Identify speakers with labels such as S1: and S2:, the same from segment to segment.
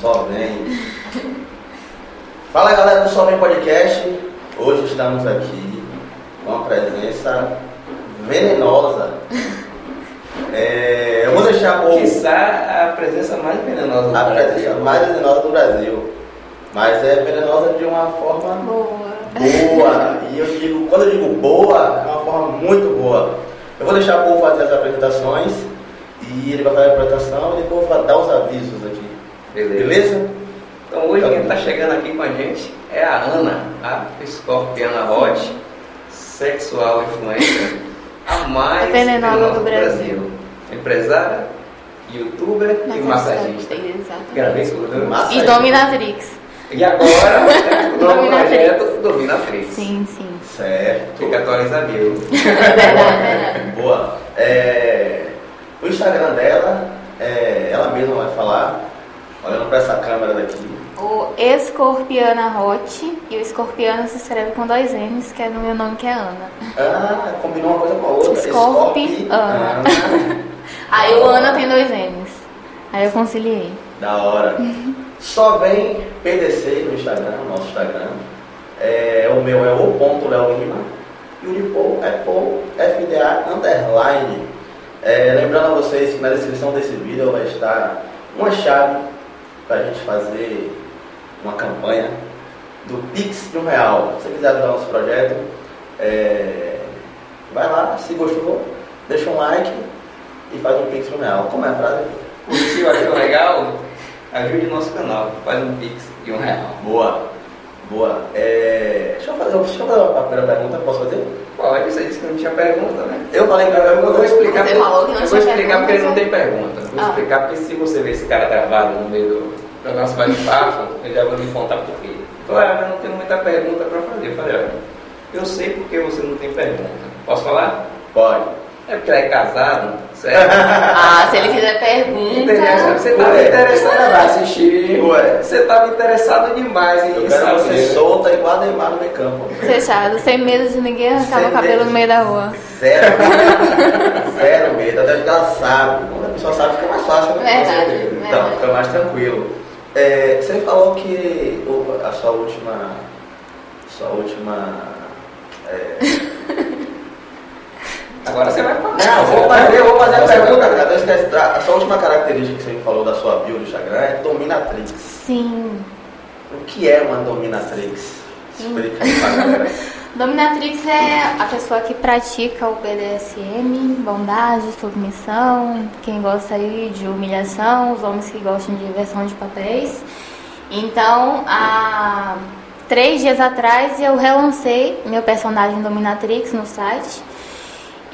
S1: Solvem. Fala galera do Solvem Podcast. Hoje estamos aqui com uma presença venenosa. É, eu vou deixar o,
S2: Quiçá a presença mais venenosa do
S1: a
S2: Brasil.
S1: presença mais venenosa do Brasil. Mas é venenosa de uma forma
S3: Boa.
S1: boa. E eu digo, quando eu digo boa, é uma forma muito boa. Eu vou deixar o povo fazer as apresentações e ele vai fazer a apresentação e depois eu vou dar os avisos aqui.
S2: Beleza.
S1: Beleza? Tá
S2: Então hoje quem está chegando aqui com a gente é a Ana, a escorpiana hot, sexual influencer, a mais
S3: A venenosa do Brasil. é
S2: Empresária, youtuber e massagista. Gravei isso tudo?
S1: Massa-
S3: E Dominatrix.
S2: E agora, o novo
S3: Dominatrix.
S2: projeto Dominatrix.
S3: Sim, sim.
S1: Certo.
S2: Fica atualizadinho.
S3: É verdade, é verdade.
S1: Boa. É, o Instagram dela, é, ela mesma vai falar, olhando pra essa câmera daqui.
S3: O Escorpiana Hot e o Escorpiano se escreve com dois N's, que é no meu nome que é Ana.
S1: Ah, combinou uma coisa com a outra. Ah.
S3: Scorpi-
S1: Scorpiana.
S3: Ah. Aí o Ana tem dois N's. Aí eu conciliei.
S1: Da hora. Só vem PDC no Instagram, nosso Instagram. É, o meu é o ponto Léo Lima e o de Paul é Paul FDA Underline. É, lembrando a vocês que na descrição desse vídeo vai estar uma chave para a gente fazer uma campanha do Pix de um real. Se você quiser ajudar o nosso projeto, é, vai lá, se gostou, deixa um like e faz um Pix de um real. Como é a frase?
S2: Curtiu, achou legal? Ajude o nosso canal. Faz um pix de um real.
S1: Boa, boa. É, Deixa, eu fazer, deixa eu fazer uma primeira pergunta, posso fazer?
S2: Pode, você disse que não tinha pergunta, né?
S1: Eu falei que eu
S2: Eu vou explicar,
S3: Você
S2: porque-
S3: falou que não
S2: eu vou
S3: tinha
S2: explicar porque
S3: pergunta,
S2: ele não
S3: né?
S2: tem pergunta. Vou
S3: Ah.
S2: explicar porque se você vê esse cara travado no meio do, do nosso bate-papo, eu já vou lhe contar por quê. Claro, mas não tenho muita pergunta para fazer. Eu falei, olha, eu sei porque você não tem pergunta. Posso falar?
S1: Pode.
S2: É porque ela é casada, certo?
S3: Ah, se ele fizer
S2: Interessa,
S3: pergunta.
S2: você estava
S1: Ué.
S2: interessado Ah, vai assistir. é
S1: Ué.
S2: Você estava interessado demais em
S1: Eu
S2: saber.
S1: quero você solta igual a Neymar no meio campo.
S3: Fechado, sem medo de ninguém arrancar
S1: Sem
S3: meu cabelo
S1: medo.
S3: no meio da rua.
S1: Zero. Zero medo, até porque ela sabe. Quando a pessoa sabe fica mais fácil. né?
S3: Verdade,
S1: Então,
S3: verdade.
S1: fica mais tranquilo. É, você falou que o- a sua última. Sua última. é,
S2: Agora você vai falar.
S1: Não, vou fazer, vou fazer a pergunta, cara. Não esquece, tra- é A sua última característica que você me falou da sua bio do Instagram é dominatrix.
S3: Sim.
S1: O que é uma dominatrix?
S3: Hum.
S1: Explica aí pra galera.
S3: Dominatrix é a pessoa que pratica o BDSM, bondade, submissão, quem gosta aí de humilhação, os homens que gostam de inversão de papéis. Então, há três dias atrás eu relancei meu personagem Dominatrix no site.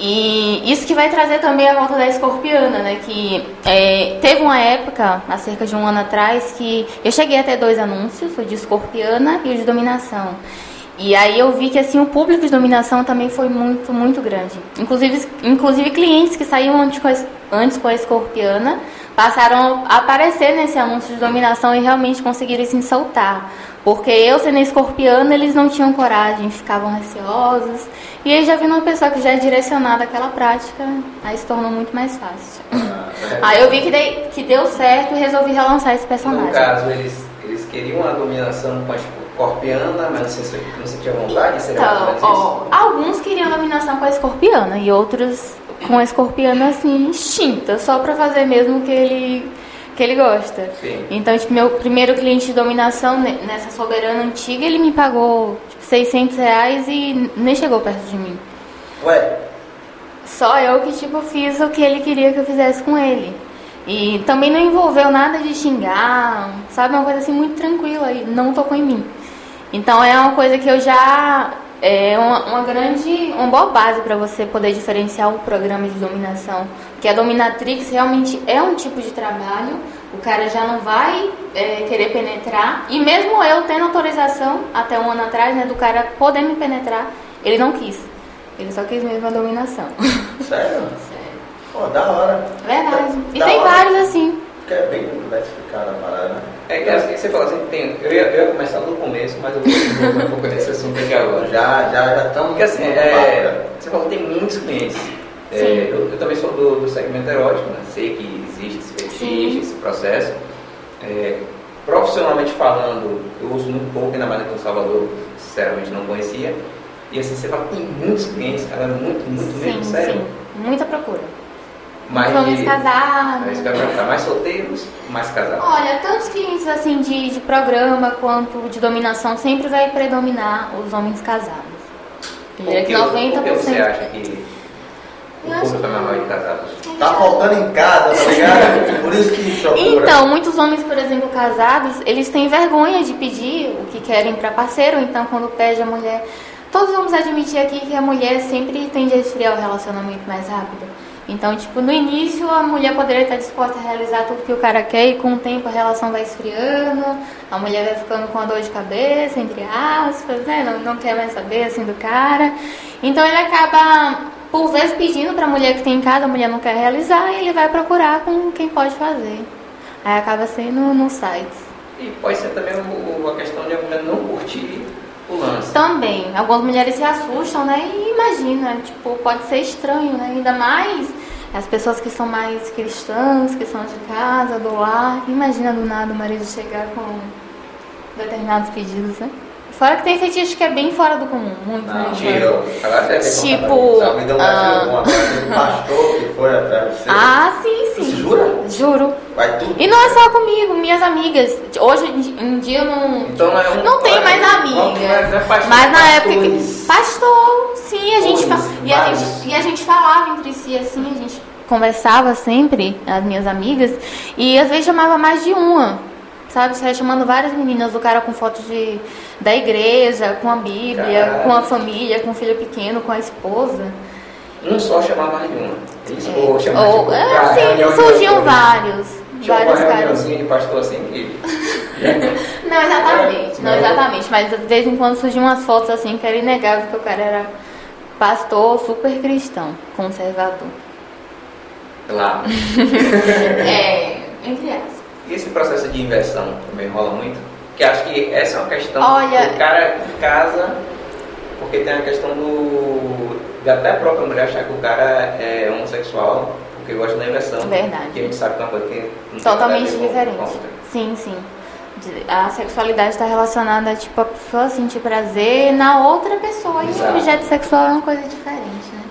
S3: E isso que vai trazer também a volta da escorpiana, né? Que é, teve uma época, há cerca de um ano atrás, que eu cheguei a ter dois anúncios, o de escorpiana e o de dominação. E aí eu vi que assim o público de dominação também foi muito, muito grande. Inclusive, inclusive clientes que saíam antes com, a, es- antes com a escorpiana passaram a aparecer nesse anúncio de dominação e realmente conseguiram se soltar. Porque eu sendo escorpiana, eles não tinham coragem, ficavam receosos. E aí já vindo uma pessoa que já é direcionada àquela prática, aí se tornou muito mais fácil.
S2: É.
S3: Aí Ah, eu vi que, dei- que deu certo e resolvi relançar esse
S2: No
S3: personagem.
S2: caso, eles, eles queriam a dominação com a escorpiana, mas não, se, não sentia vontade, seria
S3: Então,
S2: mais
S3: ó, alguns queriam dominação com a escorpiana e outros com a escorpiana assim, extinta, só pra fazer mesmo o que ele, que ele gosta.
S2: Sim.
S3: Então, tipo, meu primeiro cliente de dominação ne- nessa soberana antiga, ele me pagou tipo, 600 reais e nem chegou perto de mim.
S1: Ué,
S3: Só eu que, tipo, fiz o que ele queria que eu fizesse com ele. E também não envolveu nada de xingar, sabe? Uma coisa assim muito tranquila e não tocou em mim. Então é uma coisa que eu já. É uma, uma grande. Uma boa base para você poder diferenciar o programa de dominação. Porque a dominatrix realmente é um tipo de trabalho, o cara já não vai é, querer penetrar. E mesmo eu tendo autorização, até um ano atrás, né, do cara poder me penetrar, ele não quis. Ele só quis mesmo a dominação.
S1: sério? Pô, da hora.
S3: Verdade. E
S2: Então,
S1: Da
S3: tem
S1: hora.
S3: vários assim.
S1: Porque é bem diversificada a parada, né?
S2: É que assim, você fala assim, tem, eu, ia, eu ia começar do começo, mas eu vou desenvolver um pouco desse assunto aqui agora.
S1: Já, já, já estão.
S2: Porque assim, é, você falou, tem muitos clientes. É,
S3: Sim.
S2: eu, eu também sou do, do segmento erótico, né? sei que existe esse fetiche,
S3: Sim.
S2: esse processo. É, Profissionalmente falando, eu uso muito pouco, ainda mais aqui em Salvador, sinceramente não conhecia. E assim, você fala, tem muitos clientes, cara, muito, muito mesmo,
S3: sim,
S2: sério. é
S3: sim. Muita procura.
S2: Mas,
S3: Vamos casar.
S2: Mas, quero perguntar, mais solteiros, mais casados.
S3: Olha, tantos clientes assim de, de programa quanto de dominação sempre vai predominar os homens casados. Eu diria que
S2: Por que você
S3: 90%.
S2: acha que
S3: Eu
S2: o
S3: acho
S2: público é menor de casados?
S1: Tá faltando em casa, tá ligado? Por isso que procura.
S3: Então, muitos homens, por exemplo, casados, eles têm vergonha de pedir o que querem para parceiro, então quando pede a mulher. Todos vamos admitir aqui que a mulher sempre tende a esfriar o relacionamento mais rápido. Então, tipo, no início a mulher poderia estar disposta a realizar tudo que o cara quer e com o tempo a relação vai esfriando, a mulher vai ficando com a dor de cabeça, entre aspas, né? Não, não quer mais saber assim do cara. Então ele acaba, por vezes, pedindo para a mulher que tem em casa, a mulher não quer realizar, e ele vai procurar com quem pode fazer. Aí acaba sendo nos sites.
S2: E pode ser também o- o- a questão de a mulher não curtir o lance.
S3: Também, algumas mulheres se assustam, né? E imagina, tipo, pode ser estranho, né? Ainda mais as pessoas que são mais cristãs, que são de casa, do lar. Imagina do nada o marido chegar com determinados pedidos, né? Fora que tem fetiche que é bem fora do comum, muito, né?
S1: Não,
S3: muito fora.
S2: Tiro. Agora você vai ver como
S3: Tipo,
S1: Só me deu um
S3: ah,
S1: gatilho bom agora, teve um pastor que foi atrás de você.
S3: Ah, sim, sim.
S1: Você jura?
S3: Juro.
S1: Vai tudo.
S3: E não é só comigo, minhas amigas. Hoje em dia eu não.
S2: Então não é um-
S3: Não tem mais
S2: Não, não é-
S3: amiga.
S2: não é pastor,
S3: Mas na época.
S2: pastores.
S3: Que... Pastor, sim, a gente, fa-
S1: Pastores,
S3: e a
S1: vários.
S3: gente. E a gente falava entre si assim, a gente conversava sempre, as minhas amigas, e às vezes chamava mais de uma. Sabe, saia chamando várias meninas, o cara com foto de, da igreja, com a Bíblia,
S2: Caralho.
S3: com a família, com o filho pequeno, com a esposa.
S2: Um só chamar mais de uma. Isso, ou chamar de
S3: Ou,
S2: uma.
S3: é,
S2: Ah, reunião
S3: assim,
S2: de
S3: surgiam
S2: pastores.
S3: vários.
S2: Tinha uma
S3: Vários caras.
S2: reuniãozinha de pastor assim que...
S3: Não, exatamente, não
S2: É.
S3: exatamente, mas de vez em quando surgiam umas fotos assim que era inegável que o cara era pastor super cristão, conservador.
S2: Lá.
S3: É, entre aspas.
S2: E esse processo de inversão também rola muito? Que acho que essa é uma questão
S3: Olha-
S2: do cara em casa, porque tem a questão do. de até a própria mulher achar que o cara é homossexual, porque gosta da inversão.
S3: Verdade.
S2: Que a gente sabe que é uma coisa que não tem
S3: Totalmente
S2: nada a ver com- com a
S3: diferente.
S2: outra.
S3: Sim, sim. De- A sexualidade está relacionada tipo, a pessoa sentir prazer na outra pessoa. E
S2: Exato.
S3: o objeto sexual é uma coisa diferente, né?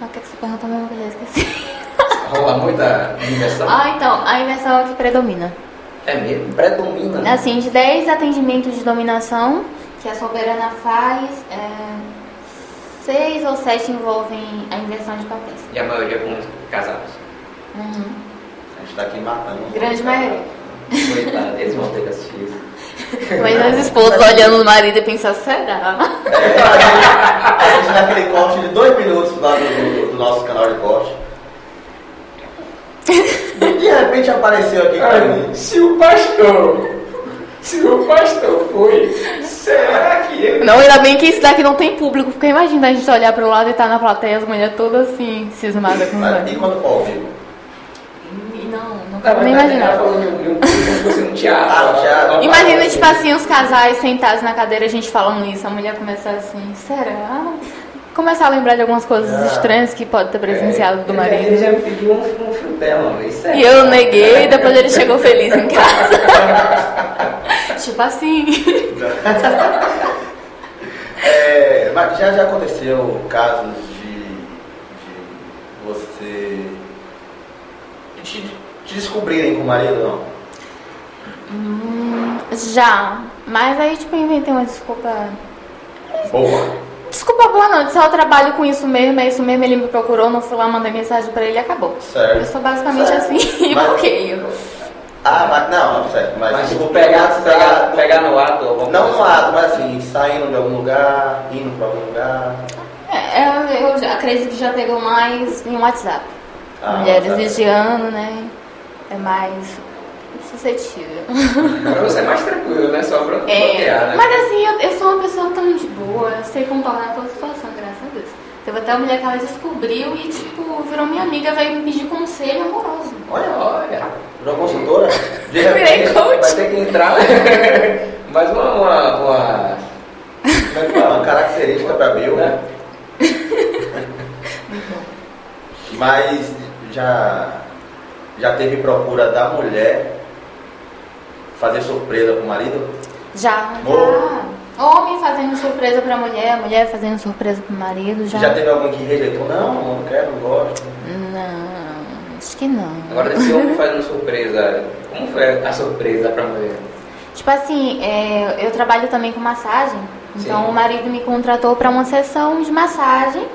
S3: Ah, O que, é que você perguntou mesmo que eu já esqueci?
S2: Rola muita inversão?
S3: Ah, então, a inversão é o que predomina.
S2: É mesmo? Predomina. né?
S3: Assim, de 10 atendimentos de dominação que a soberana faz, é, seis ou sete envolvem a inversão de papéis.
S2: E a maioria com casados.
S3: Uhum.
S1: A gente tá aqui matando.
S3: Grande maioria.
S2: Coitado, eles vão ter que assistir isso.
S3: Mas as esposas olhando o marido e pensando, será?
S1: A gente tá naquele corte de dois minutos lá do, do nosso canal de corte. E de repente apareceu aqui pra mim.
S2: se o pastor, se o pastor foi, será que ele
S3: Não, ainda bem que isso daqui não tem público, porque imagina a gente olhar pro lado e tá na plateia, as mulheres todas assim, cismadas com o
S1: Mas, E
S3: banho.
S1: quando for ao vivo?
S3: E Não, não
S2: Na
S3: quero nem
S2: verdade, ela
S3: imaginar.
S2: falou de um- de um- como se fosse um teatro.
S1: Ah, um teatro.
S2: Uma
S3: Imagina,
S2: parada
S3: tipo assim, os casais sentados na cadeira, a gente falando isso, a mulher começa assim, será? Começar a lembrar de algumas coisas
S1: Ah.
S3: estranhas que pode ter presenciado do
S2: É, Ele-
S3: marido.
S2: Ele já me pediu um, um filté uma vez, sério.
S3: E eu neguei, depois ele chegou feliz em casa. tipo assim.
S1: É, mas já, já aconteceu casos de, de você de te, te descobrirem com o marido, não?
S3: Hum, já. Mas aí, tipo, eu inventei uma desculpa.
S1: Boa.
S3: Desculpa boa não, disse, "Ah, eu trabalho com isso mesmo, é isso mesmo, ele me procurou, não fui lá, mandei mensagem pra ele e acabou. Eu
S1: Certo.
S3: sou basicamente
S1: Certo.
S3: assim, e
S1: Mas-
S3: bloqueio.
S1: Ah, mas não, certo.
S3: assim.
S1: Mas,
S2: Mas
S1: tipo,
S2: tipo, pegar,
S1: saindo-
S2: pegar, pegar no ato. alguma
S1: Não
S2: coisa.
S1: um lado, mas assim, saindo de algum lugar, indo pra algum lugar.
S3: É, é, eu já- acredito que já pegou mais em WhatsApp.
S1: Ah,
S3: Mulheres
S1: tá.
S3: vigiando, né? É mais suscetível.
S2: Pra você é mais tranquilo, né? Só pra bloquear,
S3: É,
S2: né?
S3: mas assim, eu, eu sou uma pessoa tão de boa, eu sei contornar toda situação, graças a Deus. Teve até uma mulher que ela descobriu e, tipo, virou minha amiga, veio me pedir conselho amoroso.
S1: Olha, ó,
S2: Olha,
S1: virou consultora? De
S3: Virei
S1: repente.
S3: coach.
S2: vai ter que entrar né? mais uma... uma, uma... Como é que
S1: É uma
S2: fala?
S1: característica pra Bill, né?
S2: Né?
S1: Mas já, já teve procura da mulher fazer surpresa pro marido?
S3: Já,
S1: Boa.
S3: já. Homem fazendo surpresa pra mulher, mulher fazendo surpresa pro marido, já.
S1: Já, teve alguém que rejeitou? Não, não quero, não gosto.
S3: Não, acho que não.
S2: Agora, desse homem fazendo surpresa, como foi a surpresa pra mulher?
S3: Tipo assim, é, eu trabalho também com massagem. Então
S2: Sim.
S3: o marido me contratou para uma sessão de massagem.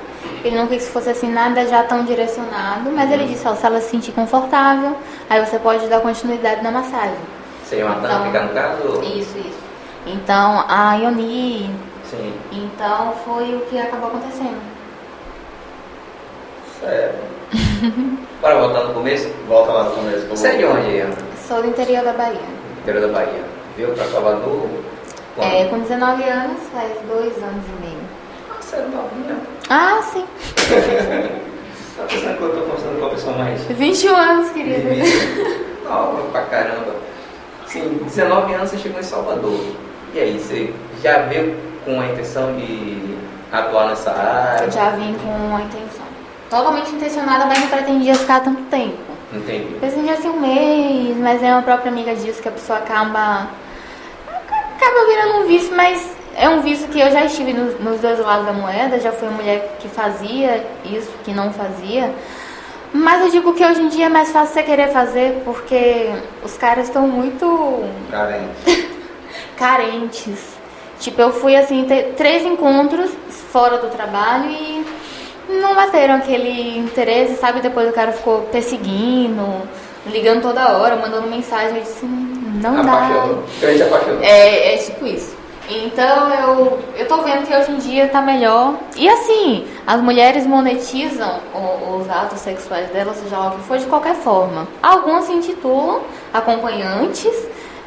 S3: Ele não quis que fosse assim nada já tão direcionado, mas ele disse, ó, se ela se sentir confortável, aí você pode dar continuidade na massagem.
S2: Seria uma
S3: Então,
S2: tânica, no caso?
S3: Isso, isso. Então, a Ioni,
S1: Sim.
S3: então foi o que acabou acontecendo.
S1: Sério.
S2: É. Bora voltar no começo?
S1: Volta lá no começo. que eu
S2: Você é de
S1: vou-
S2: onde, Ana?
S3: Sou do interior da Bahia.
S2: Interior da Bahia. Veio pra Salvador? quando?
S3: É, com 19 anos, faz dois anos e meio.
S2: Ah, Você é novinha.
S3: Ah, sim.
S2: Tá pensando que eu tô conversando com a pessoa mais
S3: 21 anos, querida.
S2: vivida? Nova pra caramba. Sim, 19 anos você chegou em Salvador. E aí, você já veio com a intenção de atuar nessa área?
S3: Eu já vim com uma intenção. Totalmente intencionada, mas não pretendia ficar tanto tempo.
S2: Entendi.
S3: Pretendia assim um mês, mas é uma própria amiga disso que a pessoa acaba. acaba virando um vício, mas é um vício que eu já estive nos, nos dois lados da moeda, já fui mulher que fazia isso, que não fazia. Mas eu digo que hoje em dia é mais fácil você querer fazer porque os caras estão muito
S1: Carente.
S3: carentes. Tipo, eu fui assim, ter três encontros fora do trabalho e não bateram aquele interesse, sabe? Depois o cara ficou perseguindo, ligando toda hora, mandando mensagem, eu disse, "Hum, não
S2: apaixonou. Grande apaixonou.
S3: dá. É, é tipo isso. Então eu, eu tô vendo que hoje em dia tá melhor. E assim, as mulheres monetizam o- os atos sexuais delas, seja lá o que for, de qualquer forma. Algumas se intitulam acompanhantes,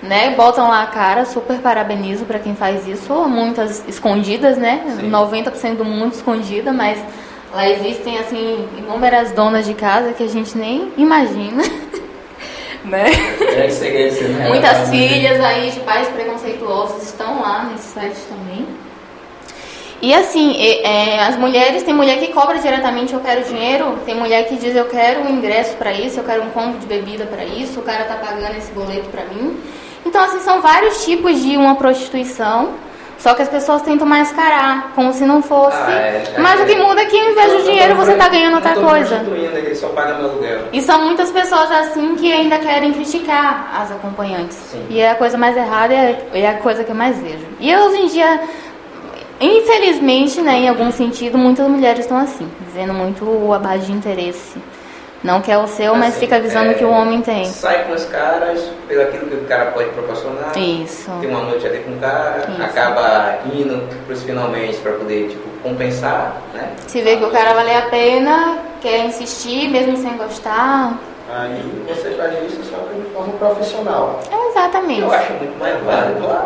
S3: né? Botam lá a cara, super parabenizo pra quem faz isso. Muitas escondidas, né?
S2: Sim.
S3: 90% do mundo escondida, mas lá existem assim inúmeras donas de casa que a gente nem imagina. né?
S2: Grande segredo, você não é
S3: Muitas
S2: nada, né?
S3: filhas aí de pais preconceituosos estão lá nesse site também. E assim, e- é, as mulheres, tem mulher que cobra diretamente eu quero dinheiro, tem mulher que diz eu quero um ingresso pra isso, eu quero um combo de bebida pra isso, o cara tá pagando esse boleto pra mim. Então assim, são vários tipos de uma prostituição, só que as pessoas tentam mascarar, como se não fosse.
S2: Ah, é, é,
S3: Mas o que muda é que ao invés do dinheiro você tá ganhando outra
S2: Não tô
S3: coisa.
S2: prostituindo, ele só paga meu aluguel.
S3: E são muitas pessoas assim que ainda querem criticar as acompanhantes.
S2: Sim.
S3: E é a coisa mais errada e é a coisa que eu mais vejo. E eu, hoje em dia, infelizmente, né, em algum sentido, muitas mulheres estão assim, vivendo muito o abate de interesse. Não quer o seu, mas
S2: Assim,
S3: fica avisando
S2: é,
S3: que o homem tem.
S2: Sai com os caras, pelo aquilo que o cara pode proporcionar.
S3: Isso.
S2: Tem uma noite ali com o cara,
S3: Isso.
S2: acaba indo pros finalmente pra poder, tipo, compensar, né?
S3: Se vê que o cara vale a pena, quer insistir, mesmo sem gostar.
S1: Aí você faz isso só que de forma profissional.
S3: É exatamente.
S2: Eu acho é muito mais válido lá.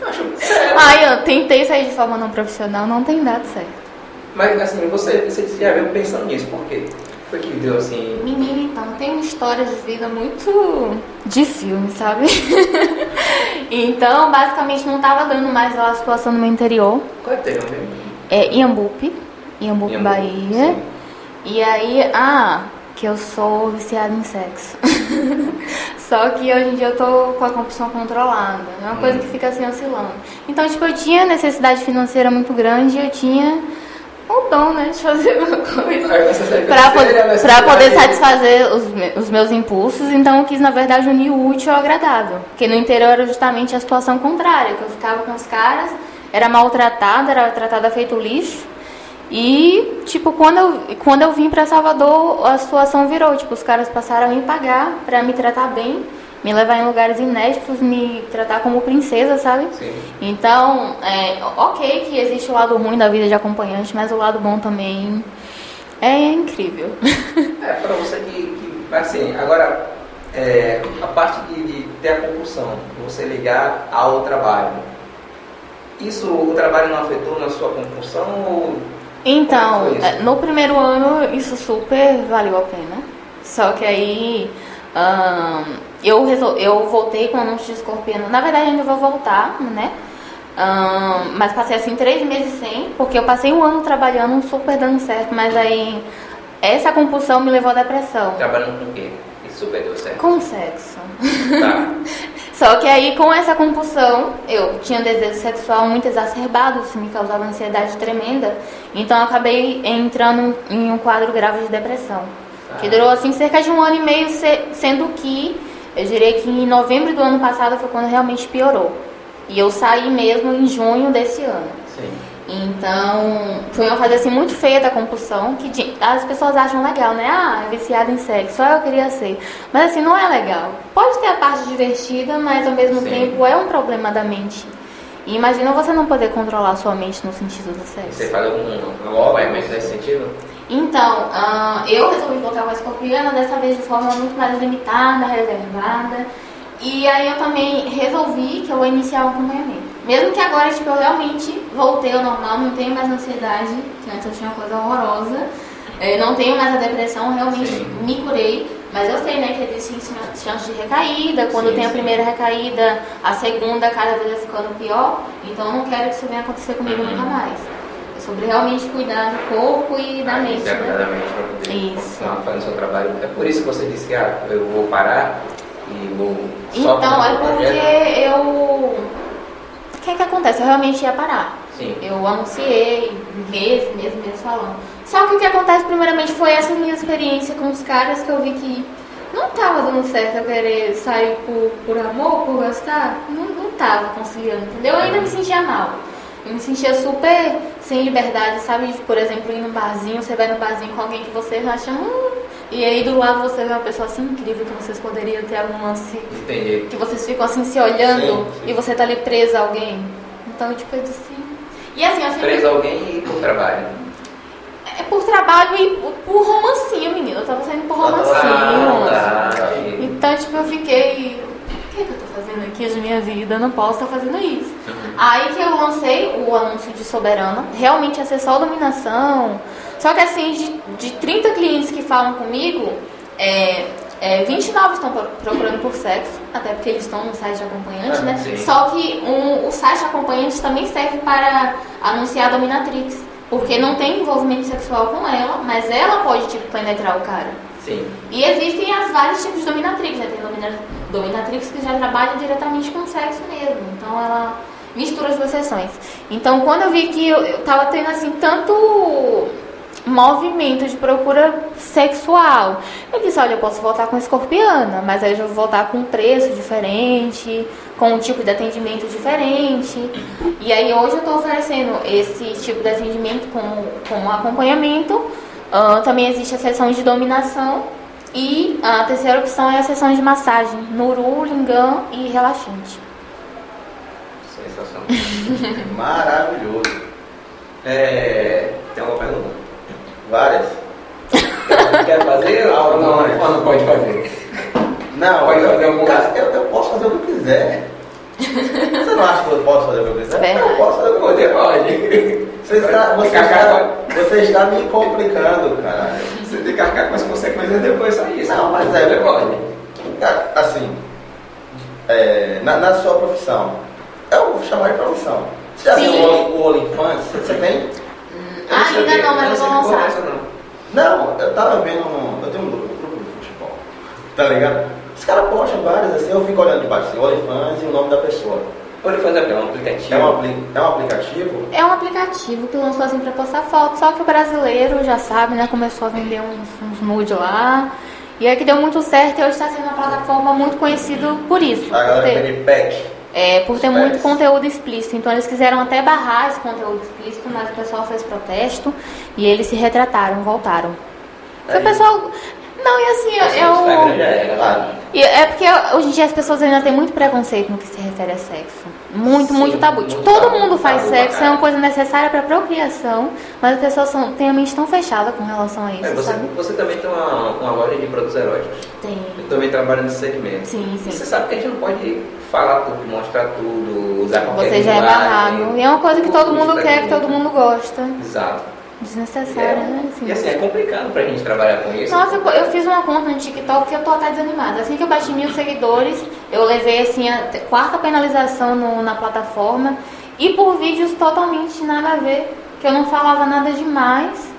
S2: Eu acho sério.
S3: Ai, eu tentei sair de forma não profissional, não tem dado certo.
S2: Mas assim, você, você já veio pensando nisso, por quê? Foi que deu assim.
S3: Menina, então, tem uma história de vida muito de filme, sabe? então, basicamente, não tava dando mais lá a situação no meu interior.
S2: Qual é o termo mesmo?
S3: É Iambupe, Iambupe,
S2: Iambupe,
S3: Bahia.
S2: sim.
S3: E aí, ah, que eu sou viciada em sexo. Só que hoje em dia eu tô com a compulsão controlada. É uma coisa que fica assim oscilando. Então, tipo, eu tinha necessidade financeira muito grande e eu tinha o dom, né, de fazer uma coisa
S2: Aí você sai
S3: para
S2: com sério,
S3: poder,
S2: mas
S3: pra
S2: você
S3: poder
S2: vai-
S3: satisfazer os, me- os meus impulsos, então eu quis, na verdade, unir o útil ao agradável. Porque no interior era justamente a situação contrária, que eu ficava com os caras, era maltratada, era tratada feito lixo. E, tipo, quando eu, quando eu vim pra Salvador, a situação virou. Tipo, os caras passaram a me pagar pra me tratar bem, me levar em lugares inéditos, me tratar como princesa, sabe?
S2: Sim.
S3: Então, é, ok que existe o lado ruim da vida de acompanhante, mas o lado bom também é incrível.
S2: É, pra você que, que assim, agora, é, a parte de, de ter a compulsão, você ligar ao trabalho. Isso, o trabalho não afetou na sua compulsão ou...
S3: Então,
S2: Como é que foi isso?
S3: é, no primeiro ano isso super valeu a pena. Só que aí ahn, eu, resol- eu voltei com o anúncio de escorpião. Na verdade, ainda vou voltar, né? Ahn, mas passei assim três meses sem, porque eu passei um ano trabalhando, super dando certo, mas aí essa compulsão me levou à depressão.
S2: Trabalhando com o quê? Isso super deu certo.
S3: Com sexo.
S2: Tá.
S3: Só que aí, com essa compulsão, eu tinha um desejo sexual muito exacerbado, isso me causava ansiedade tremenda. Então, eu acabei entrando em um quadro grave de depressão. Que durou, assim, cerca de um ano e meio, se- sendo que eu diria que em novembro do ano passado foi quando realmente piorou. E eu saí mesmo em junho desse ano.
S2: Sim.
S3: Então, foi uma fase assim muito feia da compulsão, que de- as pessoas acham legal, né? Ah, é viciada em sexo, só eu queria ser. Mas assim, não é legal. Pode ter a parte divertida, mas ao mesmo
S2: Sim.
S3: tempo é um problema da mente. E imagina você não poder controlar sua mente no sentido do
S2: Você
S3: sexo.
S2: faz algum, algum acompanhamento nesse sentido?
S3: Então, ah, eu resolvi voltar com a escorpiana, dessa vez de forma muito mais limitada, reservada. E aí eu também resolvi que eu vou iniciar o acompanhamento. Mesmo que agora, tipo, eu realmente voltei ao normal, não tenho mais ansiedade, que antes eu tinha uma coisa horrorosa. Eh, não tenho mais a depressão, realmente
S2: Sim.
S3: me curei. Mas eu sei, né, que existem chan- chances de recaída. Quando
S2: Sim,
S3: tem a
S2: sim.
S3: primeira recaída, a segunda cada vez vai ficando pior. Então eu não quero que isso venha acontecer comigo
S2: Uhum.
S3: nunca mais. É sobre realmente cuidar do corpo e da
S2: Ah,
S3: mente,
S2: isso é
S3: né?
S2: verdadeiramente pra poder
S3: Isso.
S2: continuar fazendo seu trabalho. É por isso que você disse que ah, eu vou parar e vou só
S3: Então,
S2: fazer
S3: é
S2: o projeto.
S3: porque eu. O que é que acontece? Eu realmente ia parar.
S2: Sim.
S3: Eu anunciei, meses, meses, meses falando. Só que o que acontece, primeiramente, foi essa minha experiência com os caras que eu vi que não tava dando certo eu querer sair por, por amor, por gostar. Não, não tava conciliando, entendeu? Eu ainda me sentia mal. Eu me sentia super sem liberdade, sabe? De, Por exemplo, ir num barzinho, você vai num barzinho com alguém que você acha. Hum, e aí do lado você vê uma pessoa assim incrível que vocês poderiam ter algum lance
S2: Entendi.
S3: que vocês ficam assim se olhando
S1: Sim, sim.
S3: e você tá ali presa a alguém. Então, tipo, eu disse. E assim, eu sempre.
S2: Preso alguém e pro trabalho.
S3: É por trabalho e por- por romancinho, menino. Eu tava saindo
S1: Ah,
S3: por romancinho.
S2: Ah, tá. entendi.
S3: Então, tipo, eu fiquei. O que, é que eu tô fazendo aqui de minha vida? Eu não posso estar fazendo isso. Aí que eu lancei o anúncio de Soberana. Realmente ia ser só dominação. Só que assim, de, de 30 clientes que falam comigo, é, é, 29 estão pro- procurando por sexo, até porque eles estão no site de acompanhante,
S2: Ah,
S3: né?
S2: sim.
S3: Só que um- o site de acompanhante também serve para anunciar a dominatrix. Porque não tem envolvimento sexual com ela, mas ela pode, tipo, penetrar o cara.
S2: Sim.
S3: E existem as vários tipos de dominatrix, né? Tem domina- dominatrix que já trabalha diretamente com sexo mesmo. Então ela mistura as duas sessões. Então quando eu vi que eu, eu tava tendo assim tanto movimento de procura sexual, eu disse, olha, eu posso voltar com a escorpiana, mas aí eu já vou voltar com um preço diferente, com um tipo de atendimento diferente. E aí hoje eu estou oferecendo esse tipo de atendimento como, como acompanhamento. Ah, também existe a sessão de dominação, e a terceira opção é a sessão de massagem, nuru, lingam e relaxante.
S2: Sensacional.
S1: Maravilhoso.
S2: É, tem alguma pergunta?
S1: Várias.
S2: Quer fazer ou não,
S1: Não,
S2: né?
S1: não.
S2: Ou não pode fazer?
S1: Não,
S2: Pode
S1: eu,
S2: fazer algum-
S1: cara, eu, eu posso fazer o que eu quiser. Você não acha que eu posso fazer o que eu quiser?
S3: Verdade.
S1: Eu posso fazer o que eu
S2: Poder
S1: quiser.
S2: pode.
S1: Você está, você,
S2: Fica
S1: está, você está me complicando, cara.
S2: Você tem que arcar com as consequências depois, só isso.
S1: Não, mas é-
S2: Você pode.
S1: Cara, Assim, é, na, na sua profissão, eu vou chamar de profissão. Você já
S3: Sim.
S1: viu o, o OnlyFans? Você tem?
S2: Eu não
S3: Ah, Ainda
S2: sabia,
S3: não, mas eu
S2: sei
S3: vou
S2: que porra é
S3: lançar.
S2: essa, não.
S1: Não, eu tava vendo um. Eu tenho um grupo, um grupo de futebol. Tá ligado? Os caras postam vários assim, eu fico olhando de baixo, assim, OnlyFans e o nome da pessoa.
S2: Pode fazer até um aplicativo.
S1: É um, apli- é um aplicativo?
S3: É um aplicativo que lançou assim pra postar foto, só que o brasileiro já sabe, né? Começou a vender uns, uns nude lá. E aí que deu muito certo e hoje está sendo uma plataforma muito conhecida por isso.
S1: A
S3: por
S1: galera
S3: ter-
S1: vende pack.
S3: É, por ter muito
S1: Espécie.
S3: conteúdo explícito. Então eles quiseram até barrar esse conteúdo explícito, mas o pessoal fez protesto e eles se retrataram, voltaram. Porque
S1: Aí.
S3: o pessoal. Não, e assim,
S2: Assim,
S3: eu.
S2: o Instagram já é,
S1: Claro.
S2: galera.
S3: E é porque hoje em dia as pessoas ainda têm muito preconceito no que se refere a sexo. Muito,
S2: Sim,
S3: muito tabu. Tipo,
S2: muito
S3: todo
S2: tabu,
S3: mundo faz
S2: tabu,
S3: sexo,
S2: cara.
S3: é uma coisa necessária pra procriação, mas as pessoas são, têm a mente tão fechada com relação a isso,
S2: É, você,
S3: sabe?
S2: você também tem uma, uma loja de produtos eróticos.
S3: Tem.
S2: Eu também trabalho nesse segmento.
S3: Sim,
S2: E você
S3: sim.
S2: sabe que a gente não pode falar tudo, mostrar tudo, usar qualquer
S3: Você já é
S2: linguagem.
S3: barrado. E é uma coisa que todo
S2: Tudo
S3: mundo
S2: tá
S3: quer, que
S2: aqui.
S3: todo mundo gosta.
S2: Exato.
S3: Desnecessária, né?
S2: E assim, é complicado pra gente trabalhar com isso.
S3: Nossa, eu, eu fiz uma conta no TikTok que eu tô até desanimada. Assim que eu bati mil seguidores, eu levei assim a te- quarta penalização no- na plataforma e por vídeos totalmente nada a ver, que eu não falava nada demais.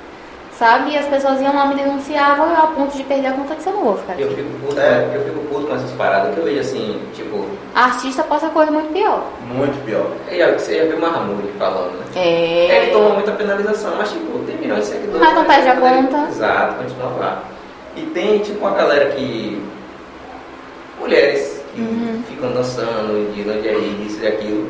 S3: sabe? E as pessoas iam lá me denunciavam e eu a ponto de perder a conta de você não vou ficar
S2: Eu
S3: aqui.
S2: fico puto,
S1: É.
S2: eu fico puto com essas paradas que eu vejo assim, tipo,
S3: A artista passa coisa muito pior.
S1: Muito pior.
S2: aí, ó, você já viu o Mahamud falando, né? É
S3: É.
S2: que toma muita penalização, mas tipo, tem milhões de seguidores.
S3: Mas não
S2: né?
S3: perde a
S2: Poderia-
S3: conta.
S2: Exato, continua lá. E tem tipo uma galera que. Mulheres que
S3: Uhum.
S2: ficam dançando, de lingerie, é isso e aquilo,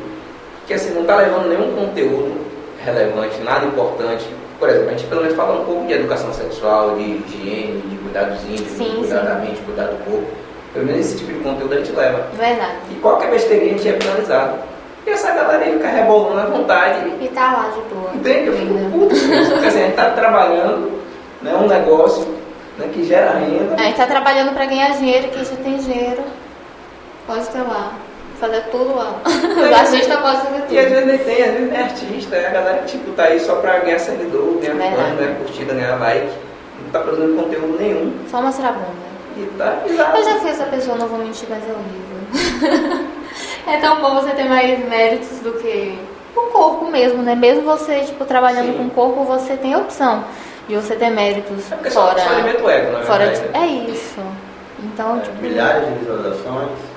S2: que assim, não tá levando nenhum conteúdo relevante, nada importante. Por exemplo, a gente pelo menos fala um pouco de educação sexual, de higiene, de cuidar dos índios,
S3: Sim,
S2: de cuidar
S3: sim.
S2: da mente, cuidar do corpo. Pelo menos esse tipo de conteúdo a gente leva.
S3: Verdade.
S2: E qualquer besteirinha a gente é penalizado. E essa galera aí fica rebolando à vontade
S3: E tá lá de boa.
S2: Entende? Eu fico
S3: Entendeu?
S2: puto. com isso, Porque assim, a gente tá trabalhando né, um negócio né, que gera renda.
S3: A gente tá trabalhando pra ganhar dinheiro, quem já tem dinheiro pode ter lá. Fazer tudo lá. Os artistas
S2: E
S3: podem fazer
S2: às
S3: tá tudo.
S2: vezes nem tem, às vezes nem é artista, é a galera que tipo, tá aí só pra ganhar seguidor, ganhar fã,
S3: Verdade.
S2: ganhar curtida, ganhar like. Não tá produzindo conteúdo nenhum.
S3: Só mostrar a bunda.
S2: E tá e lá.
S3: Eu já fui essa pessoa, não vou mentir, mas é horrível. é tão bom você ter mais méritos do que o corpo mesmo, né? Mesmo você, tipo, trabalhando
S2: Sim.
S3: com o corpo, você tem a opção de você ter méritos
S2: É porque só,
S3: fora.
S2: só alimenta né? É o ego, na
S3: fora
S2: verdade.
S3: de... É isso. Então, tipo.
S1: É, Milhares de visualizações,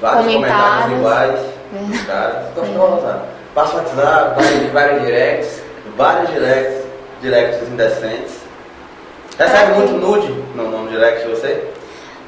S1: vários
S3: Comentários.
S1: comentários iguais,
S3: É.
S1: dos caras, gostosa. Passa o WhatsApp,
S2: Vários- Vários directs.
S1: vários directs, directs indecentes. Recebe
S3: É.
S1: muito nude no, no direct de você?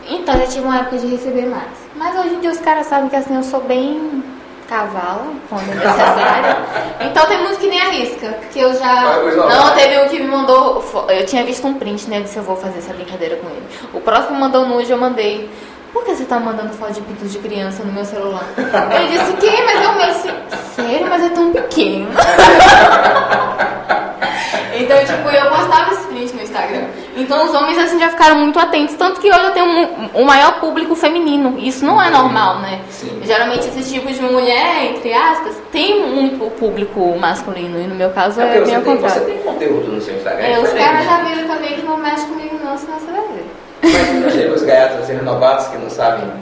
S3: Então, já tive uma época de receber mais. Mas hoje em dia os caras sabem que assim, eu sou bem cavala, quando é necessário. então tem muito que nem arrisca, porque eu já...
S2: Vai, pois não.
S3: Não, teve um que me mandou... fo- Eu tinha visto um print, né? Eu disse, eu vou fazer essa brincadeira com ele. O próximo mandou nude, eu mandei... Por que você tá mandando foto de pintos de criança no meu celular? Ele disse, quem? Mas é o meu... assim, Sério? Mas é tão pequeno. Então, tipo, eu postava esse print no Instagram. Então, os homens, assim, já ficaram muito atentos. Tanto que hoje eu tenho mu- o maior público feminino. Isso não é normal, né?
S2: Sim.
S3: Geralmente, esse tipo de mulher, entre aspas, tem muito o público masculino. E no meu caso,
S2: É
S3: é,
S2: porque você
S3: bem ao
S2: tem, você
S3: contrário.
S2: tem conteúdo no seu Instagram.
S3: É, os
S2: diferente.
S3: caras já viram também que não mexe comigo não, senão você vai ver.
S2: Mas não chega os gaiatos assim, renovados que não sabem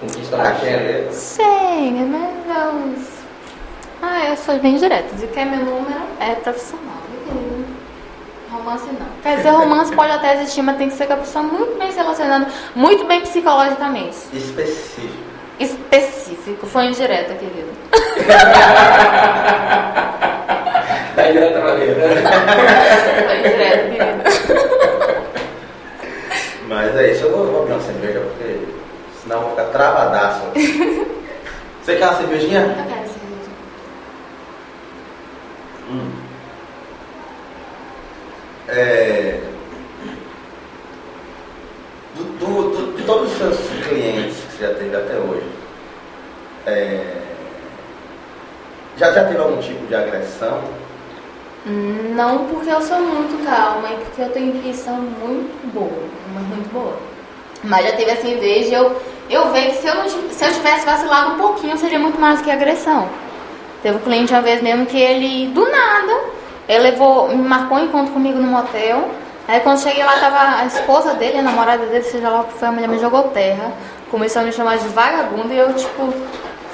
S2: com o que estão
S3: Ah.
S2: mexendo.
S1: Achei.
S3: Sei, né? Mas é uns... Ah, eu sou bem direta. E quer meu número é profissional. viu, querido? Romance não. Quer dizer, romance pode até existir, mas tem que ser com a pessoa muito bem se relacionando, muito bem psicologicamente.
S1: Específico.
S3: Específico. Foi indireta, querido.
S2: Tá aí direto pra ver, né?
S3: Foi indireta, querido.
S1: Mas é isso, eu vou, vou abrir uma cerveja porque senão eu vou ficar travadaço. Você quer uma cervejinha?
S3: Eu quero cerveja.
S1: Hum. É, do- do- do- de todos os seus clientes que você já teve até hoje, é, já, já teve algum tipo de agressão?
S3: Hum, Não porque eu sou muito calma e porque eu tenho intuição muito boa, mas muito boa. Mas já teve assim, desde eu, eu ver que se eu, não, tiv- se eu tivesse vacilado um pouquinho, seria muito mais do que agressão. Teve um cliente uma vez mesmo que ele, do nada, ele levou, me marcou um encontro comigo no motel. Aí quando cheguei lá, tava a esposa dele, a namorada dele, seja lá o que foi, a mulher me jogou terra. Começou a me chamar de vagabunda e eu, tipo,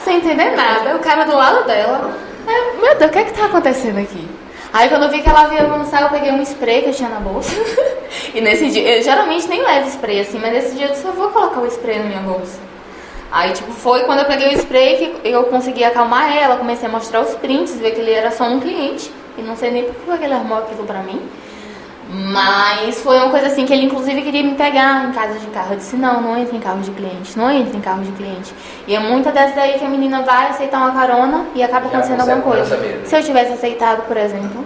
S3: sem entender nada. O cara do lado dela. Aí, eu, meu Deus, o que é que tá acontecendo aqui? Aí quando eu vi que ela veio avançar, eu peguei um spray que eu tinha na bolsa. e nesse dia, eu geralmente nem levo spray assim, mas nesse dia eu disse, eu vou colocar o spray na minha bolsa. Aí, tipo, foi quando eu peguei o spray que eu consegui acalmar ela, comecei a mostrar os prints, ver que ele era só um cliente. E não sei nem por que ele armou aquilo pra mim. Mas foi uma coisa assim que ele inclusive queria me pegar em casa de carro. Eu disse, não, não entra em carro de cliente, não entra em carro de cliente. E é muita dessas daí que a menina vai aceitar uma carona e acaba
S2: Já
S3: acontecendo
S2: consegue
S3: alguma coisa.
S2: conversar mesmo.
S3: Se eu tivesse aceitado, por exemplo.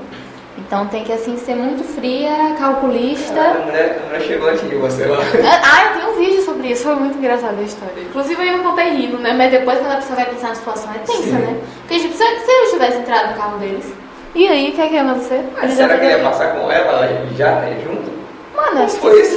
S3: Então tem que assim ser muito fria, calculista.
S2: A mulher, a mulher chegou antes de você lá.
S3: Ah, eu tenho um vídeo sobre isso, foi muito engraçada a história. Inclusive eu não contei rindo, né? Mas depois quando a pessoa vai pensar na situação é tensa,
S2: Sim.
S3: né? Porque tipo, se eu, se eu tivesse entrado no carro deles, e aí, o que é que ia acontecer?
S2: Mas
S3: Eles
S2: será que ele ia
S3: iam-
S2: passar com ela já, né, junto?
S3: Mano, acho que
S2: Foi isso.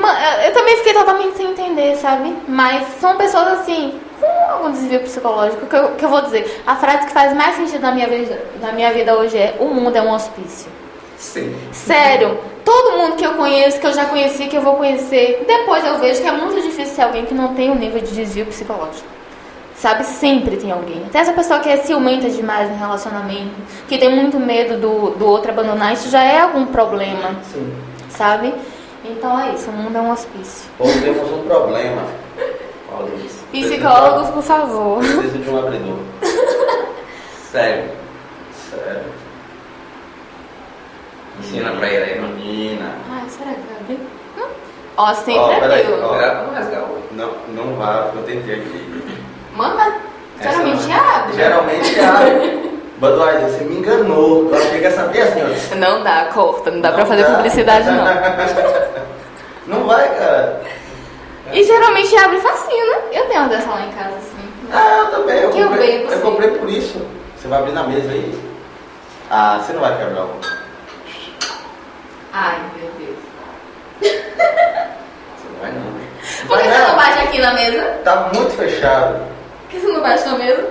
S3: Ma- eu- Eu também fiquei totalmente sem entender, sabe? Mas são pessoas assim, com algum desvio psicológico, que eu, que eu vou dizer. A frase que faz mais sentido na minha, vida, na minha vida hoje é: o mundo é um hospício.
S2: Sim.
S3: Sério, todo mundo que eu conheço, que eu já conheci, que eu vou conhecer, depois eu vejo que é muito difícil ser alguém que não tem um nível de desvio psicológico. Sabe, sempre tem alguém. Até essa pessoa que é ciumenta demais no relacionamento, que tem muito medo do, do outro abandonar, isso já é algum problema,
S2: Sim.
S3: sabe? Então é isso, o mundo é um hospício.
S1: Ou temos um problema. Olha isso.
S3: Psicólogos, por favor.
S1: Preciso de um abridor.
S2: Sério.
S1: Sério.
S2: Ensina pra ele aí, mano.
S1: Menina.
S3: Ai, será que vai abrir? Hum? Ó, sempre
S1: Ó, peraí,
S3: abriu.
S1: ó.
S2: Agora vamos rasgar o
S1: Não, não vá, porque eu tentei aqui.
S3: Manda. Geralmente
S1: é.
S2: Essa não.
S3: abre.
S1: Geralmente abre. Budweiser, você me enganou. Eu achei que essa bem assim, ó.
S3: Não dá, corta, não dá pra
S1: Não
S3: fazer
S1: dá.
S3: publicidade não.
S1: Não vai, cara.
S3: E geralmente abre facinho, né? Eu tenho uma dessa lá em casa, assim.
S1: Ah, eu também. Eu
S3: Que eu
S1: comprei,
S3: bebo,
S1: eu
S3: sim.
S1: comprei por isso. Você vai abrir na mesa aí. Ah, você não vai quebrar o.
S3: Ai, meu Deus.
S2: Você não vai não, né?
S3: Por que
S1: Vai
S3: você
S1: não.
S3: não bate aqui na mesa?
S1: Tá muito fechado.
S3: Por que você não bate na mesa?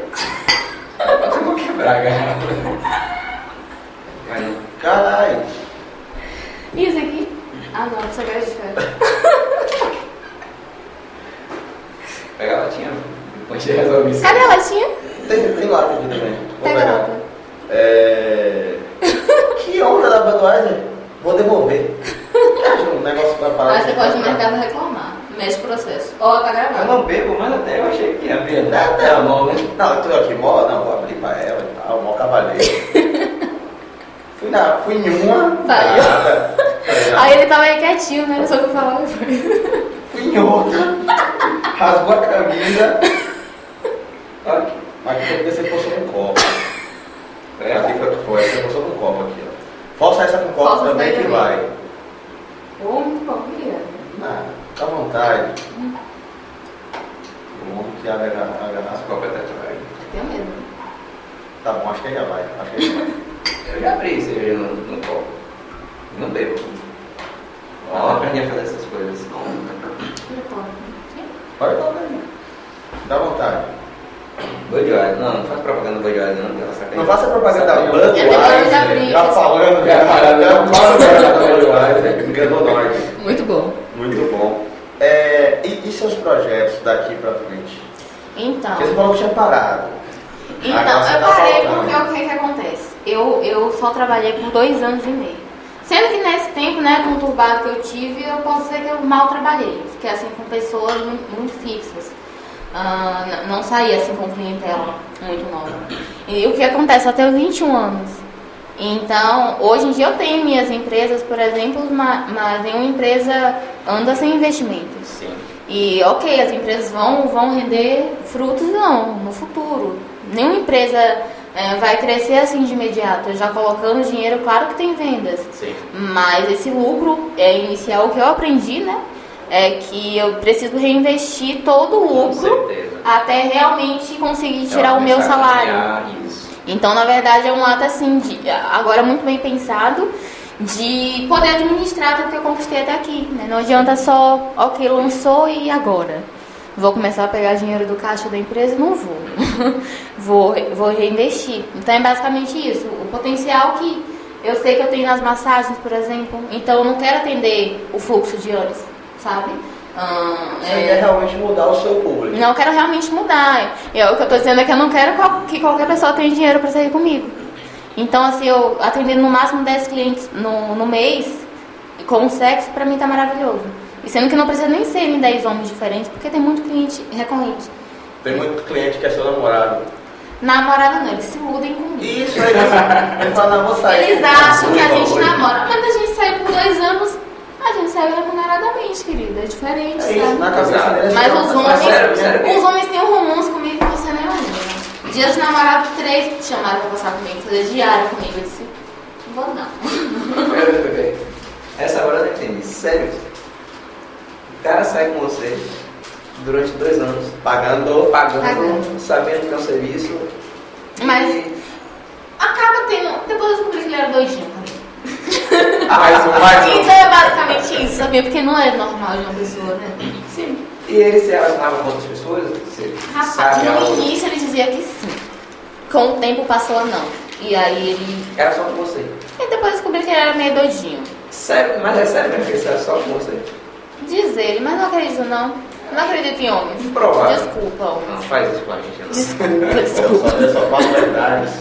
S2: Eu vou quebrar a garrafa. Vai não.
S1: Caralho.
S3: E esse aqui? Ah, não, você acredita.
S2: Pega a latinha. Depois a gente resolve isso.
S3: Cadê a latinha?
S1: Tem, tem lata aqui também. Vou
S3: Pega a
S1: pegar.
S3: lata.
S1: É. que onda da Budweiser? Vou devolver. Acho um negócio pra parar.
S3: Mas
S1: de-
S3: Ah, você pode no mercado reclamar. Mexe o processo. Ó, tá
S2: Eu
S3: gravando.
S2: não bebo, mas até eu achei que ia ver.
S1: Não,
S3: é
S2: Até a mão, né?
S1: Não, eu tô aqui, mó, não, vou abrir pra ela e tal, mó cavaleiro. fui na, fui em uma. tá,
S3: Vai.
S1: nada.
S3: Aí ele tava aí quietinho, né? Ele só foi falar depois.
S1: Fui em outra. Rasgou a camisa.
S2: Olha aqui.
S1: Mas foi porque você postou um copo. É,
S2: Pega.
S1: Aqui foi o que foi, você postou um copo aqui, ó. Força essa com copo
S3: Força
S1: também
S3: essa aí
S1: que
S3: também.
S1: vai.
S3: Ô, muito bom, querida.
S1: Ah, fica à vontade.
S3: Hum.
S1: O homem que abre a garra- a garrafa.
S2: As copas até acabaram.
S3: Eu tenho medo.
S1: Tá bom, acho que já vai. Acho que já vai.
S2: Eu já abri cerveja no, no copo. Não bebo. Ó, eu aprendi a fazer essas coisas.
S3: Tira a porta.
S1: Pode colocar aí. Dá vontade.
S2: Budweiser. Não, não faz propaganda do Budweiser, não. Ela é sacaneia.
S1: Não faça propaganda da
S2: Sacaneia.
S1: banda,
S3: Eu gosto de abrir.
S1: já falando, já falando, fala da Budweiser, é enganou nós.
S3: Muito bom.
S1: Muito bom. É, e, e seus projetos daqui pra frente?
S3: Então.
S1: Porque você falou que tinha parado.
S3: Então,
S1: Agora você
S3: eu
S1: tá
S3: parei
S1: voltando.
S3: porque é o que que acontece? Eu, eu só trabalhei por dois anos e meio. Sendo que nesse tempo, né, conturbado que eu tive, eu posso dizer que eu mal trabalhei. Fiquei assim com pessoas mu- muito, fixas. Ah, n- não saí assim com clientela muito nova. E o que acontece? Eu tenho 21 anos. Então, hoje em dia eu tenho minhas empresas, por exemplo, ma- mas nenhuma empresa anda sem investimentos.
S2: Sim.
S3: E ok, as empresas vão, vão render frutos não, no futuro. Nenhuma empresa eh, vai crescer assim de imediato. Já colocando dinheiro, claro que tem vendas.
S2: Sim.
S3: Mas esse lucro é inicial o que eu aprendi, né? É que eu preciso reinvestir todo o
S2: Com
S3: lucro
S2: certeza.
S3: até realmente conseguir
S2: Ela
S3: tirar o meu
S2: começar a
S3: salário.
S2: ganhar Isso.
S3: Então, na verdade, é um ato assim, de- agora muito bem pensado, de poder administrar tudo que eu conquistei até aqui. né? Não adianta só, ok, lançou e agora? Vou começar a pegar dinheiro do caixa da empresa? Não vou. vou, re- vou reinvestir. Então, é basicamente isso. O potencial que eu sei que eu tenho nas massagens, por exemplo. Então, eu não quero atender o fluxo de anos, sabe? Ah,
S1: Você quer realmente mudar o seu público.
S3: não Então, eu quero realmente mudar. Eu, o que eu tô dizendo é que eu não quero qual- que qualquer pessoa tenha dinheiro para sair comigo. Então, assim, eu atendendo no máximo 10 clientes no, no mês, com o sexo, pra mim tá maravilhoso. E sendo que não precisa nem serem 10 homens diferentes, porque tem muito cliente recorrente.
S1: Tem muito cliente que é seu namorado.
S3: Namorado não, eles se iludem comigo.
S1: Isso, eles, eles falam, não, vou sair.
S3: Eles acham que a
S1: Hoje,
S3: gente
S1: hoje.
S3: namora. Mas a gente saiu por dois anos, a gente saiu remuneradamente, querida. É diferente,
S1: É isso,
S3: sabe?
S1: na cabeça deles.
S3: Mas os
S1: não,
S3: homens,
S2: sério, sério.
S3: os homens têm um romance comigo que você não imagina. Dias de namorado, três te chamaram pra passar comigo, fazer diário comigo. Eu disse, não vou não.
S2: Essa hora eu não entendi. Sério. O cara sai com você durante dois anos. Pagando, pagando,
S3: Pagando.
S2: sabendo que é um serviço.
S3: Mas-
S2: E-
S3: Acaba tendo. Depois eu descobri que ele era doidinho também.
S1: Ah, mais um,
S2: Tá
S1: mais um.
S3: Então é basicamente isso, sabia? Porque não é normal de uma pessoa, né?
S2: Sim. E ele se relacionava com outras pessoas? Você
S3: Rapaz,
S2: sabe é
S3: no
S2: aonde?
S3: início ele dizia que sim. Com o tempo passou a não. E aí ele.
S2: Era só com você.
S3: E depois eu descobri que ele era meio doidinho.
S2: Sério, mas é sério mesmo que isso era só com você.
S3: Diz ele, mas não acredito não. Não acredito em homens.
S2: Improvável.
S3: Desculpa,
S2: Não
S3: homens.
S2: faz isso com a gente, né? não.
S3: Desculpa,
S1: Eu
S3: desculpa.
S1: só, eu só falo verdades.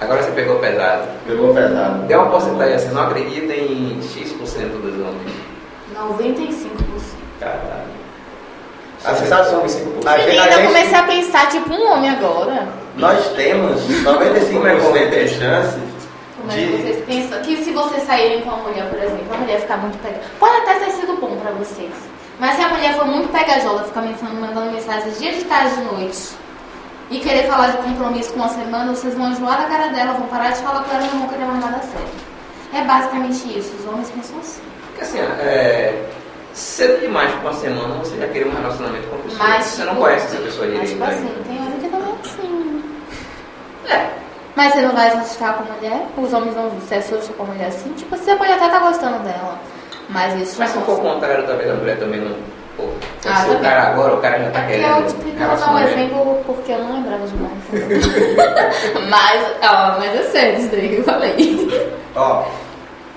S2: Agora você pegou pesado.
S1: Pegou pesado.
S2: Deu uma porcentagem assim, não acredita em X% dos homens.
S3: 95%.
S1: Caralho. A sensação que se... a gente- a
S3: Menina, eu
S1: gente-
S3: comecei a pensar tipo um homem agora.
S1: Nós temos 95% de chances
S3: Como é que
S1: de
S3: vocês pensam? Que se vocês saírem com a mulher, por exemplo, a mulher ficar muito pegajosa. Pode até ter sido bom pra vocês. Mas se a mulher for muito pegajosa, ficar mensagem, mandando mensagem dia de tarde de noite e querer falar de compromisso com uma semana, vocês vão enjoar da cara dela, vão parar de falar com ela e não vão querer mais nada sério. É basicamente isso. Os homens pensam assim.
S2: Porque assim, é, cedo demais pra uma semana você já queria um relacionamento com a pessoa.
S3: Mas,
S2: você
S3: tipo,
S2: não conhece essa pessoa né?
S3: Mas,
S2: direito.
S3: tipo
S2: ainda.
S3: assim, tem hora que também é assim.
S2: É.
S3: Mas você não vai se assustar com a mulher? Os homens não se assustam com a mulher assim? Tipo, você pode até estar gostando dela. Mas isso
S2: Mas se
S3: não
S2: for o
S3: assusta.
S2: contrário, talvez a mulher também não. Pô,
S3: Ah,
S2: se o
S3: também.
S2: cara agora, o cara já tá
S3: É que
S2: querendo.
S3: eu tentei usar um
S2: relacionamento.
S3: exemplo porque eu não lembrava demais. mas, ó, mas é sério isso daí que eu falei.
S1: Ó,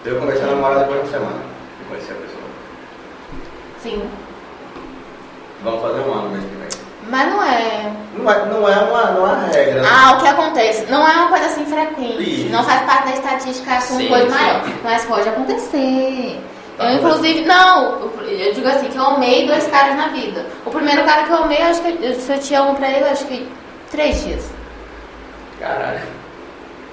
S1: eu conversei com a namorada depois de uma semana de conhecer a pessoa.
S3: Sim.
S1: Vamos fazer um ano mês que vem.
S3: Mas não é.
S1: Não é, não é, uma, não é uma regra.
S3: Ah, o que acontece? Não é uma coisa assim frequente.
S1: Isso.
S3: Não faz parte da estatística como
S2: Sim,
S3: coisa
S2: sim.
S3: maior. Mas pode acontecer.
S1: Tá
S3: eu,
S1: bom.
S3: inclusive, não, eu- eu digo assim, que eu amei dois caras na vida. O primeiro cara que eu amei, eu acho que eu- se eu tinha um pra ele, eu acho que três dias.
S2: Caralho.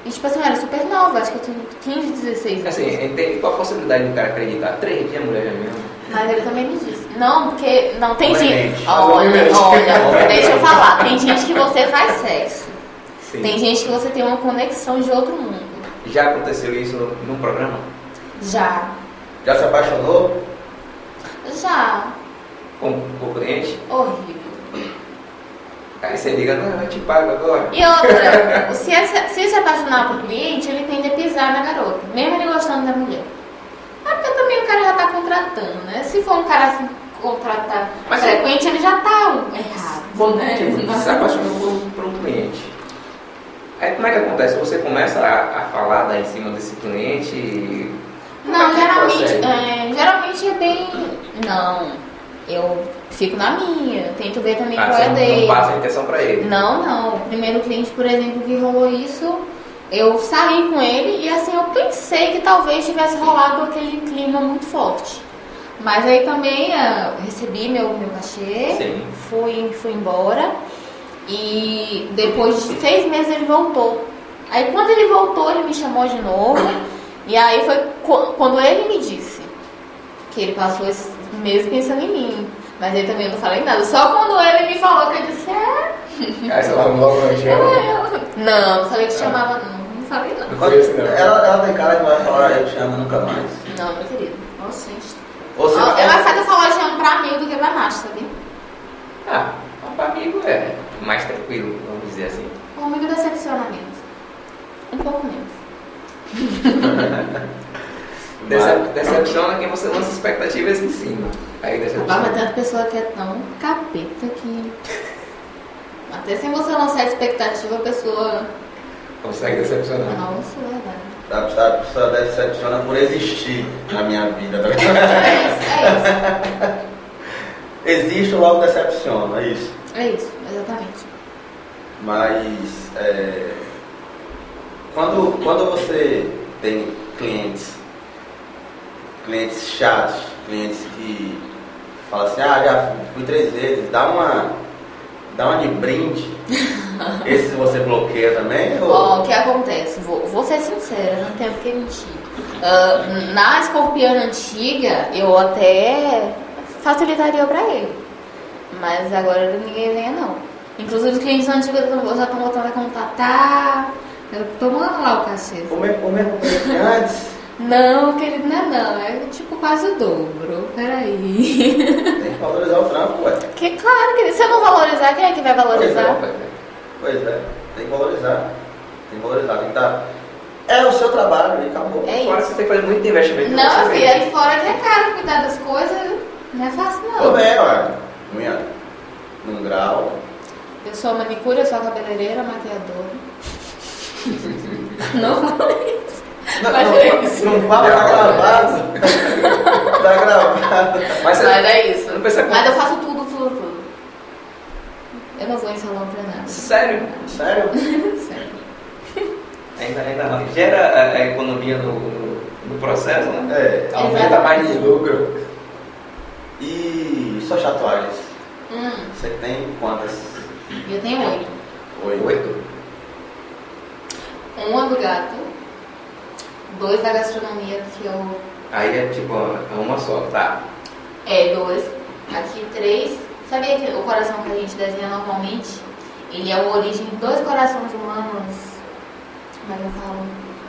S3: E tipo assim, eu era super nova, acho que eu tinha 15, 16 anos.
S2: Assim, entende qual a possibilidade do cara acreditar? Três dias a mulher já é mesmo.
S3: Mas ele também me disse. Não, porque não tem
S1: Obviamente.
S3: gente. Olha,
S1: Obviamente.
S3: olha, deixa eu falar. Tem gente que você faz sexo.
S2: Sim.
S3: Tem gente que você tem uma conexão de outro mundo.
S2: Já aconteceu isso num programa?
S3: Já.
S1: Já se apaixonou?
S3: Já.
S2: Com com o cliente?
S3: Horrível.
S2: Aí você liga, não, eu te pago agora.
S3: E outra, se, essa, se se apaixonar por cliente, ele tende a pisar na garota, mesmo ele gostando da mulher. É porque também o cara já tá contratando, né? Se for um cara assim, contratar
S2: Mas é-
S3: frequente, ele já tá um- errado, né?
S2: Tipo, se apaixonou por, por um cliente. Aí como é que acontece? Você começa a, a falar daí em cima desse cliente e... como é
S3: Não,
S2: que
S3: geralmente,
S2: procede?
S3: é, geralmente é bem. Não, eu fico na minha, tento ver também
S2: Ah,
S3: qual é
S2: você não, não
S3: dele.
S2: passa a intenção pra ele.
S3: Não, não. O primeiro cliente, por exemplo, que rolou isso, eu saí com ele e assim eu pensei que talvez tivesse rolado aquele clima muito forte. Mas aí também ah, eu recebi meu, meu cachê,
S2: Sim.
S3: fui, fui embora e depois de seis meses ele voltou. Aí quando ele voltou, ele me chamou de novo. E aí foi co- quando ele me disse que ele passou esses meses pensando em mim. Mas ele também eu não falei nada. Só quando ele me falou que eu disse, é,
S2: Aí você fala, Tá "É, logo eu te amo.
S3: não, não falei que chamava, não. Não falei, não.
S2: Não conheço, não.
S1: Ela, ela tem cara que vai falar, "Ah, eu te amo nunca mais.
S3: Não, meu querido. Nossa, gente.
S1: Ou se
S3: Ó,
S1: vai-
S3: É mais fácil eu falar de amo pra amigo do que pra macho, sabe?
S2: Ah, papo amigo é mais tranquilo, vamos dizer assim.
S3: O amigo decepciona menos. Um pouco menos.
S2: Decep decepciona quem você lança expectativas em cima. Aí
S3: Rapaz, mas
S2: decepciona.
S3: tem uma pessoa que é tão capeta que. Até sem você lançar expectativa, a pessoa.
S2: Consegue decepcionar.
S3: Nossa, é verdade.
S1: A pessoa- a pessoa decepciona por existir na minha vida. tá ligado?
S3: É
S1: Existe logo decepciona, é isso.
S3: isso, é isso. É isso, exatamente.
S1: Mas é, quando, quando você tem clientes, clientes chatos, clientes que falam assim, ah, já fui três vezes, dá uma, dá uma de brinde. Esse você bloqueia também? ou-
S3: Ó, o que acontece? Vou, vou ser sincera, não tenho porque mentir. Ah, na escorpiana antiga, eu até facilitaria pra ele. Mas agora ninguém vem, não. Inclusive, os clientes antigos já estão voltando a contatar. Eu tô mandando lá o cachê.
S1: O mesmo, o mesmo preço que antes?
S3: Não, querido, não é não. É tipo quase o dobro. Peraí.
S1: Tem que valorizar o trampo, ué.
S3: Porque, claro, querido, se eu não valorizar, quem é que vai valorizar?
S1: Pois é, tem que valorizar. Tem que valorizar, tem que dar. Era o seu trabalho e acabou.
S3: É
S2: Agora
S3: isso.
S2: você tem que fazer muito investimento. em
S3: Não,
S2: você
S3: filha,
S2: mesmo.
S3: aí fora que é caro cuidar das coisas, não é fácil,
S1: Tô
S3: não.
S1: bem, olha. Minha, num grau.
S3: Eu sou manicure, eu sou cabeleireira, maquiadora. Não falei isso.
S1: Não,
S3: Mas
S1: não,
S3: é isso.
S1: não fala, tá gravado. tá gravado.
S2: Mas
S3: Mas
S2: você,
S3: é isso.
S2: não percebo.
S3: Mas eu faço tudo, tudo, tudo. Eu não vou em salão pra nada.
S2: Sério?
S1: Sério?
S3: Sério.
S2: Ainda, ainda gera a, a economia do, do, do processo, né?
S1: É.
S2: Aumenta mais de lucro.
S1: E suas tatuagens?
S3: Hum,
S1: Você tem quantas?
S3: eu tenho oito.
S2: Oito?
S3: Uma Um é do gato, dois da gastronomia que eu.
S2: Aí é tipo, é uma só, tá?
S3: É, dois. Aqui três. Sabia que o coração que a gente desenha normalmente, ele é uma origem de dois corações humanos. Mas eu falo.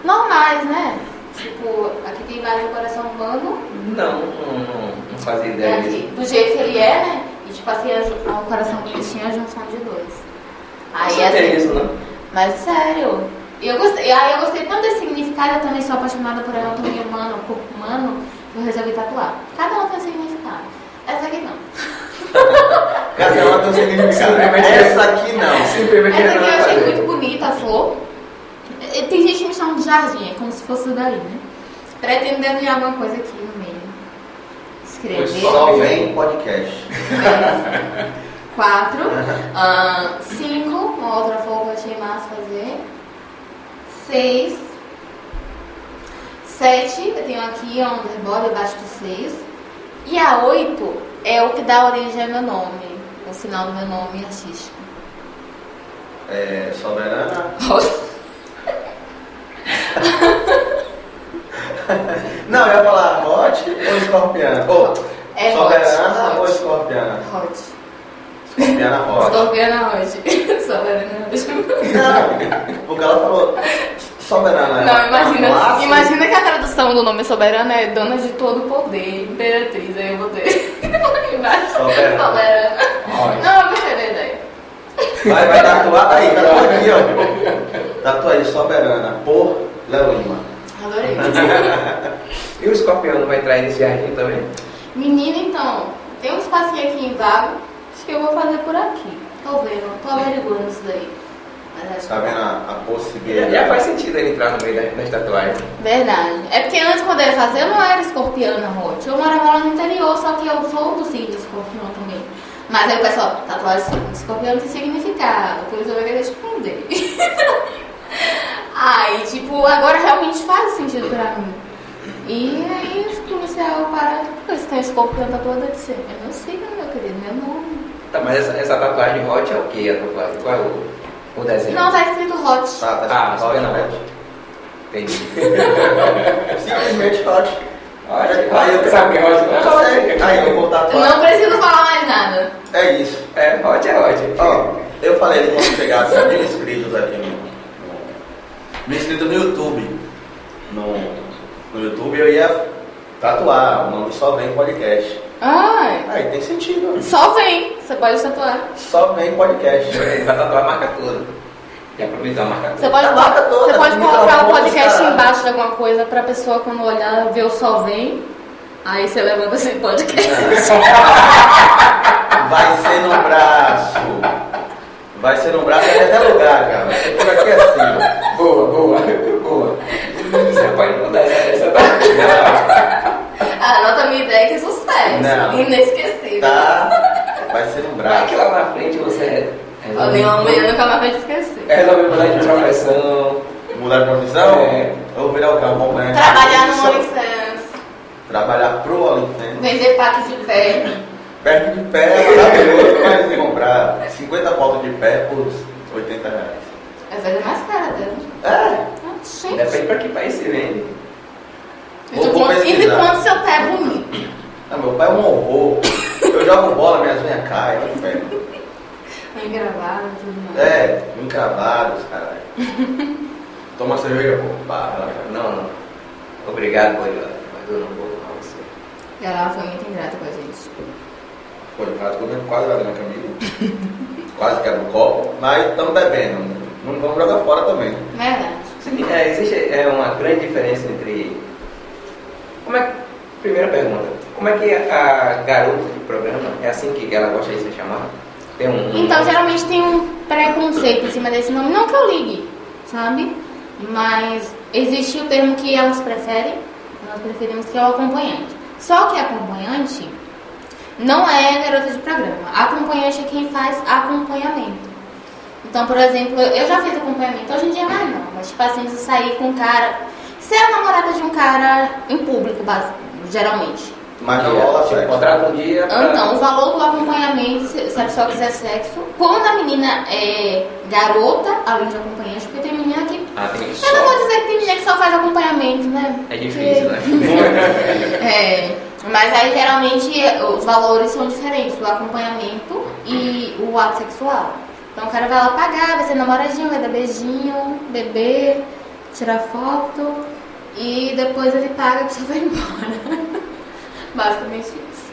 S3: Normais, né? Tipo, aqui tem vários coração humano.
S2: Não, não, não, não fazia
S3: É
S2: ideia
S3: aqui,
S2: disso.
S3: do jeito que ele é, né? E tipo assim, a, ju- o coração que ele tinha é a junção de dois. Aí
S2: Você tem
S3: assim.
S2: isso, né?
S3: Mas sério. E eu gostei, aí eu gostei tanto desse significado, eu também sou apaixonada por anatomia humana, o corpo humano, que eu resolvi tatuar. Cada uma tem um significado. Essa aqui não.
S1: Cada uma tem um significado.
S2: Simplesmente-
S1: Essa aqui não.
S2: Simplesmente
S3: Essa aqui eu achei
S2: fazer.
S3: muito bonita a flor. E Tem gente que me chama de jardim, é como se fosse daí, né? Pretendo desenhar alguma coisa aqui no meio. Escrever.
S2: Pois
S1: Só vem podcast.
S3: Três, quatro, ahn, cinco, uma outra flor que eu achei massa fazer, seis, sete, eu tenho aqui a underboard abaixo do seis, e a oito é o que dá origem ao meu nome, é o sinal do meu nome artístico.
S1: É, soberana. Não, eu ia falar hot ou escorpiana? Ou
S3: É
S1: soberana
S3: hot,
S1: ou
S3: hot.
S1: escorpiana?
S3: Hot.
S1: Escorpiana hot.
S3: Escorpiana hoje. é Só olhando hoje.
S1: Não, porque ela falou soberana. né?
S3: Não, imagina,
S1: Classe.
S3: imagina que a tradução do nome soberana é dona de todo o poder, imperatriz, aí eu vou ter. Embaixo.
S1: Soberana.
S3: Soberana.
S2: Olha.
S3: Não, eu gostei da ideia.
S1: Vai, vai tatuar aí, tatua aqui, ó. Tatua aí, soberana, por Léo Lima.
S3: Adorei.
S2: E o escorpião não vai entrar nesse jardim também?
S3: Menina, então, tem um espacinho aqui em vago, acho que eu vou fazer por aqui. Tô vendo, tô averiguando isso daí. Mas acho
S1: Tá vendo a, a
S2: Já,
S1: possibilidade?
S2: já faz sentido ele entrar no meio das, das tatuagens.
S3: Verdade. É porque antes, quando eu ia fazer, eu não era escorpiana, Ruth. Tipo, Eu morava lá no interior, só que eu sou do signo escorpião também. Mas aí o pessoal, tatuagem de escorpião tem significado, por isso eu vou querer esconder. aí, tipo, agora realmente faz sentido pra mim. E aí, comecei a parar, porque se tem um escorpião tatuado, deve ser. Eu não sei, meu querido, meu nome.
S2: Tá, mas essa, essa tatuagem hot é o quê? A tatuagem? Qual é o, o desenho?
S3: Não, tá escrito Hot.
S1: Tá, tá.
S2: Ah, só pena hot. Entendi.
S1: Simplesmente hot.
S2: Hot, aí eu sabe o que é hot?
S1: Eu sei. Aí eu vou
S3: Eu
S1: tatuar.
S3: não preciso falar mais nada.
S1: É isso.
S2: É, hot é hot.
S1: Ó, eu falei que vão chegar a 100 mil inscritos aqui no. no- Mil inscritos no YouTube. No, no YouTube eu ia tatuar o nome Só Vem Podcast.
S3: Ai,
S1: Aí tem sentido.
S3: só vem, você pode tatuar.
S1: Só Vem Podcast.
S2: Ele vai tatuar a marca toda. E aproveitar a marca
S3: Você pode,
S1: A marca
S3: co-
S1: toda,
S3: você pode
S1: o
S3: colocar o
S1: microfone,
S3: podcast
S1: caralho.
S3: embaixo de alguma coisa pra pessoa quando olhar ver o sol vem. Aí você levanta esse podcast.
S1: Vai ser no braço. Vai ser no braço em até lugar, cara. Você fica aqui assim, ó.
S2: Boa, boa, boa. Você pode mudar essa, essa tatuagem.
S3: Ah, Anota a minha ideia que sucesso.
S1: É. Não.
S3: Inesquecível.
S1: Tá? Vai ser no
S2: Vai que
S1: braço.
S2: lá na frente você
S3: Eu
S2: resolve,
S3: tenho uma mulher nunca mais vai te esquecer.
S2: resolve mudar de profissão.
S1: Mudar de profissão?
S2: É.
S1: Eu vou virar o carro amanhã.
S3: Trabalhar no OnlyFans,
S1: Trabalhar pro OnlyFans.
S3: vender pack de perna.
S1: Perto de pé é maravilhoso, mas se comprar 50 fotos de pé por 80 reais.
S3: Às vezes é mais cara dela.
S1: É,
S3: Ah, Gente,
S2: Depende pra que país você vende.
S3: e de
S1: vou
S3: quanto- e de
S1: pesquisar.
S3: quanto seu pé é bonito?
S1: não, meu pai é um horror. Eu jogo bola, minhas unhas caem, eu pego.
S3: Bem gravado, tudo mais.
S1: É, encravados, caralho. Toma cerveja, pô. Barra,
S2: Não, não. Obrigado, Bolívar. Mas eu não vou tomar você.
S3: E ela foi muito ingrata com a gente.
S1: Pô, eu quase comendo quase lá na camisa. quase quebra o copo, mas estamos bebendo. Não vamos jogar fora também.
S3: Verdade.
S2: Se me- é, existe é, uma grande diferença entre. Como é que- Primeira pergunta. Como é que a garota de programa, é assim que ela gosta de ser chamada? Tem um.
S3: Então, geralmente tem um preconceito em cima desse nome. Não que eu ligue, sabe? Mas existe o termo que elas preferem. Nós preferimos que é o acompanhante. Só que acompanhante Não é garota de programa. Acompanhante é quem faz acompanhamento. Então, por exemplo, eu eu já fiz acompanhamento, hoje em dia mais não. Mas, tipo assim, se sair com um cara. Ser a namorada de um cara em público, basi- geralmente.
S1: Mas
S2: Não
S3: é,
S1: não rola
S3: tipo,
S2: se
S1: sexo.
S2: encontrar um dia. pra-
S3: Então, o valor do acompanhamento, se se a pessoa quiser sexo, quando a menina é garota, além de acompanhante, porque tem menina que.
S2: Ah, tem isso.
S3: Eu não vou dizer que tem menina que só faz acompanhamento, né?
S2: É difícil, né?
S3: É, mas aí geralmente os valores são diferentes, o acompanhamento e o ato sexual. Então o cara vai lá pagar, vai ser namoradinho, vai dar beijinho, beber, tirar foto e depois ele paga e a pessoa vai embora. Basicamente isso.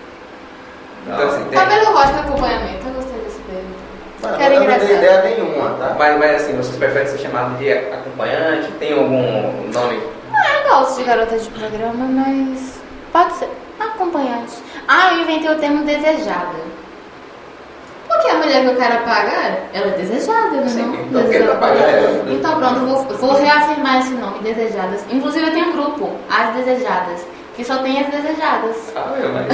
S2: Então,
S1: É.
S2: assim, tem-
S3: Talvez eu goste do acompanhamento, eu gostei desse termo.
S1: Mas
S3: Quero
S1: eu não
S3: engraçado.
S1: tenho ideia nenhuma, tá?
S2: Mas, mas assim, vocês preferem ser chamados de acompanhante? Tem algum nome?
S3: Eu gosto de garota de programa, mas pode ser acompanhante. Ah, eu inventei o termo desejada. Porque a mulher que o cara paga, ela é desejada, né?
S2: Sim,
S3: não?
S2: então
S1: quem tá
S3: Desejada.
S1: pagando é ela, né?
S3: Então pronto, eu vou, eu vou reafirmar esse nome, desejadas. Inclusive eu tenho um grupo, As Desejadas, que só tem as desejadas.
S2: Ah, eu, mas.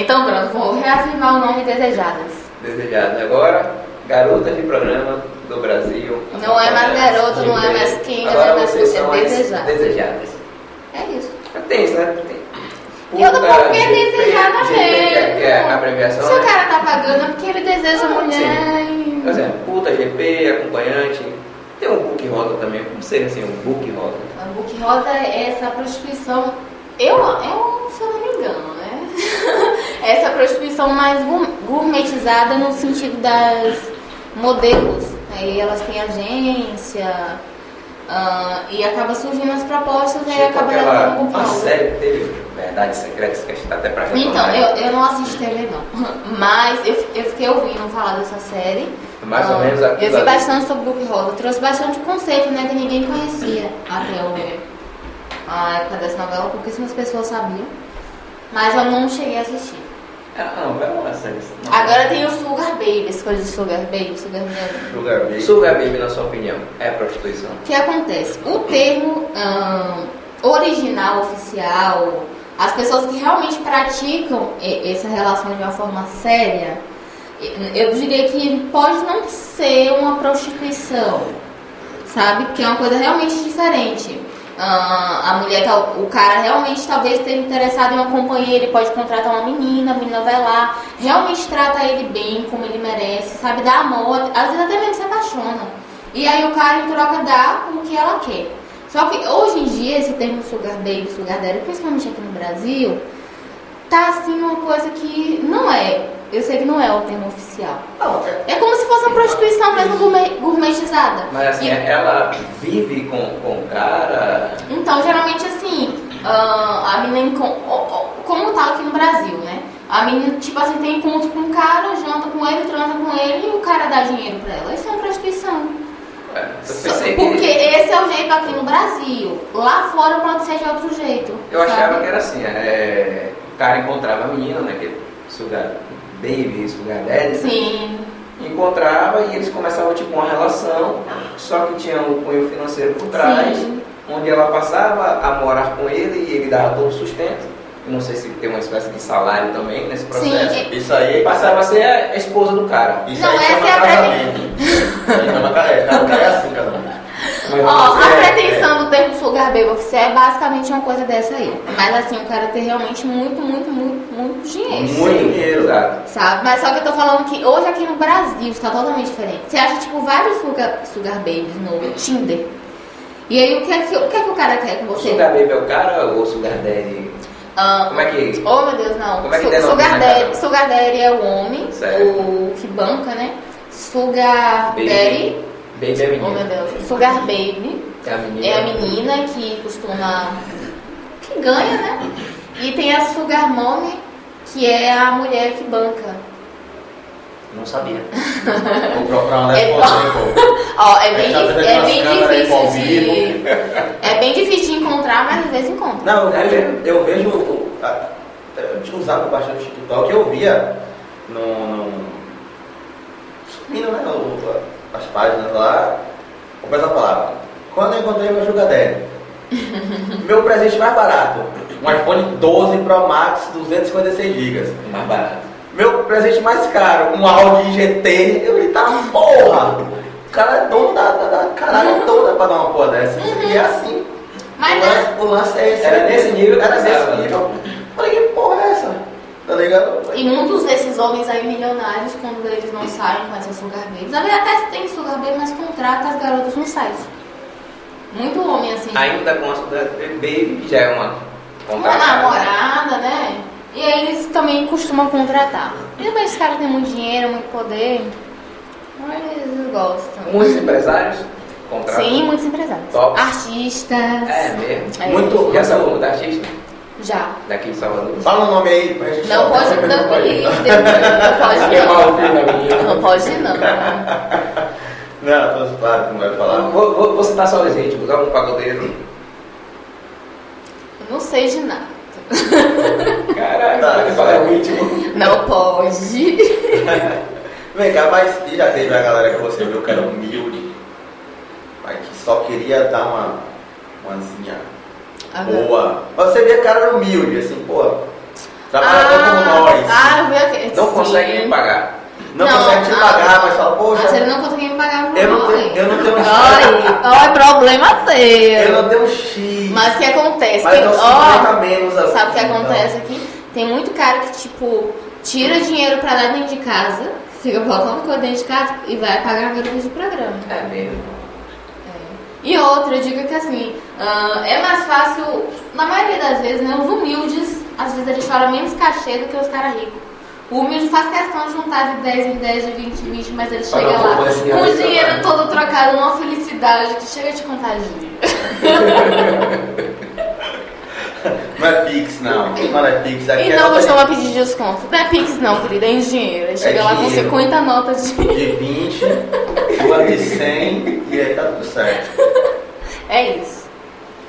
S3: Então pronto, vou reafirmar o nome desejadas.
S2: Desejado. Agora, garota de programa do Brasil.
S3: Não é mais garota, não é mais quem, não é
S2: Agora
S3: mais
S2: vocês
S3: você,
S2: são as
S3: desejado.
S2: Desejadas.
S3: É isso.
S2: Tem isso, né? Tem.
S3: Eu não
S2: Puta,
S3: posso porque é
S2: GP,
S3: desejada
S2: GP, Que é a
S3: mesmo.
S2: abreviação.
S3: Se o
S2: né?
S3: cara tá pagando é porque ele deseja a
S2: Ah, é.
S3: mulher.
S2: Por
S3: e-
S2: exemplo, puta, GP, acompanhante. Tem um book roda também. Como seria assim, um book roda?
S3: A book rosa é essa prostituição, eu, eu se eu não me engano, né? essa prostituição mais gour- gourmetizada no sentido das modelos. Aí elas têm agência ah, e acaba surgindo as propostas e aí
S2: Tipo
S3: acaba levando
S2: aquela
S3: book
S2: uma
S3: rosa.
S2: série que teve Verdades Secretas que a gente tá até pra
S3: Então,
S2: retornar.
S3: eu, eu não assisti TV não, mas eu, eu fiquei ouvindo falar dessa série.
S2: Mais ou
S3: Ah,
S2: menos aquilo
S3: Eu vi
S2: ali.
S3: bastante sobre Book Rosa, trouxe bastante conceito, né, que ninguém conhecia até o, a época dessa novela, pouquíssimas pessoas sabiam. Mas eu não cheguei a assistir.
S2: Ah, não, vai lá, sério. Não.
S3: Agora tem o Sugar Babies, coisa de Sugar Baby, Sugar Baby.
S1: Sugar Baby.
S2: Sugar Baby, na sua opinião, é prostituição?
S3: O que acontece? O termo ahn, original, oficial, as pessoas que realmente praticam e- essa relação de uma forma séria, e- eu diria que pode não ser uma prostituição, sabe? Que é uma coisa realmente diferente. Ah, a mulher, tá- o cara realmente talvez esteja interessado em uma companhia, ele pode contratar uma menina, a menina vai lá, realmente trata ele bem, como ele merece, sabe? Dá amor, às vezes até mesmo se apaixona. E aí o cara em troca dá o que ela quer. Só que hoje em dia esse termo sugar baby, sugar daddy, principalmente aqui no Brasil, tá assim uma coisa que não é. Eu sei que não é o termo oficial.
S1: Não, é-
S3: É como se fosse uma prostituição mesmo gourmet- gourmetizada.
S2: Mas assim,
S3: E-
S2: ela vive com, com o cara.
S3: Então, geralmente assim, ah, a menina encon- o- o- como tá aqui no Brasil, né? A menina, tipo assim, tem encontro com o cara, janta com ele, transa com ele e o cara dá dinheiro pra ela. Isso é uma prostituição.
S2: É, eu
S3: Só-
S2: pensei que-
S3: Porque esse é o jeito aqui no Brasil. Lá fora pode ser de outro jeito.
S2: Eu achava
S3: sabe?
S2: que era assim, é, o cara encontrava a menina, né? Que sugar baby, sugar daddy.
S3: Sim.
S2: Encontrava e eles começavam tipo uma relação, só que tinha um cunho financeiro por trás,
S3: Sim.
S2: onde ela passava a morar com ele e ele dava todo o sustento. Eu Não sei se tem uma espécie de salário também nesse processo.
S3: Sim, é.
S1: Isso aí,
S2: Ele passava a ser a esposa do cara.
S1: isso
S3: Não,
S1: aí
S3: essa
S1: chama
S3: é a
S1: casamento. Isso aí chama casamento. Não, cara, é assim, casamento.
S2: Mas
S3: Ó, a
S2: você- é,
S3: pretensão do termo sugar baby oficial é basicamente uma coisa dessa aí. Mas assim, o cara tem realmente muito, muito, muito, muito dinheiro.
S2: Muito dinheiro, cara.
S3: Sabe? Mas só que eu tô falando que hoje aqui no Brasil está totalmente diferente. Você acha, tipo, vários sugar, sugar babies no Tinder. E aí, o que, é que, o que é que o cara quer com
S2: O
S3: você?
S2: sugar baby é o cara ou o sugar daddy?
S3: Ah,
S2: Como é que...
S3: Oh meu Deus, não.
S2: Como é que
S3: Su-
S2: denomina,
S3: sugar, daddy,
S2: cara?
S3: sugar daddy é o homem,
S2: Certo.
S3: o que banca, né? Sugar
S2: Baby.
S3: daddy,
S2: Baby é menino.
S3: oh meu Deus, sugar baby
S2: É a menina.
S3: é a menina que costuma que ganha, né? E tem a sugar mommy, que é a mulher que banca.
S2: Não sabia. Vou
S1: um
S2: procurar uma
S3: É
S2: resposta.
S3: Ó, é bem,
S1: Tá
S3: dif-
S1: fazendo
S3: é
S1: umas
S3: bem
S1: câmeras aí com
S3: difícil de é bem difícil de encontrar, mas de vez em quando.
S1: Não, eu
S2: É
S1: vejo,
S2: mesmo?
S1: eu vejo, o- a- eu tinha usado bastante o TikTok, eu via no, no subindo, né, o- as páginas lá, o pessoal falava, quando eu encontrei meu sugar daddy, meu presente mais barato, Um iPhone 12 Pro Max, 256 GB.
S2: É Mais barato.
S1: Meu presente mais caro, um Audi GT. Eu falei, tá porra! O cara é dono da, da, da caralho toda pra dar uma porra dessa. E é assim.
S3: Uhum. Mas
S1: o, lance, o lance é esse.
S2: Era nesse nível,
S1: Era nesse
S2: cara.
S1: nível. Eu Falei, que porra é essa? Tá ligado?
S3: E muitos desses homens aí milionários, quando eles não saem com essas sugar babies, na verdade até tem sugar baby, mas contrata as garotas no site. Muito homem assim.
S2: Ainda com a da Baby, que já é uma
S3: Uma
S2: contratada.
S3: namorada, né? E aí eles também costumam contratar. E também os caras têm muito dinheiro, muito poder. Mas eles gostam.
S2: Muitos empresários contratam.
S3: Sim, muitos empresários.
S2: Tops.
S3: Artistas.
S2: É mesmo.
S3: É.
S1: Muito-
S2: Já saiu o nome da artista
S3: Já.
S2: daqui de Salvador?
S1: Fala o nome aí pra gente
S3: Não
S1: soltar.
S3: pode dar
S1: Não pode.
S3: apelido. Não
S2: o filho da
S3: pode não.
S2: menina.
S3: Não pode não.
S1: Não, tô claro que não vai falar.
S2: Vou, vou, vou citar só os ritmos, algum pagodeiro.
S3: Eu não sei de nada.
S2: Caralho,
S1: Tá,
S2: pode falar é o ritmo.
S3: Não pode.
S1: Vem cá, mas e já teve a galera que você viu que era humilde, mas que só queria dar uma, uma zinha
S3: Agora.
S1: boa. Mas você via cara era humilde, assim, pô, trabalhador como nós,
S3: Ah, eu vi aquele.
S2: Não
S3: Sim.
S2: consegue me pagar.
S1: não,
S3: não,
S1: consegue te
S3: ah,
S1: pagar, mas fala,
S3: Ah, se ele
S1: poxa,
S3: não conseguir me pagar,
S1: Eu não
S3: vai.
S1: tenho- eu não tenho-
S3: Olha, olha, é problema
S1: eu
S3: seu.
S1: não tenho X,
S3: Mas o que acontece?
S1: mas
S3: Tem-
S1: não se
S3: ó,
S1: oh, menos assim.
S3: sabe o que
S1: então.
S3: acontece aqui? Tem muito cara que, tipo, tira dinheiro pra dar dentro de casa, fica botando coisa dentro de casa e vai pagar a garota de programa.
S2: É mesmo.
S3: E outra, eu digo que assim, ah, é mais fácil, na maioria das vezes, né? Os humildes, às vezes eles choram menos cachê do que os caras ricos. O humilde faz questão de juntar de 10 em 10, de 20 em 20, mas ele
S2: Só
S3: chega
S2: não
S3: lá
S2: vou assim,
S3: com
S2: né,
S3: o dinheiro
S2: cara?
S3: todo trocado, numa felicidade que chega de contagia.
S1: Não é Pix, não, não é Pix, aqui
S3: E
S1: é
S3: não
S1: nota
S3: costuma pedir desconto. Não é Pix não, querida, é em dinheiro. Aí chega lá com
S1: dinheiro.
S3: 50 notas de...
S1: de 20, duas de 100 e aí tá tudo certo.
S3: É isso.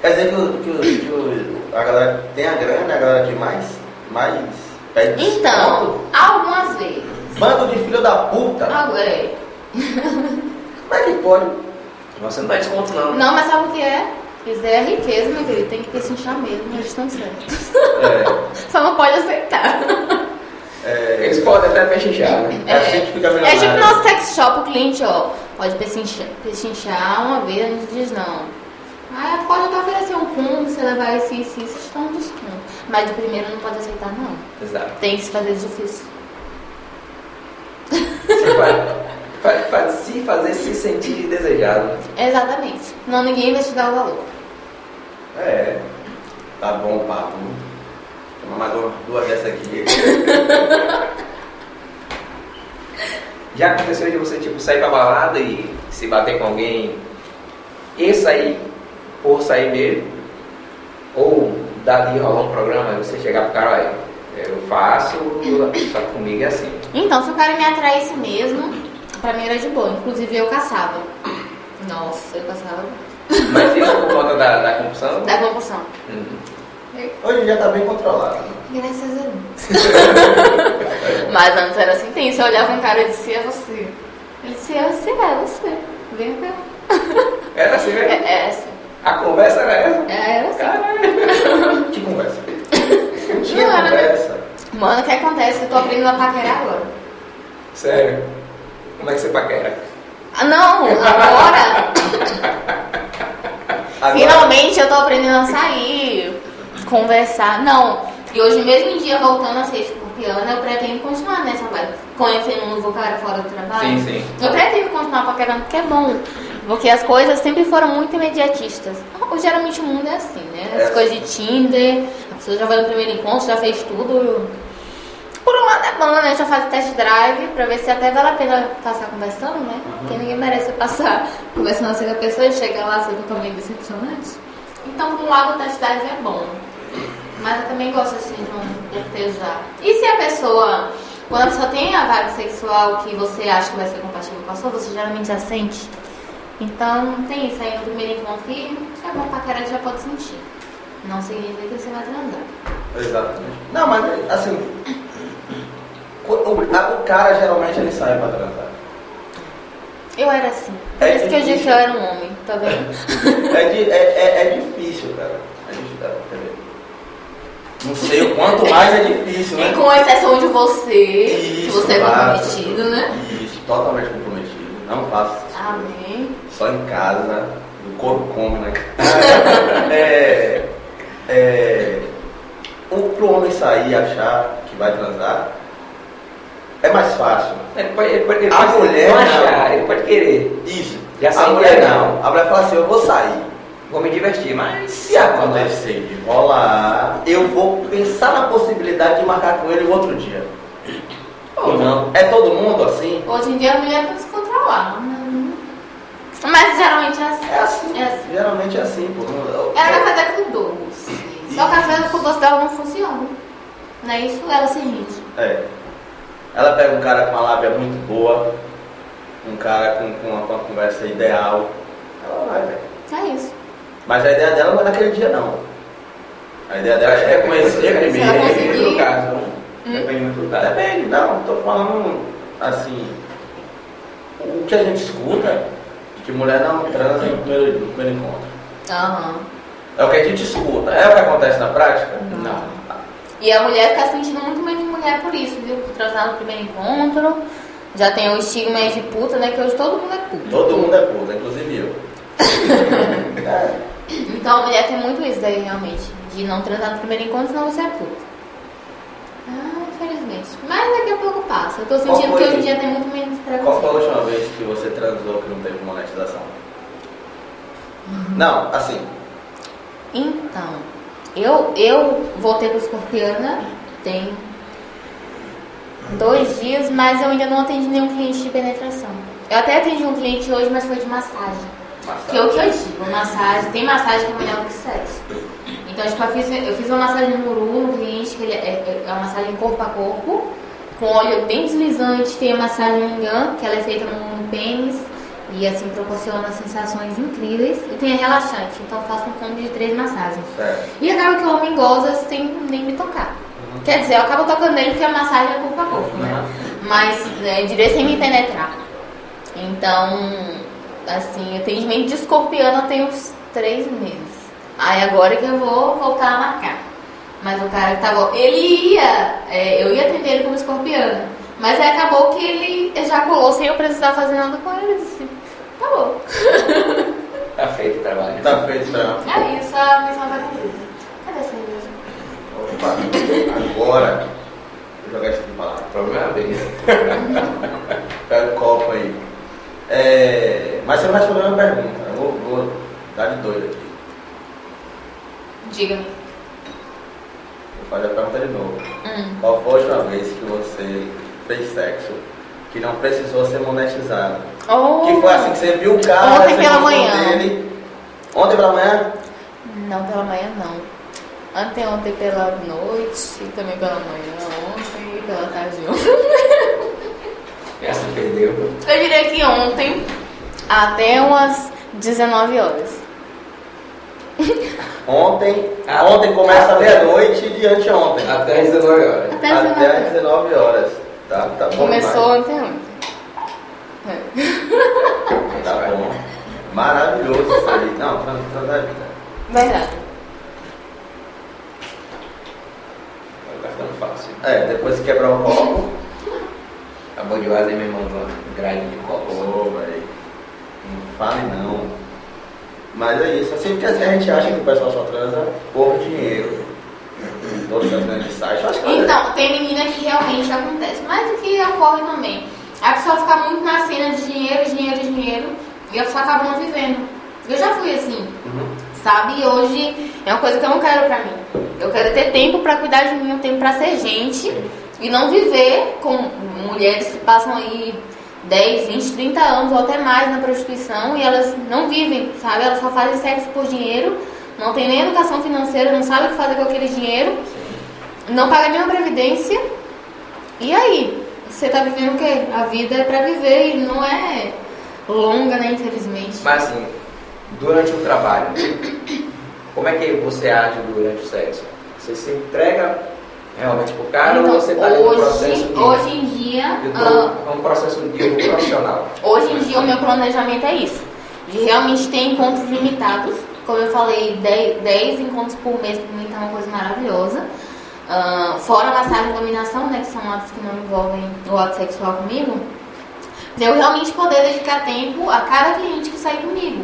S1: Quer dizer que, o- que o- que o- a galera que tem a grana, a galera que mais, mais pede
S3: Então,
S1: É desconto.
S3: algumas vezes...
S1: Bando de filho da puta.
S3: algu- é,
S1: Como é que pode?
S2: Você não dá desconto, não. né?
S3: Não, mas sabe o que é? Isso é riqueza, meu querido. Tem que ter sentir mesmo, eles estão certos. Só não pode aceitar.
S1: É, é,
S2: Eles podem até pechinchar, né?
S1: é assim que fica melhor.
S3: É tipo nosso sex shop, o cliente, ó, pode pechinchar, pechinchar uma vez, a gente diz não. Ah, pode até oferecer um combo, você levar esse, esse, esse, está um desconto. Mas de primeira não pode aceitar, não.
S2: Exato.
S3: Tem que se fazer difícil.
S2: Você faz, faz, faz se fazer se sentir desejado.
S3: Exatamente. Senão ninguém vai te dar o valor.
S1: É. Tá bom o papo. né? Toma mais uma- duas dessa aqui.
S2: Já aconteceu de você tipo, sair pra balada e se bater com alguém e sair por sair mesmo? Ou dali rolar um programa e você chegar pro cara, olha, eu faço, só que comigo é assim.
S3: Então, se o cara me atraísse mesmo, pra mim era de boa. Inclusive, eu caçava. Nossa, eu caçava
S2: Mas isso por conta da, da compulsão?
S3: da compulsão.
S2: Hum.
S1: Hoje em dia tá bem controlado.
S3: Graças a Deus. Mas antes era assim, tem. Você olhava um cara e dizia, é você. Ele disse, é você, é você. Vem cá.
S2: Era assim,
S3: É,
S2: né?
S3: é assim.
S2: A conversa era essa?
S3: É, era assim.
S2: Caralho. é
S1: Que conversa. Que
S3: Não, era-
S1: conversa.
S3: Mano, o que acontece? Eu tô aprendendo a paquerar agora.
S2: Sério. Como é que você paquera?
S3: Ah, não, agora.
S1: Agora-
S3: Finalmente eu tô aprendendo a sair, conversar. Não. E hoje, mesmo em dia, voltando a ser escorpiana, eu pretendo continuar nessa vibe. Conhecendo um novo cara fora do trabalho.
S2: Sim, sim.
S3: Eu pretendo continuar paquerando porque é bom. Porque as coisas sempre foram muito imediatistas. Ou, Geralmente o mundo é assim, né?
S1: É.
S3: As coisas de Tinder, a pessoa já vai no primeiro encontro, já fez tudo. Por um lado é bom, né? Já faz o test drive pra ver se até vale a pena passar conversando, né? Porque ninguém merece passar conversando assim com a pessoa e chegar lá sendo também decepcionante. Então, por um lado, o test drive é bom. Mas eu também gosto assim de um cortejar. E se a pessoa, quando a pessoa tem a vibe sexual que você acha que vai ser compatível com a sua, você geralmente já sente? Então tem isso aí no primeiro encontro que é bom pra caralho já pode sentir. Não significa que você vai transar.
S1: Exatamente. Não, mas assim. O, o- a- o cara geralmente ele sai pra transar.
S3: Eu era assim. Por
S1: É
S3: isso que eu disse que
S1: difícil.
S3: eu era um homem, tá vendo?
S1: É, di- é, é- é difícil, cara. É difícil, cara. Quer ver? Não sei o quanto mais é difícil, né?
S3: E com exceção de você, que
S1: Isso,
S3: você é
S1: claro.
S3: comprometido, né? Ah,
S1: Isso, totalmente comprometido. Não faço essas coisas.
S3: Amém.
S1: Só em casa, né? o corpo come, né? é, é, o, pro homem sair e achar que vai transar, é mais fácil.
S2: Ele pode, ele pode, ele
S1: A
S2: pode
S1: mulher
S2: não
S1: não.
S2: achar, ele pode querer.
S1: Isso.
S2: Já
S1: a
S2: sei
S1: mulher
S2: que é.
S1: não. A mulher fala assim, eu vou sair.
S2: Vou me divertir, mas
S1: Se acontecer de rolar, eu vou pensar na possibilidade de marcar com ele um outro dia. Ou não. É todo mundo assim?
S3: Hoje em dia a mulher pode se controlar. né? Mas geralmente é assim.
S1: É assim.
S3: É assim.
S1: Geralmente é assim, pô. Não-
S3: Ela vai fazer com doce. Só que a café com doce dela não funciona. Não é isso? Ela se rende.
S1: É. Ela pega um cara com uma lábia muito boa, um cara com, com uma, com uma conversa ideal. Ela vai, velho.
S3: É isso.
S1: Mas a ideia dela não é naquele dia, não. A ideia dela é conhecer
S3: Se ela
S1: primeiro.
S3: conseguir-
S2: Depende do caso. né?
S3: Hum?
S2: Depende muito do caso.
S1: Tá Depende, não. Tô falando, assim, o que a gente escuta é que mulher não transa no primeiro, no primeiro encontro.
S3: Aham.
S1: É o que a gente escuta. É o que acontece na prática?
S3: Não. E a mulher fica se sentindo muito menos mulher por isso, viu? Por transar no primeiro encontro. Já tem o estigma aí de puta, né? Que hoje todo mundo é puta.
S1: Todo mundo é puta, inclusive eu. É.
S3: Então a mulher tem muito isso daí, realmente. De não transar no primeiro encontro, senão você é puta. Ah, infelizmente. Mas daqui a pouco passa. Eu tô
S1: Qual
S3: sentindo
S1: foi?
S3: que hoje em dia tem muito menos
S1: Qual foi a
S3: preconceito.
S1: última vez que você transou que não teve monetização? Não, assim,
S3: Então, eu, eu voltei pro Escorpiana tem dois dias, mas eu ainda não atendi nenhum cliente de penetração. Eu até atendi um cliente hoje, mas foi de massagem. Que é o que eu digo, massagem, tem massagem que é melhor do que sexo. Então, tipo, eu fiz, eu fiz uma massagem no Uru, no cliente, que ele é, é- é uma massagem corpo a corpo, com óleo bem deslizante, tem a massagem Mingan, que ela é feita no, no pênis, e assim proporciona sensações incríveis, e tem a relaxante, então eu faço um combo de três massagens.
S1: certo.
S3: E acaba que o homem goza sem nem me tocar. Quer dizer, eu acabo tocando nele porque a massagem é corpo a corpo, né? Mas né, direito sem me penetrar. Então, assim, atendimento de escorpião tem uns três meses. Aí agora que eu vou voltar a marcar. Mas o cara que tava. Ele ia. é, eu ia atender ele como escorpião. Mas aí acabou que ele ejaculou sem eu precisar fazer nada com ele. Eu disse, tá bom.
S2: Tá feito o trabalho.
S1: Tá feito pra.
S3: É isso, a missão tá cumprida. Cadê essa cerveja?
S1: Opa, agora. Vou jogar isso aqui pra lá.
S2: O problema é dele.
S1: Pega o copo aí. É, mas você não respondeu a minha pergunta. né? Eu vou, vou dar de doido aqui.
S3: Diga-me.
S1: Vou fazer a pergunta de novo.
S3: Hum.
S1: Qual foi a última vez que você fez sexo que não precisou ser monetizado? Que foi assim que você viu o cara,
S3: Ontem
S1: você
S3: pela
S1: gostou
S3: manhã.
S1: dele. Ontem pela manhã?
S3: Não, pela manhã não. Anteontem pela noite, e também pela manhã, ontem e pela tarde de ontem.
S2: Essa perdeu.
S3: Eu diria que ontem, até umas 19 horas.
S1: Ontem.
S2: Ah.
S1: Ontem começa a meia-noite de anteontem.
S2: Até as 19 horas.
S3: Até as
S1: Até às
S3: 19
S1: 19 horas. Tá, tá bom.
S3: Começou anteontem. É.
S1: demais. Tá bom. Maravilhoso isso aí. Não, trans- transar é vida.
S3: Verdade.
S2: Tá ficando fácil.
S1: É, depois que quebrar o copo.
S2: A Bodiosa me mandou um grade de copo.
S1: Ô, velho. Não fale não. Mas é isso. Assim, porque assim, a gente acha que o pessoal só transa por dinheiro. Todos os grandes sites. eu Acho que
S3: Então, tem menina que realmente acontece. Mas o que ocorre também? A pessoa fica muito na cena de dinheiro, dinheiro, dinheiro, e a pessoa acaba não vivendo. Eu já fui assim.
S1: Uhum.
S3: Sabe, hoje é uma coisa que eu não quero pra mim. Eu quero ter tempo pra cuidar de mim, um tempo pra ser gente e não viver com mulheres que passam aí 10, 20, 30 anos ou até mais na prostituição e elas não vivem, sabe? Elas só fazem sexo por dinheiro, não tem nem educação financeira, não sabe o que fazer com aquele dinheiro, não paga nenhuma previdência. E aí? Você tá vivendo o quê? A vida é pra viver e não é longa, né, infelizmente.
S2: Mas assim, durante o trabalho, como é que você age durante o sexo? Você se entrega realmente pro cara
S3: Então,
S2: ou você tá ali no processo
S3: hoje,
S2: de,
S3: hoje em dia,
S2: de
S3: ah,
S2: pro- um processo de profissional?
S3: hoje em dia o meu planejamento é isso. De realmente ter encontros limitados. Como eu falei, 10 encontros por mês para mim tá uma coisa maravilhosa. ah, fora a massagem e dominação, né, que são atos que não envolvem o ato sexual comigo, pra eu realmente poder dedicar tempo a cada cliente que sai comigo.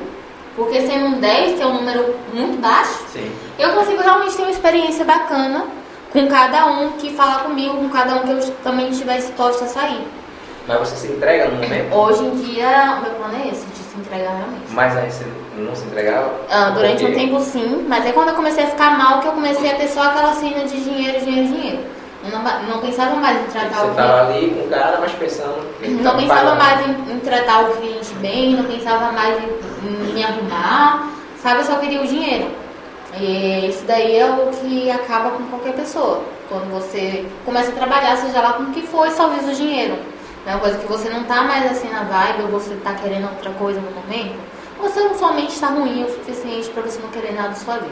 S3: Porque sendo um 10, que é um número muito baixo,
S2: Sim.
S3: eu consigo realmente ter uma experiência bacana com cada um que fala comigo, com cada um que eu também estiver disposta a sair.
S2: Mas você se entrega no momento,
S3: Hoje em dia, o meu plano é esse, de se entregar realmente.
S2: mas aí você não se entregava?
S3: Ah, durante um
S2: Porque-
S3: tempo sim, mas é quando eu comecei a ficar mal que eu comecei a ter só aquela cena de dinheiro, dinheiro, dinheiro. Eu não, ba- não pensava mais em tratar
S2: Você
S3: o
S2: estava ali com o cara, mas pensando. que ele
S3: Não
S2: tá
S3: pensava
S2: pagando.
S3: mais em, em tratar o cliente bem, não pensava mais em, em me arrumar, sabe? Eu só queria o dinheiro. E isso daí é o que acaba com qualquer pessoa. Quando você começa a trabalhar, seja lá com o que for, e só visa o dinheiro. É uma coisa que você não tá mais assim na vibe, ou você tá querendo outra coisa no momento, ou você não somente tá ruim o suficiente pra você não querer nada da sua vida.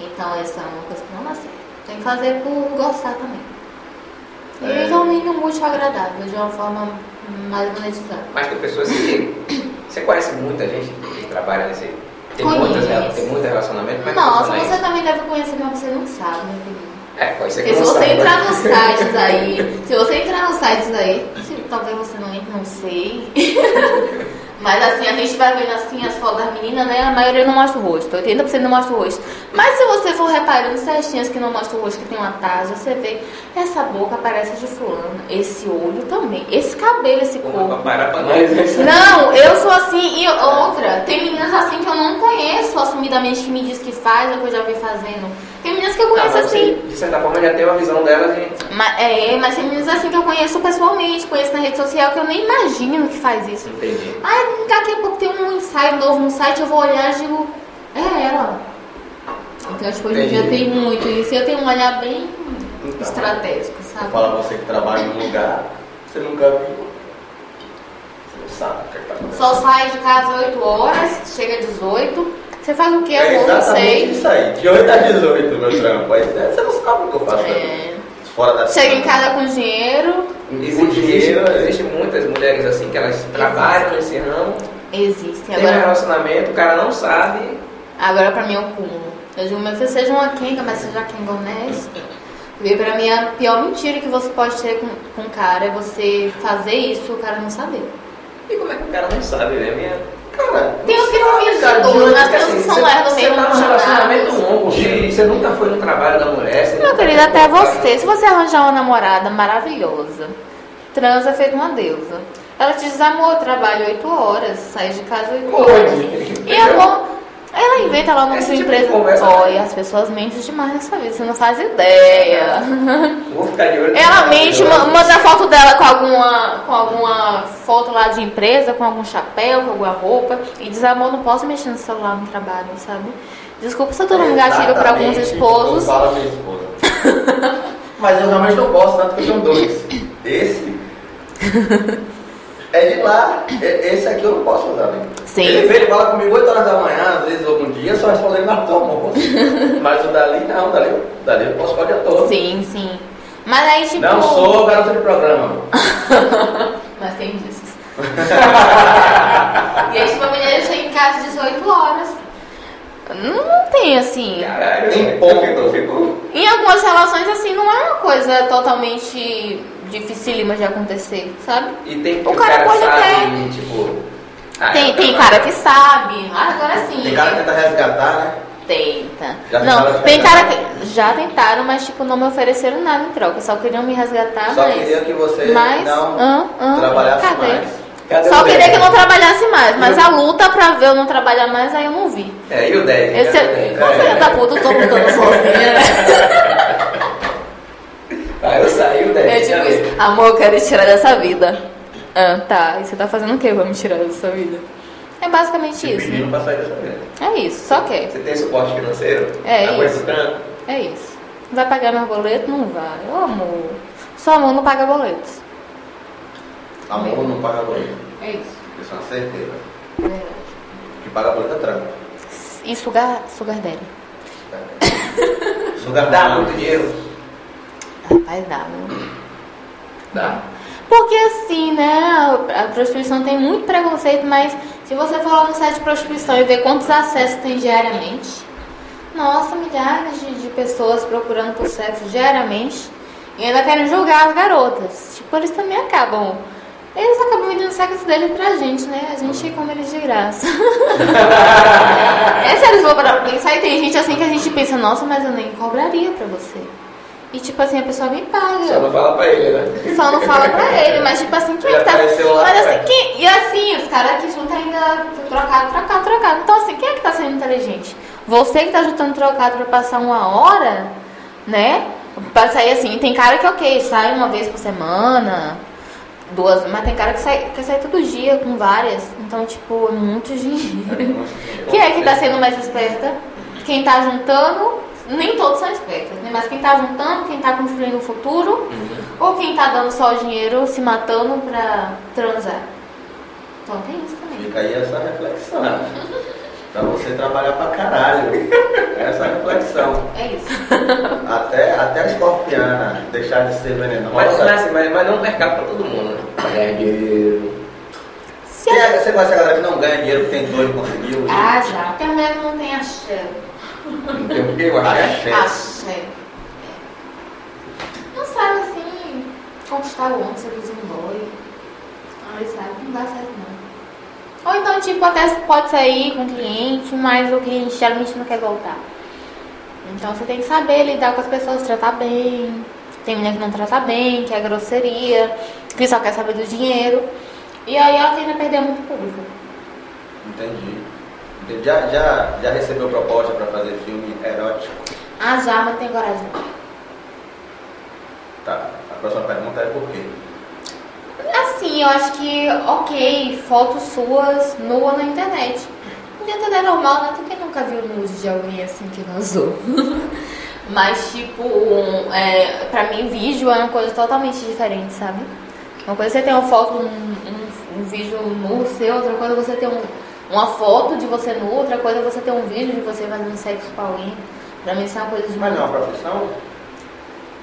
S3: Então essa é uma coisa que não dá certo. Tem que fazer por gostar também.
S2: É.
S3: E é um mínimo muito agradável, de uma forma mais monetizada.
S2: Mas tem pessoas que. Você conhece muita gente que trabalha nesse. Tem,
S3: Conheço.
S2: muitas, né? tem muito relacionamento, mas
S3: Nossa,
S2: funciona
S3: você
S2: isso.
S3: também deve conhecer, mas você não sabe, né, meu querido.
S2: É, pode ser que
S3: Porque se
S2: não
S3: você
S2: saiba.
S3: entrar nos sites aí, se você entrar nos sites aí, se- talvez você não entre, não sei. Mas assim, a gente vai vendo assim as fotos das meninas, né? A maioria não mostra o rosto, 80% não mostra o rosto. Mas se você for reparando certinhas que não mostra o rosto, que tem uma tarja, você vê essa boca parece de fulano, esse olho também, esse cabelo, esse
S2: Uma pra
S3: corpo.
S2: parar pra né?
S1: Mas essa-
S3: Não, eu sou assim e outra. Tem meninas assim que eu não conheço assumidamente que me diz que faz ou que eu já vi fazendo. Tem meninas que eu
S2: Não,
S3: conheço
S2: Tá, Ah, mas
S3: assim.
S2: você, De certa forma já tem uma visão dela de.
S3: Mas, é, mas tem meninas assim que eu conheço pessoalmente, conheço na rede social, que eu nem imagino que faz isso.
S2: Entendi.
S3: Mas daqui a pouco tem um ensaio novo no site, eu vou olhar e digo, é ela. Então, tipo, hoje em dia
S2: Entendi.
S3: tem muito isso. E eu tenho um olhar bem
S1: Então,
S3: estratégico,
S1: Vou
S3: sabe?
S1: falar pra você que trabalha em um lugar, você nunca viu. Você não sabe o que é que tá acontecendo.
S3: Só sai de casa 8 horas, chega às 18. Você faz o quê?
S1: é
S3: Eu não
S1: exatamente
S3: sei.
S1: isso aí. De 8 a 18, meu trampo. Aí você não sabe o que eu faço. né?
S3: É.
S1: Fora da
S3: Chega em casa com dinheiro.
S1: O
S2: Existe, existe,
S1: dinheiro é-
S2: existe muitas mulheres assim que elas trabalham nesse ramo,
S3: Existem.
S1: É.
S2: tem um
S3: Agora,
S2: relacionamento, o cara não sabe.
S3: agora pra mim é o cúmulo. Eu digo, meu filho, seja uma quenga, mas seja uma quenga honesta. Porque pra mim é a pior mentira que você pode ter com, com o cara é você fazer isso e o cara não saber.
S2: E como é que o cara não sabe, né? Minha... é
S1: Cara,
S3: Tem os que são
S2: sabe, cara,
S3: fingidores,
S2: de-
S3: mas tem os que são
S2: tipo assim, você-
S3: lerdos
S2: Você tá
S3: mesmo,
S2: num
S3: chamados.
S2: relacionamento longo, você, você nunca foi no trabalho da mulher. você
S3: Meu
S2: nunca
S3: querido,
S2: foi
S3: até
S2: no-
S3: você. Se você arranjar uma namorada maravilhosa, transa feito uma deusa. Ela te diz, amor, trabalho 8 horas, saio de casa 8 horas.
S2: Pode.
S3: E amor, ela inventa lá no
S2: assim? Esse
S3: sua
S2: tipo de
S3: empresa.
S2: conversa, né?
S3: Olha, as pessoas mentem demais nessa vida, você não faz ideia.
S2: Vou ficar de olho.
S3: Ela mente, ma- manda a foto dela com alguma, com alguma foto lá de empresa, com algum chapéu, com alguma roupa, e diz, amor, não posso mexer no celular no trabalho, sabe? Desculpa se eu tô dando gatilho pra alguns
S1: Exatamente o que
S3: esposos.
S1: eu falo à minha esposa. Mas eu realmente não posso, tanto que eu tenho dois. Esse é de lá, e- esse aqui eu não posso usar, né?
S3: Sim.
S1: Ele vem, ele fala comigo 8 horas da manhã, às vezes algum dia, só respondendo na tua almoço. Mas o dali não, dali, dali eu posso ficar o dia todo.
S3: Sim, sim. Mas aí, tipo.
S1: Não sou garoto de programa.
S3: Mas tem disso. e aí, tipo, a mulher chega em casa às 18 horas. Não, não tem assim.
S2: Caralho,
S1: Tem
S2: eu
S1: ponto.
S2: fico- eu fico-
S3: Em algumas relações, assim, não é uma coisa totalmente dificílima de acontecer, sabe?
S2: E tem
S3: O cara pode
S2: sabe,
S3: até-
S2: tipo. ah,
S3: Tem,
S2: eu-
S3: tem
S2: eu-
S3: cara que sabe. Ah, agora sim.
S1: Tem cara que tenta resgatar, né?
S3: Tenta.
S1: Já
S3: não,
S1: tentaram
S3: tem
S1: resgatar?
S3: cara que. Já tentaram, mas tipo, não me ofereceram nada em troca. Só queriam me resgatar,
S1: Só
S3: Ah, mas.
S1: queria que você
S3: mas.
S1: não
S3: hã, hã,
S1: trabalhasse
S3: cadê?
S1: mais.
S2: Cadê
S1: um
S3: Só
S2: o
S3: queria
S2: dez?
S3: que eu não trabalhasse mais, mas a luta pra ver eu não trabalhar mais, aí eu não vi.
S2: É, e o 10?
S3: Esse é. Ô, filha da puta, eu tô lutando sozinha,
S1: É,
S3: né?
S2: Aí Ah, eu saí o 10.
S3: É tipo isso. Amor, eu quero te tirar dessa vida. Ah, tá. E você tá fazendo o que pra me tirar dessa vida? É basicamente isso.
S1: Menino pra sair dessa vida.
S3: É isso, só que.
S2: Você tem suporte financeiro? Tá
S3: É
S2: Aguenta
S3: isso.
S2: o tranco?
S3: É isso. Vai pagar meu boleto? Não vai. Ô, amor. Só amor não paga boletos.
S1: Amor não paga boleto.
S3: É isso.
S1: Isso é uma certeza.
S3: Verdade.
S1: Que paga boleto é tranco.
S3: E sugar, sugar daddy.
S1: Sugar
S2: Dá muito dinheiro?
S3: Rapaz, dá, meu.
S2: Dá.
S3: Porque assim, né, a prostituição tem muito preconceito, mas se você for lá no site de prostituição e ver quantos acessos tem diariamente, Nossa, milhares de, de pessoas procurando por sexo diariamente e ainda querem julgar as garotas. Tipo, eles também acabam. Eles acabam vendendo o sexo dele pra gente, né? A gente come eles de graça. é sério, se for parar pra pensar, e tem gente assim que a gente pensa, nossa, mas eu nem cobraria pra você. E tipo assim, a pessoa me paga.
S2: Só não fala pra ele, né?
S3: Só não fala pra ele, mas tipo assim, quem
S2: Já
S3: que tá.
S2: apareceu lá,
S3: mas
S2: cara.
S3: assim, quem... E assim, os caras que juntam ainda trocado, trocado, trocado. Então assim, quem é que tá sendo inteligente? Você que tá juntando trocado pra passar uma hora, né? Pra sair assim, tem cara que ok, sai uma vez por semana, duas, mas tem cara que sai, que sai todo dia com várias. Então, tipo, é muito dinheiro. Quem é que tá sendo mais esperta? Quem tá juntando, nem todos são espertos, né? Mas quem tá juntando, quem tá construindo o futuro. Ou quem tá dando só o dinheiro se matando pra transar. Então tem isso também.
S1: Fica aí essa reflexão. Pra você trabalhar pra caralho. É Essa reflexão.
S3: É isso.
S1: Até, até a escorpiana deixar de ser venenosa.
S2: Mas, mas, mas, mas não mercado pra todo mundo, né?
S1: Ganhar dinheiro.
S3: Se
S1: Quem
S3: a...
S1: é- Você conhece a galera que não ganha dinheiro, que tem dois conseguiu?
S3: Ah, já. Até mesmo não tem axé.
S2: Não tem o que eu acho.
S1: Axé.
S3: Axé. Ah, é. Não sabe assim conquistar o homem, um se eles não dói. Aí sabe, não dá certo não. Ou então, tipo, até pode sair com o cliente, mas o cliente geralmente não quer voltar. Então você tem que saber lidar com as pessoas, tratar bem. Tem mulher que não trata bem, que é grosseria, que só quer saber do dinheiro. E aí ela tende a perder muito público.
S1: Entendi. Entendi. Já, já, já recebeu proposta pra fazer filme erótico?
S3: Ah, já, mas tem coragem.
S1: Tá. A próxima pergunta é por quê?
S3: Assim, eu acho que, ok, fotos suas nua na internet. Na internet é normal, né? Porque nunca viu nude de alguém assim que vazou. Mas, tipo, um, é, pra mim, vídeo é uma coisa totalmente diferente, sabe? Uma coisa é você ter uma foto, um, um- um vídeo nu seu, outra coisa é você ter um- uma foto de você nu, outra coisa é você ter um vídeo de você fazendo sexo com alguém. Pra mim, isso é uma coisa de
S1: Mas não é uma profissão?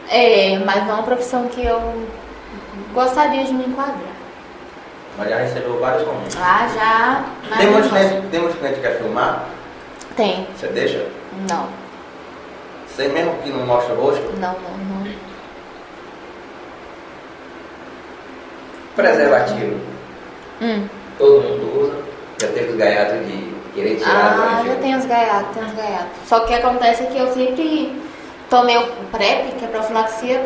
S3: É, mas não é uma profissão que eu gostaria de me enquadrar.
S1: Mas já recebeu vários convites.
S3: Ah, já. mas
S1: Tem um
S3: não
S1: muitos
S3: faço.
S1: clientes tem muitos clientes que quer filmar?
S3: Tem.
S1: Você deixa?
S3: Não,
S1: Você mesmo que não mostra o rosto?
S3: não, não, não.
S2: Preservativo.
S3: Hum.
S2: Todo mundo usa. Já teve os gaiatos de querer tirar
S3: Ah,
S2: durante
S3: já
S2: o-
S3: tem os gaiatos, tem os gaiatos. Só que acontece que eu sempre tomei o PrEP, que é profilaxia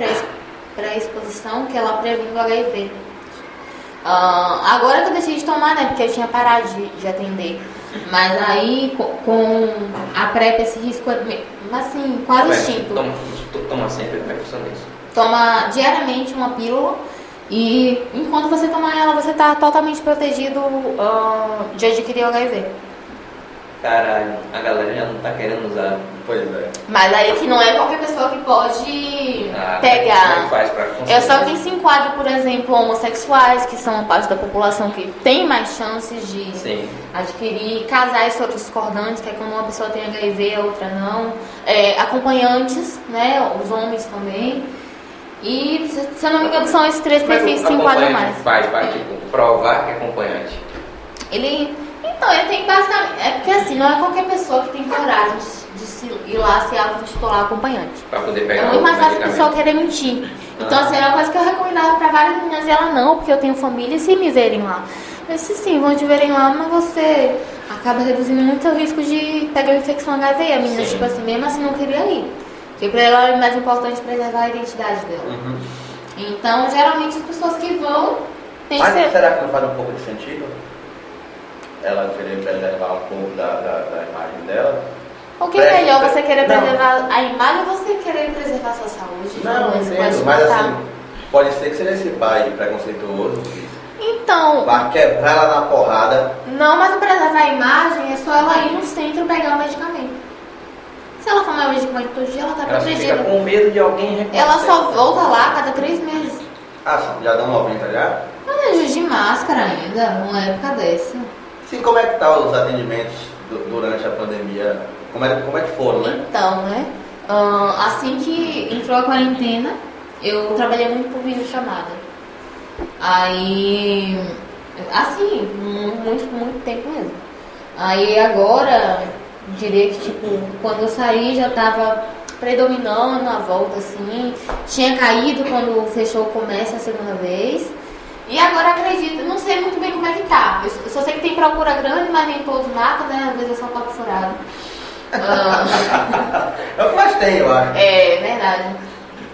S3: para exposição, que é ela previne o HIV. Ah, agora que eu deixei de tomar, né? Porque eu tinha parado de, de atender. Mas aí, co- com a PrEP, esse risco é, me- assim, quase
S2: Como é que
S3: extinto.
S2: Toma, tu toma sempre, como é que funciona isso?
S3: toma diariamente uma pílula e enquanto você tomar ela, você está totalmente protegido ah, de adquirir o HIV.
S2: Caralho, a galera já não tá querendo usar.
S1: Pois é.
S3: Mas aí que não é qualquer pessoa que pode
S2: Ah, Como é que
S3: pegar.
S2: faz pra
S3: É só
S2: conseguir?
S3: quem se enquadra, por exemplo, homossexuais, que são a parte da população que tem mais chances de
S2: Sim.
S3: adquirir, casais sobre discordantes, que é quando uma pessoa tem HIV, a outra não, É, acompanhantes, né, os homens também. E, se se eu não me engano, são esses três
S2: Mas
S3: perfis
S2: o
S3: que se enquadram
S2: acompanhante
S3: mais.
S2: Faz, faz, tipo, provar que é acompanhante.
S3: Ele. Então, ele tem que basicamente. É porque assim, não é qualquer pessoa que tem coragem de, de se, ir lá se autotitular acompanhante.
S2: Pra poder
S3: É
S2: pegar
S3: muito
S2: o
S3: mais fácil a pessoa
S2: medicamento.
S3: querer mentir. Então,
S2: Ah.
S3: assim, era uma coisa que eu recomendava pra várias meninas e ela não, porque eu tenho família e se me verem lá. Eu disse sim, vão te verem lá, mas você acaba reduzindo muito o risco de pegar uma infecção HIV. E a menina,
S2: Sim.
S3: tipo assim, mesmo assim, não queria ir. Porque pra ela era mais importante preservar a identidade dela.
S1: Uhum.
S3: Então, geralmente, as pessoas que vão têm que
S1: Mas
S3: ser.
S1: será que não faz um pouco de sentido? Ela querer preservar um pouco da, da, da imagem dela?
S3: O que é
S1: Presta-
S3: melhor, você querer
S1: Não.
S3: preservar a imagem ou você querer preservar a sua saúde?
S1: Não,
S3: Você
S1: entendo.
S3: pode
S1: Mas
S3: botar.
S1: assim, pode ser que seja esse pai preconceituoso que
S3: Então,
S1: vai quebrar ela na porrada.
S3: não, mas preservar a imagem é só ela ir no centro pegar o medicamento. Se ela tomar o medicamento todo dia, ela tá
S2: Ela fica
S3: protegida.
S2: com medo de alguém reconhecer.
S3: Ela só volta lá a cada três meses.
S1: Ah, sim, já dá um 90 já?
S3: Mas é de máscara ainda, numa época dessa.
S1: Sim, como é que tá os atendimentos du- durante a pandemia? Como é, como é que foram, né?
S3: Então, né? ahn, assim que entrou a quarentena, eu trabalhei muito por videochamada. Aí. Assim, mu- muito, muito tempo mesmo. Aí agora, diria que, tipo, quando eu saí já tava predominando a volta, assim. Tinha caído quando fechou o comércio a segunda vez. E agora acredito, não sei muito bem como é que tá. Eu só- Eu só sei que tem procura grande, mas nem todos marcam, né? Às vezes é só papo furado. Ah,
S1: É o que mais tem, eu acho.
S3: é verdade.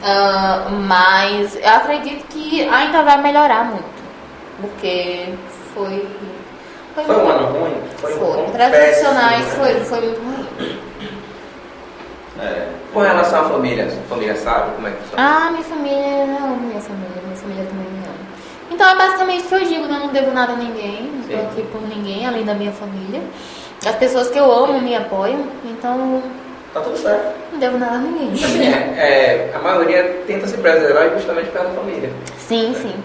S3: Ah, mas eu acredito que ainda vai melhorar muito. Porque foi.
S1: Foi um ano ruim?
S3: Foi.
S1: um ano
S3: Para os profissionais
S1: péssimo, né?
S3: foi, foi muito ruim.
S1: É.
S2: né? Com relação à família, sua família sabe como é que funciona?
S3: Ah, minha família. Não, minha família. Minha família também me ama. Então é basicamente o que eu digo, né? Eu não devo nada a ninguém. Não estou
S2: Sim.
S3: aqui por ninguém, além da minha família. As pessoas que eu amo me apoiam. Então
S1: Tá tudo certo.
S3: não devo nada a ninguém.
S2: Assim, é- é, a maioria tenta se preservar justamente pela família.
S3: Sim, sim.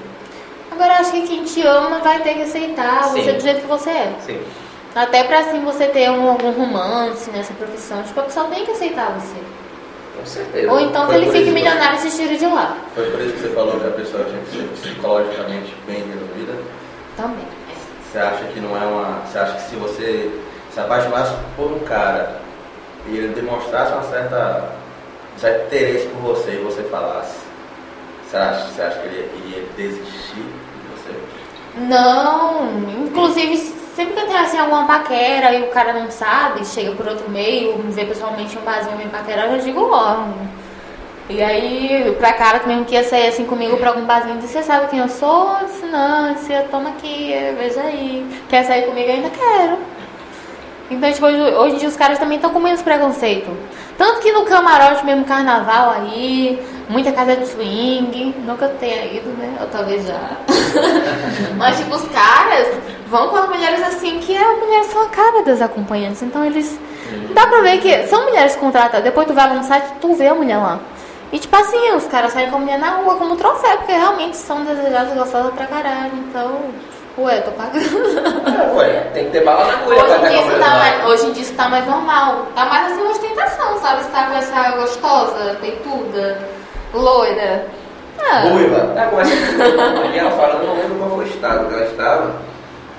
S3: Agora eu acho que quem te ama vai ter que aceitar você
S2: Sim.
S3: do jeito que você é.
S2: Sim.
S3: Até pra assim você ter um- algum romance nessa profissão, tipo, a pessoa tem que aceitar você.
S2: Com certeza.
S3: Ou então que
S1: Foi
S3: ele
S1: por
S3: fique
S1: isso que eu-
S3: milionário e se tira de lá.
S1: Foi por isso que você falou que a pessoa tinha que ser psicologicamente bem resolvida.
S3: Também.
S1: Você acha que não é uma. Você acha que se você se apaixonasse por um cara e ele demonstrasse uma certa, um certo interesse por você e você falasse, você acha, você acha que ele iria desistir de você?
S3: Não, inclusive sempre que tem assim alguma paquera e o cara não sabe, chega por outro meio, me vê pessoalmente um barzinho me paquerar, eu já digo logo. E aí, pra cara mesmo que ia sair assim comigo pra algum barzinho, disse, você sabe quem eu sou? Eu disse, não, você toma aqui, veja aí. Quer sair comigo? Eu ainda quero. Então, tipo, hoje, hoje em dia os caras também estão com menos preconceito. Tanto que no camarote mesmo, carnaval aí, muita casa de swing, nunca tenha ido, né? Ou talvez já. Mas, tipo, os caras vão com as mulheres assim, que as mulheres são a cara das acompanhantes. Então, eles. Dá pra ver que são mulheres contratadas. Depois tu vai lá no site, tu vê a mulher lá. E, tipo assim, os caras saem com a mulher na rua como troféu, porque realmente são desejadas e gostosas pra caralho. Então, ué, tô pagando.
S2: "Ah, Ué, tem que ter bala na agulha
S3: Hoje
S2: pra
S3: em, dia
S2: atacar
S3: isso
S2: uma
S3: tá
S2: mulher.
S3: mais, hoje em dia isso tá mais normal. Tá mais assim ostentação, sabe? Você tá com essa gostosa, peituda, loira. Ah,
S1: Ruiva!
S2: Tá, começa E ela fala, não lembro qual foi o estado que ela estava,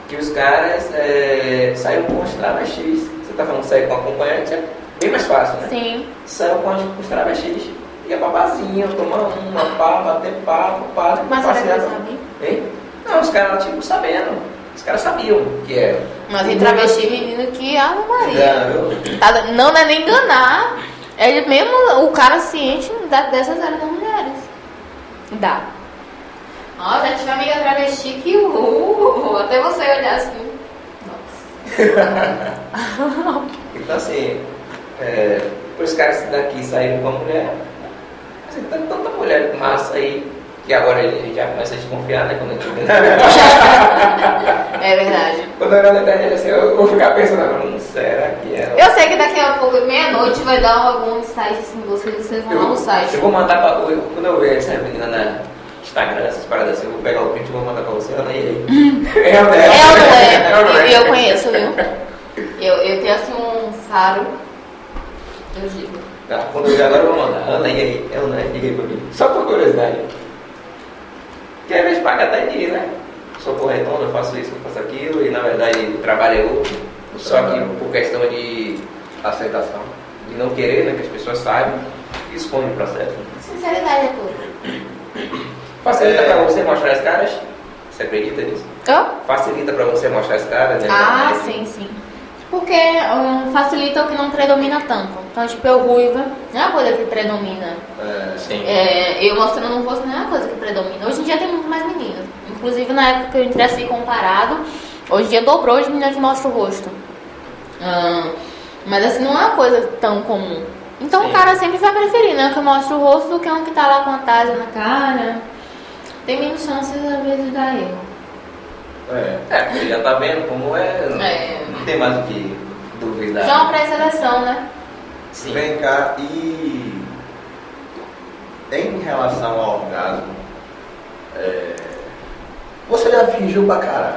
S2: que os caras é, saíram com a estrada X. Você tá falando sair com acompanhante, é bem mais fácil, né?
S3: sim.
S2: Saiu com a estrada X, ia pra barzinha, tomar uma, pá, bater papo, pá,
S3: Mas será que
S2: passear.
S3: eles sabem?
S2: Hein? Não, os caras, tipo, sabendo. Os caras sabiam que era.
S3: Mas tem travesti menino que, ah,
S2: É.
S3: Maria.
S1: Engana, viu?
S3: Tá da- não, não é nem enganar. Ele mesmo, o cara ciente dá dessas áreas das mulheres. Dá. Ó, já tive amiga travesti que uh, até você olhar assim. Nossa.
S2: Então assim, é, os caras daqui saíram com a mulher, assim, tem tanta mulher massa aí, que agora a gente já começa a desconfiar, né? Quando a gente
S3: É verdade.
S2: Quando eu olho na internet assim, eu vou ficar pensando, hum, será que é?
S3: Eu sei que daqui a pouco, meia-noite, vai dar algum site assim, vocês, vocês vão lá no site.
S2: eu vou mandar pra. eu- Quando eu ver essa menina na Instagram, essas paradas assim, eu vou pegar o print e vou mandar pra você, Ana, e aí? É ou não
S3: É ou
S2: É ou não
S3: não é?
S2: é?
S3: E eu conheço, viu? Eu, eu tenho assim um faro. Eu digo.
S2: Tá, quando eu ver agora eu vou mandar. Ana, e aí? É ou não é? Diga aí pra mim. Só por curiosidade. Que às vezes paga até dinheiro, né? Sou corretona, eu faço isso, eu faço aquilo, e na verdade o trabalho é outro. Só que por questão de aceitação, de não querer, né? Que as pessoas saibam, esconde o processo.
S3: Sinceridade é tudo.
S2: Facilita
S1: É.
S2: pra você mostrar as caras? Você acredita nisso?
S3: Hã?
S2: Facilita pra você mostrar as caras, né?
S3: Ah,
S2: Internet.
S3: sim, sim. Porque hum, facilita o que não predomina tanto. Então, tipo, eu ruiva, não é uma coisa que predomina.
S1: É,
S2: Sim.
S3: É, eu mostrando no rosto não é uma coisa que predomina. Hoje em dia tem muito mais meninas. Inclusive na época que eu entrei assim comparado, hoje em dia dobrou de meninas que mostram o rosto. Ah, mas assim, não é uma coisa tão comum. Então o
S2: Sim.
S3: cara sempre vai preferir, né? Que eu mostre o rosto do que um que tá lá com a tasa na cara. Tem menos chances às vezes de dar erro.
S1: é.
S2: É, porque já tá vendo como é. Não,
S3: É.
S2: não tem mais o que duvidar.
S3: Já é uma pré-seleção, né?
S2: Sim.
S1: Vem cá e em relação ao orgasmo, é, você já fingiu pra caralho,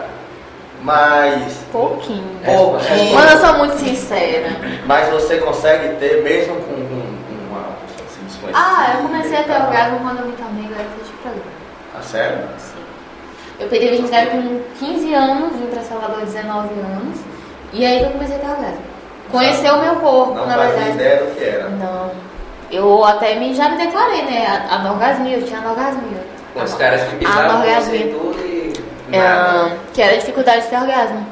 S1: mas um
S3: Pouquinho.
S2: É.
S1: pouquinho.
S3: Mano, eu sou muito sincera.
S1: Mas você consegue ter mesmo com, com- com uma assim, desconhecida?
S3: Ah, eu comecei a ter orgasmo quando eu me tornei garota de programa.
S1: Ah, sério?
S3: Sim. Eu perdi a virgindade com 15 anos, vim pra Salvador 19 anos, e aí que eu comecei a ter orgasmo. Conhecer o meu corpo,
S1: Não
S3: na
S1: fazia
S3: verdade.
S1: ideia do que era.
S3: Não. Eu até me, já me declarei, né? A- Anorgasmia, eu tinha anorgasmia.
S2: Com os caras que pisavam
S3: Anorgasmia.
S2: você e tudo e nada.
S3: É, que era dificuldade de ter orgasmo.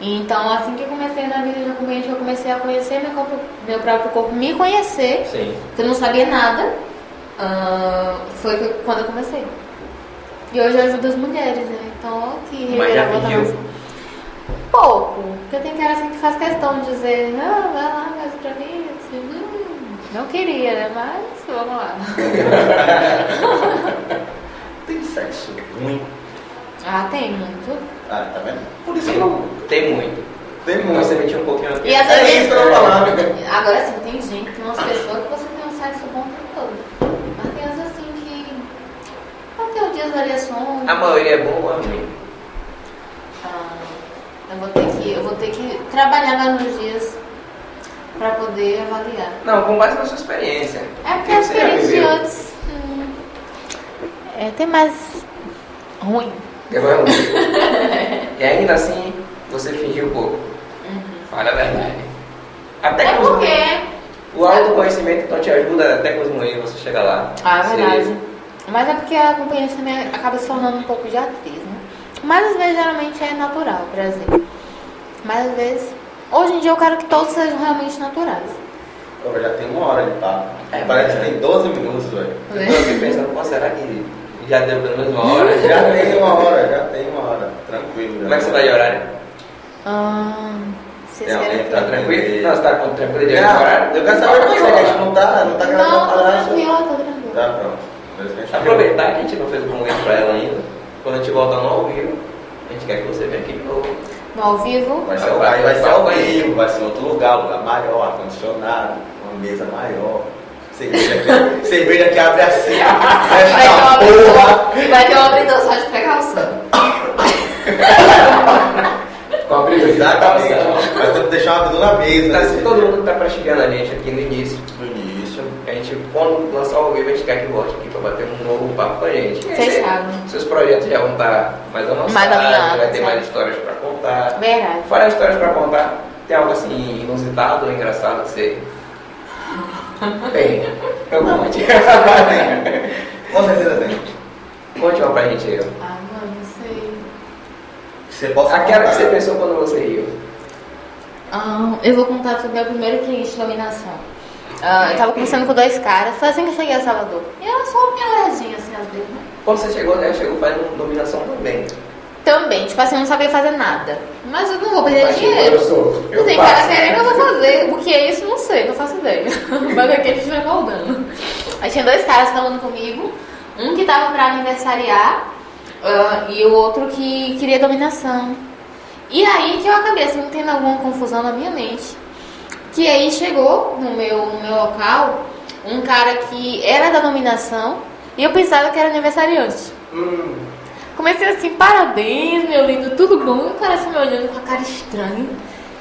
S3: Então, assim que eu comecei na vida de acompanhante, eu comecei a conhecer meu, corpo, meu próprio corpo, me conhecer,
S2: Sim.
S3: que eu não sabia nada, ah, foi que- quando eu comecei. E hoje eu ajudo as mulheres, né? Então, ó, que
S2: Mas já
S3: reviravolta
S2: pediu.
S3: mais- Pouco. Porque tem cara assim que faz questão de dizer, não, vai lá, faz pra mim. Assim, hum, não queria, né? Mas vamos lá.
S1: Tem sexo ruim.
S3: Ah, tem muito.
S1: Ah, tá vendo?
S2: Por isso que não tem muito.
S1: Tem muito.
S2: Você metia um pouquinho aqui.
S3: E às
S1: É
S3: vezes.
S1: isso que eu vou falar.
S3: Agora assim, tem gente, tem umas pessoas que você tem um sexo bom o tempo todo. Mas tem as assim que. Vai ter o dia das variações.
S2: A maioria é boa ou é ruim?
S3: Ah, eu, vou ter que, eu vou ter que trabalhar mais nos dias pra poder avaliar.
S2: Não, com base na sua experiência.
S3: É
S2: O
S3: porque
S2: que
S3: a
S2: você já
S3: experiência de
S2: viveu?
S3: antes. hum, é, tem mais ruim.
S2: Eu era um. é e ainda assim, você fingiu pouco. Fala a verdade. Até
S3: É
S2: com os moinhos.
S3: porque.
S2: O autoconhecimento então te ajuda até com os moinhos você chega lá.
S3: Ah, é
S2: Você-
S3: verdade. Mas é porque a acompanhante também acaba se tornando um pouco de atriz, né? Mas às vezes geralmente é natural, por exemplo. Mas às vezes. Hoje em dia eu quero que todos sejam realmente naturais.
S1: Agora já tem uma hora de papo.
S2: É,
S1: Parece que
S2: mas-
S1: tem 12 minutos, velho.
S2: Eu tô aqui pensando, pô, será que já deu pelo menos uma hora?
S1: Já tem uma hora, já tem uma hora. Tranquilo.
S2: Como é que você vai de horário?
S3: Ah, vocês
S1: Tem
S3: querem
S1: alguém
S3: que-
S2: Tá tranquilo? Não, você tá com tranquilo de horário?
S1: Ah, É. eu quero saber como é que a gente não tá, não tá
S3: Não,
S1: gravando
S3: tô
S1: parada.
S3: tranquila, tô tranquila.
S1: Tá pronto.
S2: Aproveitar que a gente não fez um momento pra ela ainda. Quando a gente volta no ao vivo, a gente quer que você venha aqui de novo.
S3: No ao vivo.
S1: Vai ser, vai, vai ser ao vivo, vai ser em outro lugar, lugar maior, ar-condicionado, uma mesa maior. Cerveja que, cerveja que abre assim,
S3: Vai ter um
S1: essa porra.
S3: abridor, vai ter um abridor só de precaução.
S2: Com a
S1: Exatamente. Nós temos que deixar uma pessoa na mesa.
S2: Tá,
S1: assim,
S2: se todo mundo que tá prestigiando a gente aqui no início, Então,
S1: No início.
S2: a gente, quando lançar o vivo, a gente quer que volte aqui pra bater um novo papo com a gente. E aí,
S3: Fechado.
S2: Seus projetos já vão estar mais avançados,
S3: Mais alinhados,
S2: vai ter
S3: é.
S2: mais histórias pra contar.
S3: Verdade.
S2: Fora histórias pra contar, tem algo assim inusitado ou engraçado que você. Bem, eu conte.
S1: Com certeza tem.
S2: conte uma pra gente aí. ó.
S3: Ah, mano, não sei.
S1: Que você possa
S2: Aquela que
S1: contar.
S2: você pensou quando você riu.
S3: Ah, eu vou contar sobre meu primeiro cliente de dominação. Ah, eu tava conversando com dois caras, foi assim que eu cheguei a Salvador. E eu sou uma peladinha assim às vezes, né?
S2: Quando você chegou, né? Chegou fazendo dominação também.
S3: Também, tipo assim, eu não sabia fazer nada. Mas eu não vou perder
S2: Mas,
S3: dinheiro.
S2: Eu sou.
S3: Não
S2: Eu
S3: tem cara
S2: faço.
S3: querendo, eu vou fazer. O que é isso, não sei, não faço ideia. Mas aqui a gente vai moldando. Aí tinha dois caras falando comigo, um que tava pra aniversariar ah, e o outro que queria dominação. E aí que eu acabei assim, tendo alguma confusão na minha mente. Que aí chegou no meu, no meu local um cara que era da dominação e eu pensava que era aniversariante.
S1: Hum,
S3: Comecei assim, parabéns, meu lindo, tudo bom? E o cara assim me olhando com a cara estranha.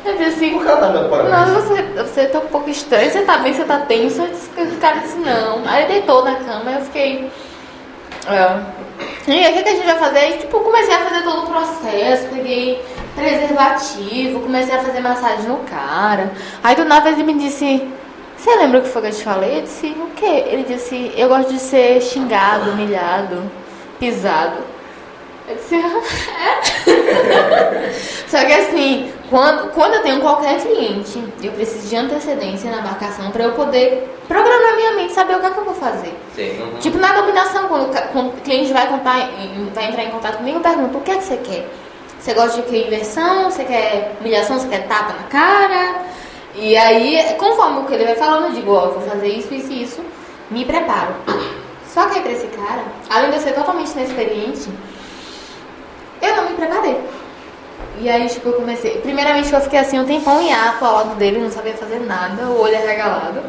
S3: Eu disse assim,
S1: por que ela tá dando parabéns?
S3: não, você, você tá um pouco estranho, você tá bem, você tá tenso. Eu disse, O cara disse não. Aí ele deitou na cama, eu fiquei. É. E aí, o que, que a gente vai fazer? Aí, tipo, comecei a fazer todo o processo, peguei preservativo, comecei a fazer massagem no cara. Aí do nada ele me disse: Você lembra o que foi que eu te falei? Eu disse: O quê? Ele disse: Eu gosto de ser xingado, humilhado, pisado. Eu disse, "Ah, é?" Só que assim, quando, quando eu tenho qualquer cliente, eu preciso de antecedência na marcação pra eu poder programar minha mente, saber o que é que eu vou fazer.
S2: Sim. uhum.
S3: Tipo, na dominação, quando, o ca- quando o cliente vai, contar, em- vai entrar em contato comigo, eu pergunto, o que é que você quer? Você gosta de que inversão? Você quer humilhação? Você quer tapa na cara? E aí, conforme o que ele vai falando, eu digo, ó, eu vou fazer isso, isso e isso. Me preparo. Só que aí pra esse cara, além de eu ser totalmente inexperiente, eu não me preparei. E aí, tipo, eu comecei. Primeiramente, eu fiquei assim um tempão em ato ao lado dele, não sabia fazer nada, o olho arregalado.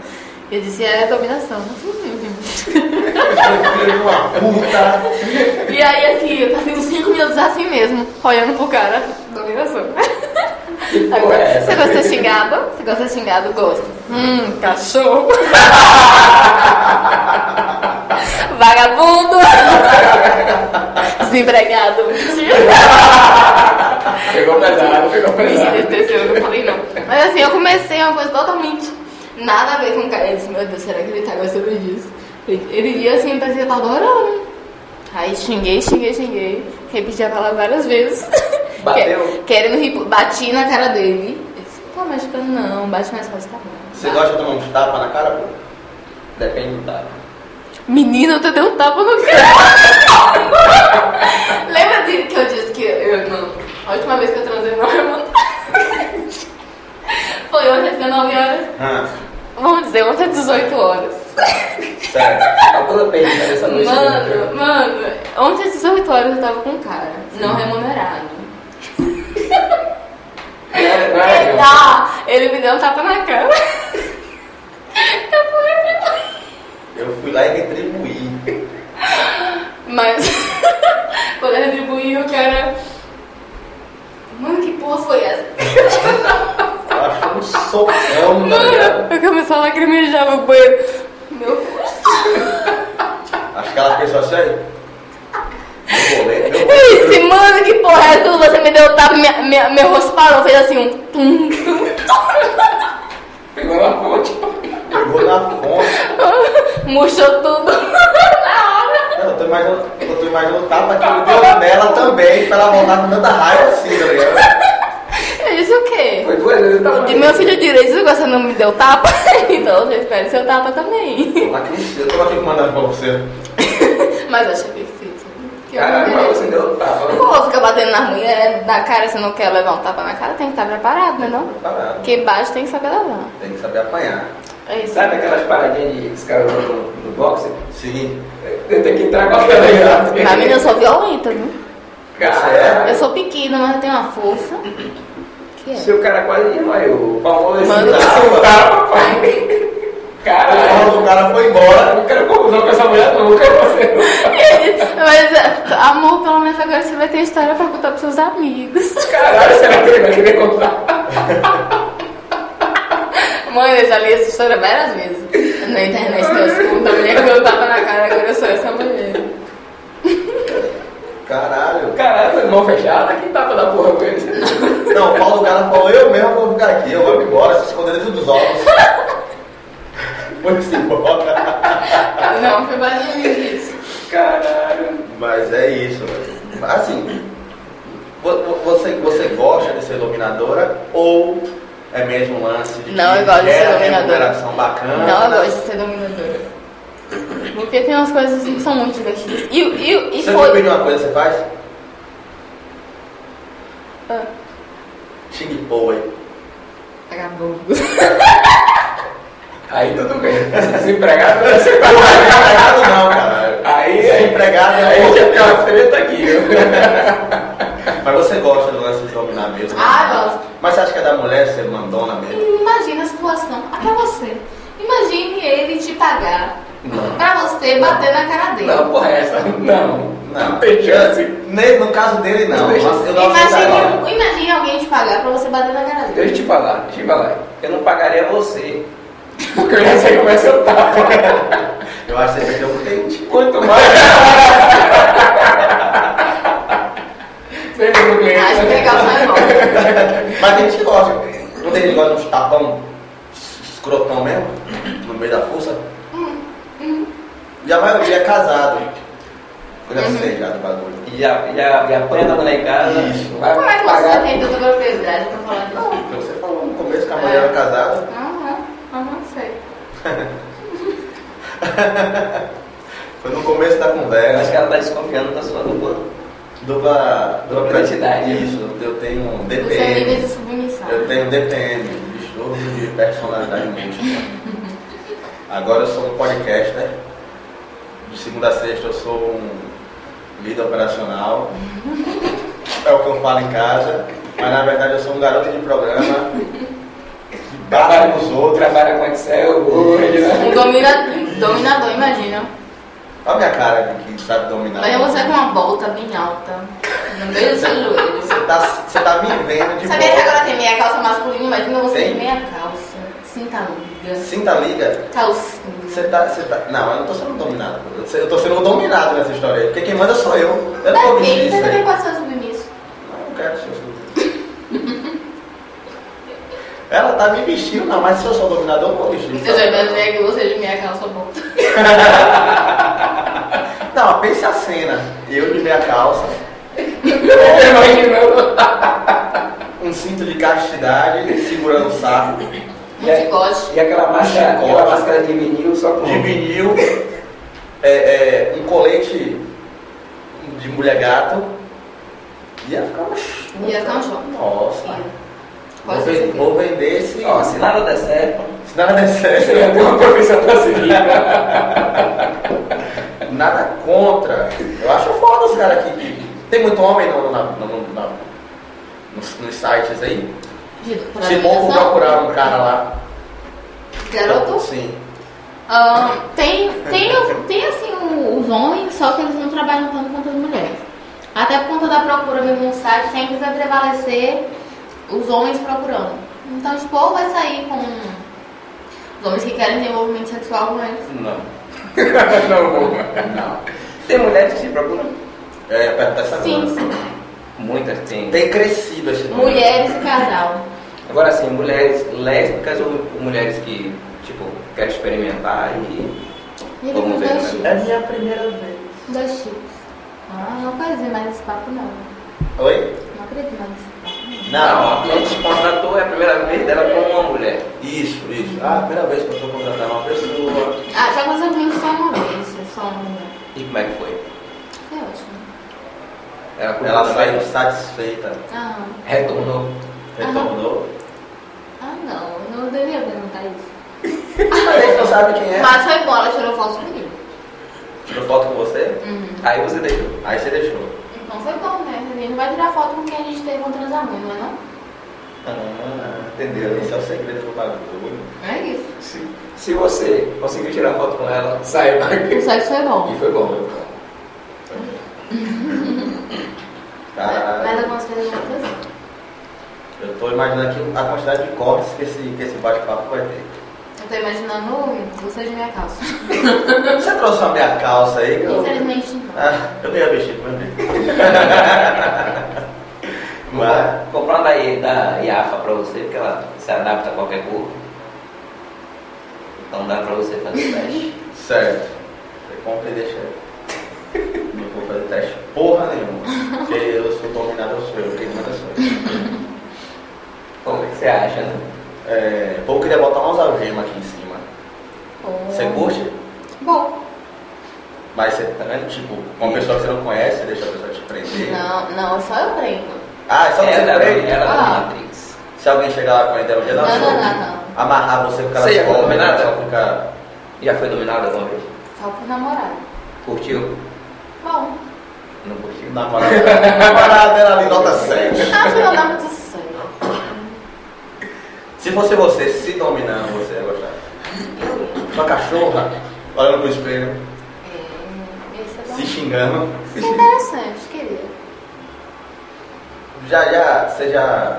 S3: E eu disse, é dominação.
S1: é um Filho de uma puta.
S3: E aí, assim, eu passei uns 5 minutos assim mesmo, olhando pro cara, dominação.
S2: Que porra é
S3: Agora,
S2: essa?
S3: Tá você gosta de ser xingado? Você gosta de ser xingado? Gosto. Hum, cachorro. Vagabundo. Desempregado. Mentira.
S2: Pegou pesado, pegou
S3: Mentira,
S2: pesado.
S3: esse terceiro eu não falei não. Mas assim, eu comecei uma coisa totalmente nada a ver com o cara. Eu disse, meu Deus, será que ele tá gostando disso? Ele ia assim, eu pensei, tá adorando. Aí xinguei, xinguei, xinguei. Repeti a palavra várias vezes.
S2: Bateu?
S3: Querendo rir, bati na cara dele. Ele disse, tá machucando não, bate mais forte, tá bom.
S1: Você gosta de tomar uns tapas na cara, pô?
S2: Depende tá. do tapa.
S3: Menina, eu te dei um tapa no cara. Lembra de que eu disse que eu não. A última vez que eu transei não irmão. Foi hoje às 19 horas.
S1: Ah,
S3: Vamos dizer, ontem às 18 horas.
S2: Sério, tá toda perdida essa noite. é
S3: Mano, mano, ontem às 18 horas eu tava com um cara, não remunerado.
S2: É, não é,
S3: Ele,
S2: não.
S3: dá, ele me deu um tapa na cara. Eu fui reprimir.
S1: eu fui lá e retribuí.
S3: Mas quando eu retribuí, o cara. Mano, que porra foi essa?
S1: Eu acho um socão, tá ligado?
S3: Mano, eu comecei a lacrimejar no banheiro. Meu cu.
S1: Acho que ela pensou assim, aí. Meu boleto, meu
S3: Eu
S1: boleto.
S3: disse, mano, que porra é essa? Você me deu um tapa, minha, minha- meu rosto parou, fez assim um tum, tum.
S2: Pegou na fonte.
S1: Pegou na fonte.
S3: Murchou tudo.
S1: Eu tô imaginando, eu tô imaginando o tapa que ele deu nela também, pra ela voltar com tanta raiva assim, tá ligado?
S3: Eu disse É o quê?
S2: Foi duas vezes tá
S3: O de meu filho direito, se você não me deu tapa, então você espera seu tapa também.
S1: Eu acredito, eu tô aqui mandando pra você.
S3: Mas eu achei perfeito. Que eu
S2: Caralho, mas
S3: mereço.
S2: você tá, deu tapa.
S3: Pô, fica batendo na mulher, na cara, você não quer levar um tapa na cara, tem que estar preparado, né não?
S1: Parado.
S3: Quem bate tem que saber levar.
S1: Tá Tem que saber apanhar.
S3: É isso.
S2: Sabe aquelas paradinhas de escalão no, no boxe?
S1: Sim.
S2: Tem que entrar com a né? galera.
S3: Mas, menina, eu sou violenta, viu?
S2: Caralho.
S3: Eu sou pequena, mas eu tenho uma força. Que é?
S2: Seu cara quase desmaiou. O Palmão desse
S3: Manda
S1: um
S2: tapa, pai. tá, Caralho.
S1: O cara foi embora.
S2: Não quero confusão com essa mulher, não. Não quero você.
S3: Mas, é, amor, pelo menos agora você vai ter história pra contar pros seus amigos.
S2: Caralho, será que ele vai querer contar?
S3: Mãe, eu já li essa história várias vezes. Na internet Deus conta a mulher que eu tava na cara, agora eu sou essa mulher.
S1: Caralho.
S2: Caralho, mão fechada, que tapa da porra com ele?
S1: Não, o pau do cara falou, eu mesmo vou ficar aqui, eu vou embora, se esconder dentro dos ovos. Foi-se embora.
S3: Não, foi basicamente isso.
S2: Caralho.
S1: Mas é isso, velho. Assim, vo- vo- você, você gosta de ser iluminadora ou é mesmo um lance de
S3: Não,
S1: que
S3: eu gosto de
S1: gera
S3: ser iluminadora.
S1: remuneração bacana?
S3: Não, eu gosto de ser dominadora. Porque tem umas coisas assim que são muito divertidas. E, e, e
S1: Você
S3: foi.
S1: define uma coisa, você faz?
S3: Ah,
S1: Xing pô, hein?
S3: Vagabundo.
S2: Aí tudo bem. Desempregado, você
S1: Não, empregado não, cara.
S2: Aí, aí,
S1: Desempregado
S2: aí
S1: é
S2: já tem uma treta aqui. viu?
S1: Mas você gosta do lance de dominar mesmo? né?
S3: Ah, gosto.
S1: Mas você acha que é da mulher ser mandona mesmo?
S3: Imagina a situação. Até você. Imagine ele te pagar
S2: Não.
S3: pra você bater na cara dele.
S2: Não, porra, é essa. Não.
S1: Não.
S2: tem chance.
S1: Ne- No caso dele, não.
S2: Não tem
S1: Mas
S2: chance.
S1: eu não aceitaria.
S3: Imagine, um- imagine alguém te pagar pra você bater na cara dele.
S2: Deixa eu te falar, deixa eu te falar. Eu não pagaria você. Porque eu já sei como é seu tapa.
S1: Eu acho que você perdeu um dente.
S2: Quanto mais. Sempre no cliente.
S3: Ah,
S2: né?
S3: Acho que legal, mas bom.
S1: Mas tem gente que gosta. Não tem gente que gosta de uns tapão escrotão mesmo? No meio da força?
S3: Hum,
S1: E a maioria é casado. Olha uhum. já do bagulho.
S2: E a, e a, e a panha da mulher em casa.
S1: Isso.
S2: Vai
S3: Como é que
S2: pagar.
S3: você tem tanta propriedade pra falar
S1: Não,
S3: disso?
S1: porque você falou no começo que a mulher era casada.
S3: Aham, aham, sei.
S1: Foi no começo da
S2: Eu acho
S1: conversa.
S2: que ela tá desconfiando da sua dupla.
S1: Dupla. Dupla
S2: Identidade.
S1: Isso. Eu tenho um
S3: Você é nível
S1: DPM.
S3: de submissão.
S1: Eu tenho DPM. Distúrbio de personalidade múltipla. Agora eu sou um podcast, né? De segunda a sexta eu sou um líder operacional. É o que eu falo em casa. Mas na verdade eu sou um garoto de programa que bate nos outros.
S2: Trabalha com Excel, Word, né?
S3: Um domina- dominador, imagina.
S1: Olha a minha cara de que sabe dominar.
S3: Mas você é com uma volta bem alta, no meio do seu joelho.
S1: Você tá, você tá me vendo de
S3: Sabia que
S1: boa.
S3: agora tem meia calça masculina? Imagina você
S1: Tem?
S3: tem meia calça, tá cinta longa,
S1: Sinta a liga. Você
S3: calcinha.
S1: tá, você tá. Não, eu não tô sendo dominado. Eu sei- Eu tô sendo dominado nessa história aí. Porque quem manda sou eu. Eu não vou
S3: Mas
S1: mentir
S3: Tá bem, você
S1: isso
S3: também
S1: aí.
S3: pode ser submisso.
S1: Não, eu não quero ser. tá me vestindo, não, mas se eu sou dominador, eu vou vestir.
S3: Eu já imaginei que você de minha calça boca.
S1: Não, pense a cena. Eu de meia calça, um cinto de castidade, segurando o saco,
S3: Um chicote.
S2: E aquela máscara,
S1: Chicote.
S2: aquela máscara de vinil só com.
S1: de vinil, é, é, um colete de mulher gato. Ia ficar um...
S3: Ia ficar um show.
S1: Nossa. Vou,
S3: Pode ser.
S1: ven- vou vender esse...
S2: Ó, se nada der certo,
S1: Se nada der
S2: você
S1: certo,
S2: já tem é uma profissão pra seguir.
S1: nada contra. Eu acho foda os caras que... que- Tem muito homem no, na- no- no- na- nos, nos sites aí.
S3: De- pra
S1: Se bom vou
S3: ligação.
S1: procurar um cara lá. então,
S3: Garoto.
S1: Sim.
S3: Ah, tem, tem, os- tem assim o- os homens, só que eles não trabalham tanto quanto as mulheres. Até por conta da procura mesmo no site, sempre vai prevalecer os homens procurando. Então, tipo, ou vai sair com um, os homens que querem desenvolvimento sexual com eles.
S2: Não. não vou. Não. Tem mulheres que te procuram?
S1: É, perto dessa
S3: Sim,
S1: coisa.
S3: sim.
S2: Muitas tem.
S1: Tem crescido esse assim, número.
S3: Mulheres e casal.
S2: Agora sim, mulheres lésbicas ou mulheres que, tipo, querem experimentar e.
S3: E
S2: Vamos ver,
S3: dois
S2: né?
S3: tipos.
S1: É minha primeira vez.
S3: Dois tipos. Ah, não quero dizer mais esse papo, não.
S1: Oi?
S3: Não acredito mais nesse papo.
S2: Não, a gente contratou é a primeira vez dela com uma mulher.
S1: Isso, isso. Ah, primeira vez que eu estou contratando uma pessoa.
S3: não. Ah, já aconteceu comigo só uma vez, só uma mulher.
S2: E como é que foi?
S3: Foi ótimo.
S2: Ela,
S1: Ela saiu satisfeita.
S3: Ah.
S2: Retornou.
S1: Retornou.
S3: Ah, não, eu não devia perguntar isso.
S1: Mas eles não sabem quem é.
S3: Mas foi bom, ela tirou foto comigo.
S1: Tirou foto com você,
S3: Uhum.
S2: Aí você deixou.
S1: aí você deixou.
S3: Então foi bom, né? A gente não vai tirar foto com quem a gente teve um transamento, não é não?
S1: Ah, entendeu? Esse é o segredo do bagulho.
S3: Não é isso.
S2: Se, se você conseguiu tirar foto com ela, saiba
S3: O
S2: que
S3: sexo foi bom.
S2: E foi bom, meu cara.
S3: Mas
S1: Caralho.
S3: algumas coisas não aconteceram.
S1: tá? Eu tô imaginando aqui a quantidade de cortes que esse, que esse bate-papo vai ter.
S3: Eu tô imaginando um, você de minha calça.
S1: Você trouxe uma minha calça aí?
S3: é
S1: que eu-
S3: Infelizmente não.
S1: Ah, eu não ia mexer com ele. Mas,
S2: Vou comprar uma tá? da, I- da IAFA pra você, porque ela se adapta a qualquer cor. Então dá pra você fazer o teste.
S1: certo. Você compra e deixa. Não vou fazer teste porra nenhuma. Porque eu sou dominado, eu sou eu. Quem manda sou eu.
S2: Como é que você acha, né?
S1: É, pô, eu queria botar umas algemas aqui em cima. Você
S3: Hum.
S1: curte?
S3: Bom.
S1: Mas você tá vendo? Tipo, uma pessoa que você não conhece, deixa a pessoa te prender.
S3: Não, não, é só eu prendo.
S1: Ah, é só você
S2: ela,
S1: prende?
S2: ela da
S3: Ah.
S2: Matrix.
S1: Se alguém chegar lá com a ideia, eu
S3: Não,
S1: dar
S3: não,
S1: soco.
S3: não, não.
S1: Amarrar você com aquela
S2: Você é já foi
S1: escola,
S2: dominada?
S1: né? só ficar.
S2: Já foi dominada alguma vez?
S3: Só por namorado.
S2: Curtiu?
S3: Bom.
S2: Não
S1: um
S2: curtiu?
S1: Namorada. Namorada era ali, nota 7.
S3: Acho que Ah, não dá muito sangue.
S1: Se fosse você se dominando, você ia gostar. Sua cachorra, olhando pro espelho,
S3: É, esse é
S1: se
S3: bom.
S1: xingando.
S3: Que interessante, querido.
S1: Já, já, você já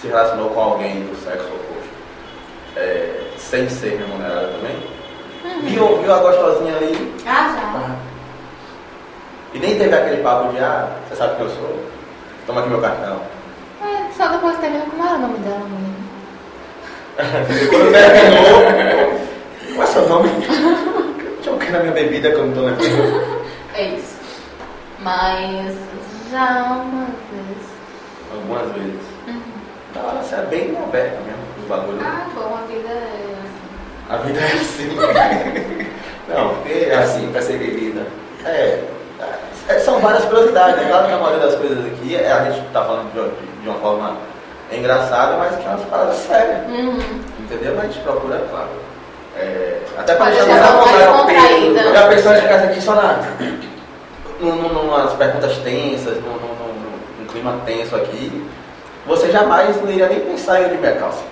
S1: se relacionou com alguém do sexo oposto? É, sem ser remunerado também? Viu, viu a gostosinha ali?
S3: Ah, já.
S1: E nem teve aquele papo de, ah, você sabe quem eu sou? Toma aqui meu cartão.
S3: É, só depois que termina como era o nome dela, menino.
S1: Quando terminou, qual é seu nome? Deixa eu cair na minha bebida que eu não tô lembrando.
S3: É isso. Mas já uma vez.
S1: Algumas vezes. Da hora, você é bem aberta mesmo, os bagulhos.
S3: Ah, bom, a vida é assim.
S1: A vida é assim. Não, porque é
S2: É
S1: assim.
S2: assim, pra ser vivida.
S1: É, é, são várias curiosidades, né? Claro que a maioria das coisas aqui, é, a gente tá falando de, uma- de uma forma engraçada, mas que é umas paradas sérias,
S3: Uhum.
S1: entendeu? Mas a gente procura, claro. É, até pra
S3: Mas
S1: deixar
S3: já
S1: mais à
S3: tá mais
S1: vontade.
S3: contraída.
S1: Porque a pessoa fica aqui só na. num- num- Numas perguntas tensas, num, num- num- num clima tenso aqui, você jamais não iria nem pensar em unir minha calça.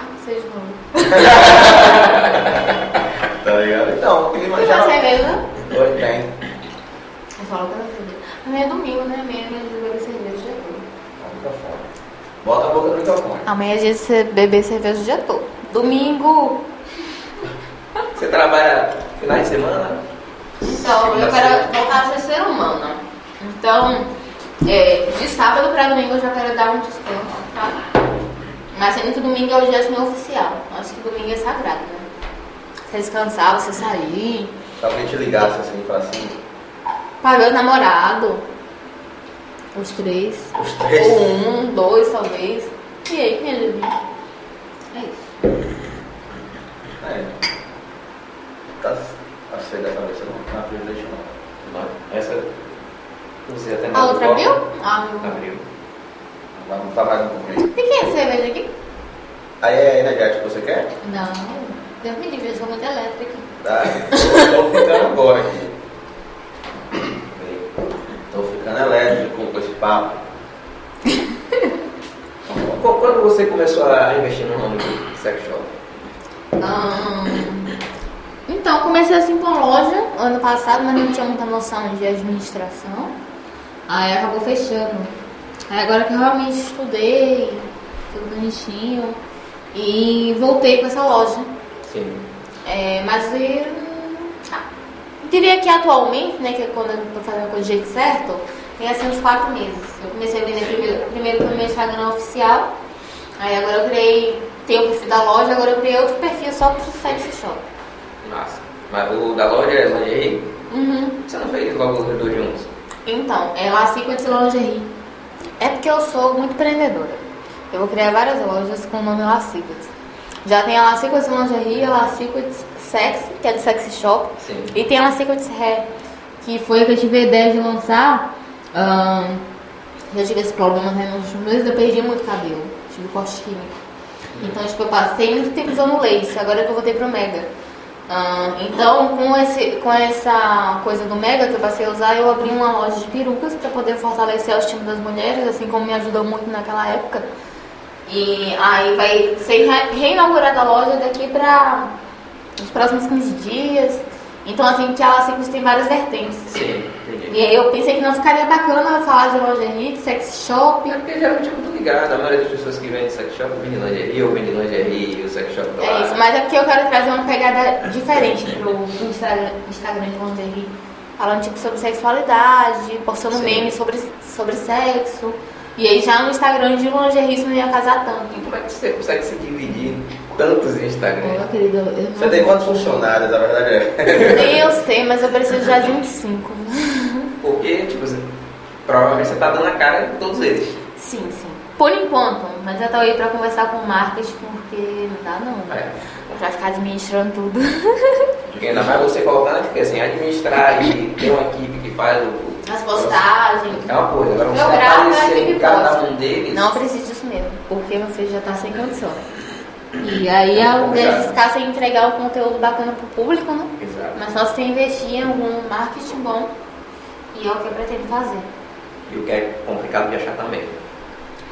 S3: Ah, vocês não.
S1: Tá ligado? Então, o clima
S3: E
S1: já.
S3: você mesmo?
S1: Oi, tem.
S3: Eu falo pra você. A minha é domingo, né? A minha é dia de beber cerveja o dia todo.
S1: microfone. Bota a boca no microfone.
S3: Amanhã é dia de você beber cerveja o dia todo. Domingo.
S2: Você trabalha finais de semana?
S3: Então, eu quero voltar a ser ser humana. Então, é, de sábado pra domingo eu já quero dar um descanso, tá? Mas sendo que domingo é o dia assim, oficial. Acho que domingo é sagrado, né? Você descansar, você sair,
S1: Se alguém te ligasse assim pra cima,
S3: pagar o namorado. Os três.
S1: os três.
S3: Ou um, dois, talvez. E aí, quem é Levi? É isso.
S1: É. Tá, tá cedo dessa vez, você não tá abrindo leite não.
S2: Não, Essa usei até
S3: A
S2: mais
S3: outra
S2: agora.
S3: abriu? Ah, meu.
S2: Abriu.
S1: Vai não tá trabalhando comigo.
S3: E quem é essa cerveja aqui?
S1: Aí é energético, você quer?
S3: Não, Deus me livre, eu sou muito elétrica.
S1: Tá.
S2: Tô ficando agora aqui.
S1: Tô ficando elétrico com esse papo.
S2: Qu- Quando você começou a investir no ramo de sex shop?
S3: Ah, Então, comecei assim com loja ano passado, mas não tinha muita noção de administração. Aí acabou fechando. Aí agora que eu realmente estudei, tudo bonitinho, e voltei com essa loja.
S2: Sim.
S3: É, mas eu ah, diria que atualmente, né, que é quando eu tô fazendo a coisa do jeito certo, tem assim uns quatro meses. Eu comecei a vender primeiro, primeiro pelo meu Instagram oficial, aí agora eu criei, tem o perfil da loja, agora eu criei outro perfil só pro Sucesso Shop.
S2: Massa. Mas o da loja é lingerie?
S3: Uhum.
S2: Você não fez logo os dois juntos?
S3: Então, é lá 50 Lingerie. É porque eu sou muito empreendedora. Eu vou criar várias lojas com o nome La Secrets. Já tem a La Secrets Lingerie, a La Secrets Sexy, que é de sexy shop,
S2: Sim.
S3: E tem a Secret Hair, que foi a que eu tive a ideia de lançar. Ahn, já tive esse problema né, nos últimos meses, eu perdi muito cabelo. Tive corte químico. Então, tipo, eu passei muito tempo usando lace, agora que eu voltei pro Mega. Ahn, então, com, esse, com essa coisa do Mega que eu passei a usar, eu abri uma loja de perucas para poder fortalecer o time das mulheres, assim como me ajudou muito naquela época. E aí vai ser re- reinaugurada a loja daqui para os próximos 15 dias. Então, assim, que ela sempre tem várias vertentes.
S2: Sim, entendi.
S3: E aí eu pensei que não ficaria bacana falar de lingerie, de sex shop.
S2: É porque geralmente é muito ligado. A maioria das pessoas que vende sex shop vende lingerie, ou vende lingerie, e o sex shop tá lá.
S3: É isso, mas é porque eu quero trazer uma pegada diferente pro Instagram, Instagram de lingerie. Falando, tipo, sobre sexualidade, postando
S2: Sim.
S3: memes sobre, sobre sexo. E aí já no Instagram de lingerie isso não ia casar tanto.
S2: E como é que você consegue se dividir em tantos Instagrams?
S3: querido, eu
S1: É. Você tem quantos funcionários, na verdade? é?
S3: Nem eu sei, mas eu preciso já de uns cinco.
S2: Porque, tipo, você- provavelmente você tá dando a cara em todos eles.
S3: Sim, sim. Por enquanto, mas já tô aí pra conversar com marcas porque não dá não.
S2: É.
S3: Pra ficar administrando tudo.
S2: Porque ainda mais você colocando, porque assim, administrar e ter uma equipe que faz o.
S3: As postagens.
S2: É uma coisa, agora você
S3: Eu gravo, é a
S2: aparecer em
S3: equipe
S2: cada
S3: posta.
S2: um deles.
S3: Não preciso disso mesmo, porque meu filho já tá sem condição. E
S1: É
S3: aí, ao invés de ficar sem entregar um conteúdo bacana pro público, né?
S2: Exato.
S3: Mas só se você investir em algum marketing bom. E é o que eu pretendo fazer.
S2: E o que é complicado de achar também.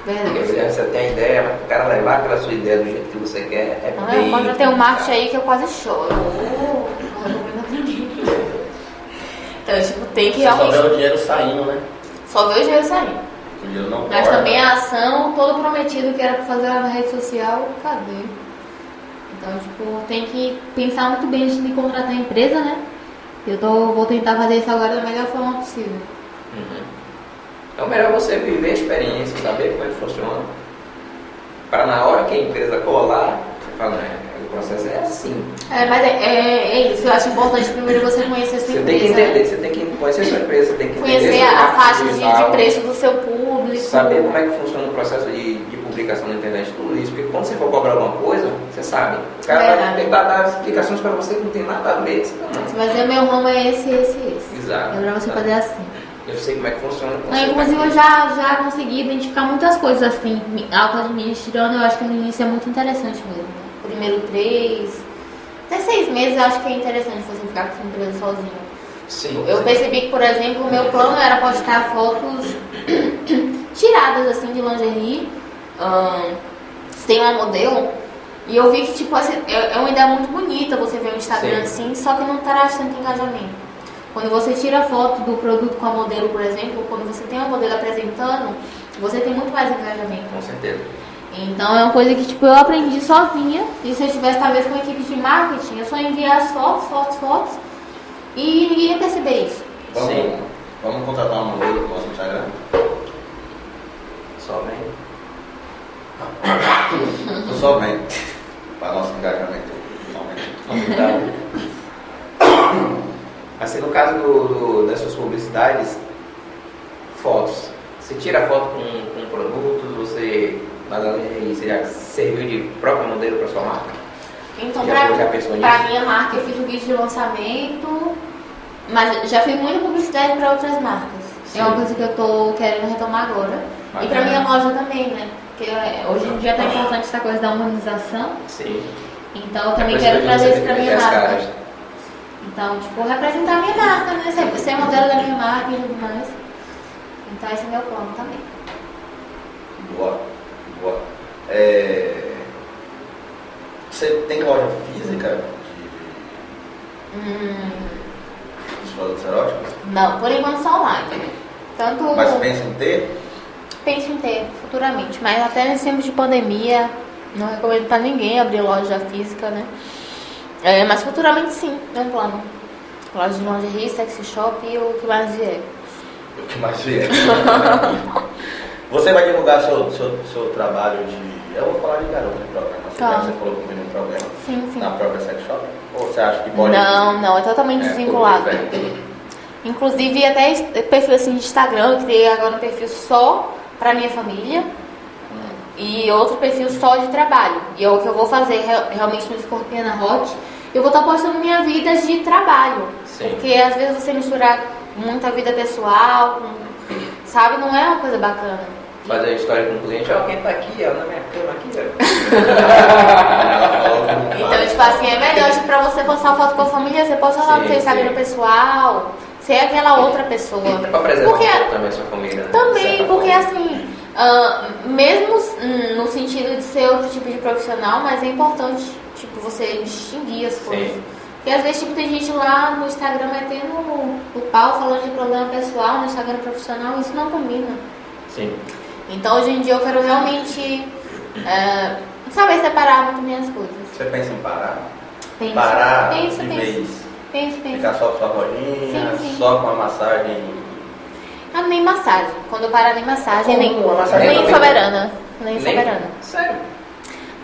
S2: Porque às
S3: Verdade.
S2: vezes você tem a ideia, mas o cara levar aquela sua ideia do jeito que você quer é
S3: Então,
S2: bem...
S3: eu, quando tem um marketing aí que eu quase choro. Oh, não tô vendo ninguém. Então, tipo, tem que
S1: Você só vê
S3: realmente
S1: o dinheiro saindo, né?
S3: só ver o dinheiro saindo.
S1: O dinheiro não
S3: Mas
S1: corta.
S3: também é a ação, todo prometido que era pra fazer lá na rede social, cadê? Então, tipo, tem que pensar muito bem antes de contratar a empresa, né? Eu tô, vou tentar fazer isso agora da melhor forma possível.
S2: Uhum. Então, melhor você viver a experiência, saber como é que funciona, para na hora que a empresa colar, você fala, "Não, o processo é assim.
S3: É, mas é, é- é isso, eu acho importante primeiro você conhecer a sua
S2: Você tem que
S3: empresa,
S2: entender,
S3: né?
S2: você tem que conhecer a sua empresa, você tem que entender
S3: Conhecer
S2: seu
S3: a, a
S2: marketing
S3: faixa de,
S2: digital,
S3: de preço do seu público.
S2: Saber como é que funciona o processo de, de publicação na internet, tudo isso. Porque quando você for cobrar alguma coisa, você sabe. O cara vai
S3: Verdade.
S2: tentar dar explicações para você que não tem nada a ver. Você fala,
S3: Você
S2: "Não,
S3: vai dizer, meu ramo é esse, esse, esse.
S2: Exato.
S3: É pra você fazer assim.
S2: Eu sei como é que funciona. eu sei
S3: Não,
S2: como é que
S3: inclusive eu
S2: funciona."
S3: já, já consegui identificar muitas coisas assim, auto-administrando, eu acho que no início é muito interessante mesmo. Primeiro três, até seis meses eu acho que é interessante você ficar com sua empresa sozinho.
S2: Sim.
S3: Eu percebi que, por exemplo, o meu plano era postar fotos tiradas assim de lingerie, ahn, sem uma modelo. E eu vi que tipo, essa- é é uma ideia muito bonita você ver o Instagram assim, só que não traz tanto engajamento. Quando você tira foto do produto com a modelo, por exemplo, quando você tem uma modelo apresentando, você tem muito mais engajamento.
S2: Com certeza.
S3: Então é uma coisa que tipo, eu aprendi sozinha. E se eu tivesse talvez com a equipe de marketing, eu só enviar as fotos, fotos, fotos. E ninguém ia perceber isso.
S1: Vamos,
S2: Sim.
S1: vamos contratar uma modelo pro nosso Instagram?
S2: Só vem.
S3: Uhum.
S1: somente para nosso engajamento. Somente.
S2: Então, Assim, no caso do, do- das suas publicidades, fotos. Você tira foto com, com produtos, você, mas além disso, você já serviu de próprio modelo para sua marca?
S3: Então,
S2: Já-
S3: pra,
S2: já pensou nisso?
S3: pra minha marca, eu fiz um vídeo de lançamento, mas já fiz muita publicidade para outras marcas.
S2: Sim.
S3: É uma coisa que eu tô querendo retomar agora. E pra
S2: Bacana.
S3: minha loja também, né? Porque é, hoje em dia tá importante essa coisa da humanização.
S2: Sim.
S3: Então, eu também
S2: É coisa
S3: quero
S2: que
S3: trazer
S2: você
S3: isso pra
S2: tem que
S3: minha
S2: ver as
S3: marca.
S2: caras.
S3: Então, tipo, representar a minha marca, né? Ser, ser modelo da minha marca e tudo mais. Então, esse é meu plano também.
S1: Boa, boa. É, Você tem loja física de
S3: Hum,
S1: dos produtos eróticos?
S3: não, por enquanto só online. Tanto
S1: Mas pensa em ter?
S3: penso em ter futuramente, mas até nesse tempo de pandemia, não recomendo pra ninguém abrir loja física, né? É, mas futuramente sim, é um plano. Loja de lingerie, sexy shop e o que mais vier.
S1: O que mais vier. Você vai divulgar seu, seu, seu trabalho de. Eu vou falar de garota no programa. Você,
S3: Tá.
S1: você colocou comigo no um programa.
S3: Sim, sim.
S1: Na própria sex shop? Ou você acha que pode.
S3: Não, não, é totalmente
S1: É,
S3: desvinculado.
S1: pode ser.
S3: Inclusive até es- perfil assim de Instagram, eu criei agora um perfil só pra minha família e outro perfil só de trabalho. E é o que eu vou fazer real- realmente no Escorpiana Rock. Eu vou estar postando minha vida de trabalho.
S2: Sim.
S3: Porque às vezes você misturar muita vida pessoal, com- sabe, não é uma coisa bacana.
S2: Fazer a história com o cliente, ó, quem tá aqui, ó, na minha cama aqui, ó.
S1: Ela falou que não
S3: Então,
S1: faz.
S3: tipo assim, é melhor tipo, pra você postar foto com a família, você posta lá no
S2: Sim,
S3: seu Instagram
S2: sim.
S3: pessoal, ser aquela outra pessoa.
S2: Pra preservar
S3: Porque-
S2: um pouco também a sua família. né? De
S3: Também,
S2: certa
S3: porque
S2: forma.
S3: assim, ah, mesmo hum, no sentido de ser outro tipo de profissional, mas é importante, tipo, você distinguir as coisas.
S2: Sim.
S3: Porque às vezes, tipo, tem gente lá no Instagram metendo o pau, falando de problema pessoal, no Instagram profissional, isso não combina.
S2: Sim.
S3: Então, hoje em dia, eu quero realmente ah, saber separar muito minhas coisas.
S1: Você pensa em parar?
S3: Penso,
S1: parar
S3: penso,
S1: de
S3: penso,
S1: vez.
S3: penso, penso.
S1: Ficar só com sua rodinha,
S3: Sim, sim.
S1: só com a massagem.
S3: Ah, nem massagem. Quando eu parar, nem massagem,
S1: Como
S3: nem,
S1: uma massagem
S3: nem
S2: também?
S3: soberana. Nem soberana.
S2: Sério.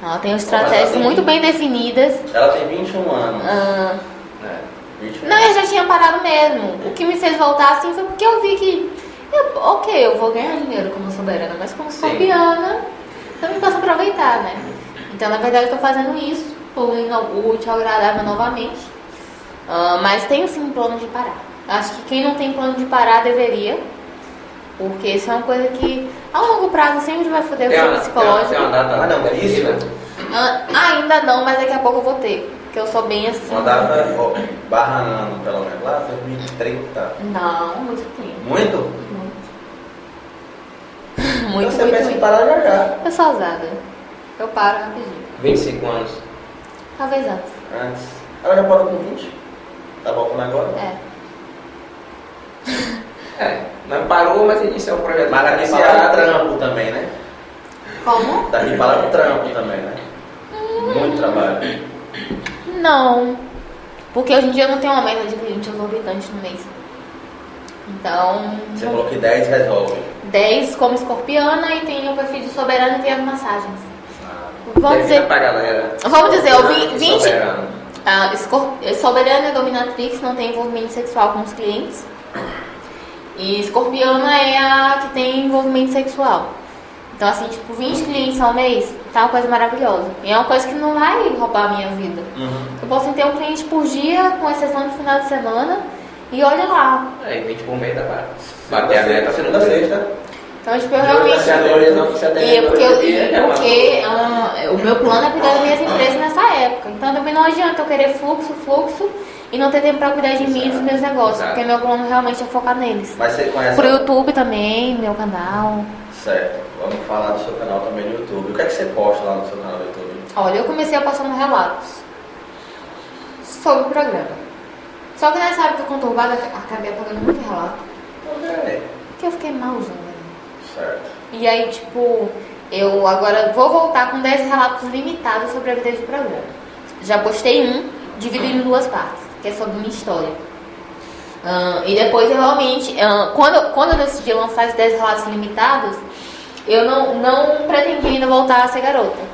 S3: Ela tem estratégias muito bem definidas.
S1: Ela tem 21 anos.
S3: Ah,
S2: É.
S1: 21
S3: não, eu já tinha parado mesmo. O que me fez voltar assim foi porque eu vi que, eu- ok, eu vou ganhar dinheiro como soberana, mas como escorpiana, também posso aproveitar, né? Então, na verdade, eu tô fazendo isso, poluindo o útil ao agradável novamente. Ah, mas tenho sim plano de parar. Acho que quem não tem plano de parar deveria, porque isso é uma coisa que a longo prazo sempre vai foder o
S2: Tem
S3: seu
S2: uma-
S3: psicológico.
S2: Tem uma data
S1: Ah, não,
S2: definida?
S1: isso.
S3: Ah, ainda não, mas daqui a pouco eu vou ter. Porque eu sou bem assim.
S1: Uma data, ó, barra ano, pelo menos, lá 2030.
S3: Não, muito tempo.
S1: Muito?
S3: Muito.
S1: Então
S3: Muito,
S1: você
S3: muito,
S1: pensa em
S3: muito.
S1: parar já já.
S3: Eu sou ousada. Eu paro rapidinho.
S2: 25 anos.
S3: Talvez antes.
S1: Antes. Ela já parou com 20? Tá voltando agora?
S3: É.
S2: É. Não parou, mas iniciou um projeto.
S1: Mas daqui
S2: iniciado.
S1: para trampo também, né?
S3: Como?
S1: Daqui para trampo também, né?
S3: Hum.
S1: Muito trabalho.
S3: Não. Porque hoje em dia eu não tenho uma meta de cliente exorbitante no mês. Então,
S1: Você falou que 10 resolve.
S3: 10 como escorpiana e tem o perfil de soberano e tem as massagens.
S1: Ah,
S3: Vamos
S2: Defina
S3: dizer.
S2: pra galera.
S3: Vamos dizer, eu vi-
S2: Soberano e
S3: 20
S2: soberano.
S3: Ah, escor- soberana é dominatrix, não tem envolvimento sexual com os clientes. E escorpiana é a que tem envolvimento sexual. Então, assim, tipo, 20 clientes ao mês, tá uma coisa maravilhosa. E é uma coisa que não vai roubar a minha vida.
S1: Uhum.
S3: Eu posso ter um cliente por dia, com exceção de final de semana, e olha lá.
S2: Aí, 20 por mês dá pra bater
S1: Segunda,
S2: a meta.
S1: sexta, segunda, sexta.
S3: Então, tipo, eu
S2: Não,
S3: realmente.
S2: se a dor não- se a dor
S3: E é
S2: não
S3: porque, eu-
S2: doer,
S3: e
S2: é uma-
S3: porque ah, o meu plano é cuidar das minhas empresas nessa época. Então também não adianta eu querer fluxo, fluxo e não ter tempo para cuidar de mim e dos meus negócios.
S2: Exato.
S3: Porque meu plano realmente é focar neles.
S1: Mas você conhece.
S3: Pro YouTube também, meu canal.
S1: Certo. Vamos falar do seu canal também no YouTube. O que é que você posta lá no seu canal do YouTube?
S3: Olha, eu comecei a postando relatos sobre o programa. Só que nessa época conturbada, eu acabei apagando muito relato.
S1: É.
S3: Porque eu fiquei malzona. né?
S1: Certo.
S3: E aí, tipo, eu agora vou voltar com 10 relatos limitados sobre a vida de programa. Já postei um, dividido em duas partes, que é sobre minha história. Ahn, e depois eu realmente, ahn, quando, eu- quando eu decidi lançar esses 10 relatos limitados, eu não, não pretendi ainda voltar a ser garota.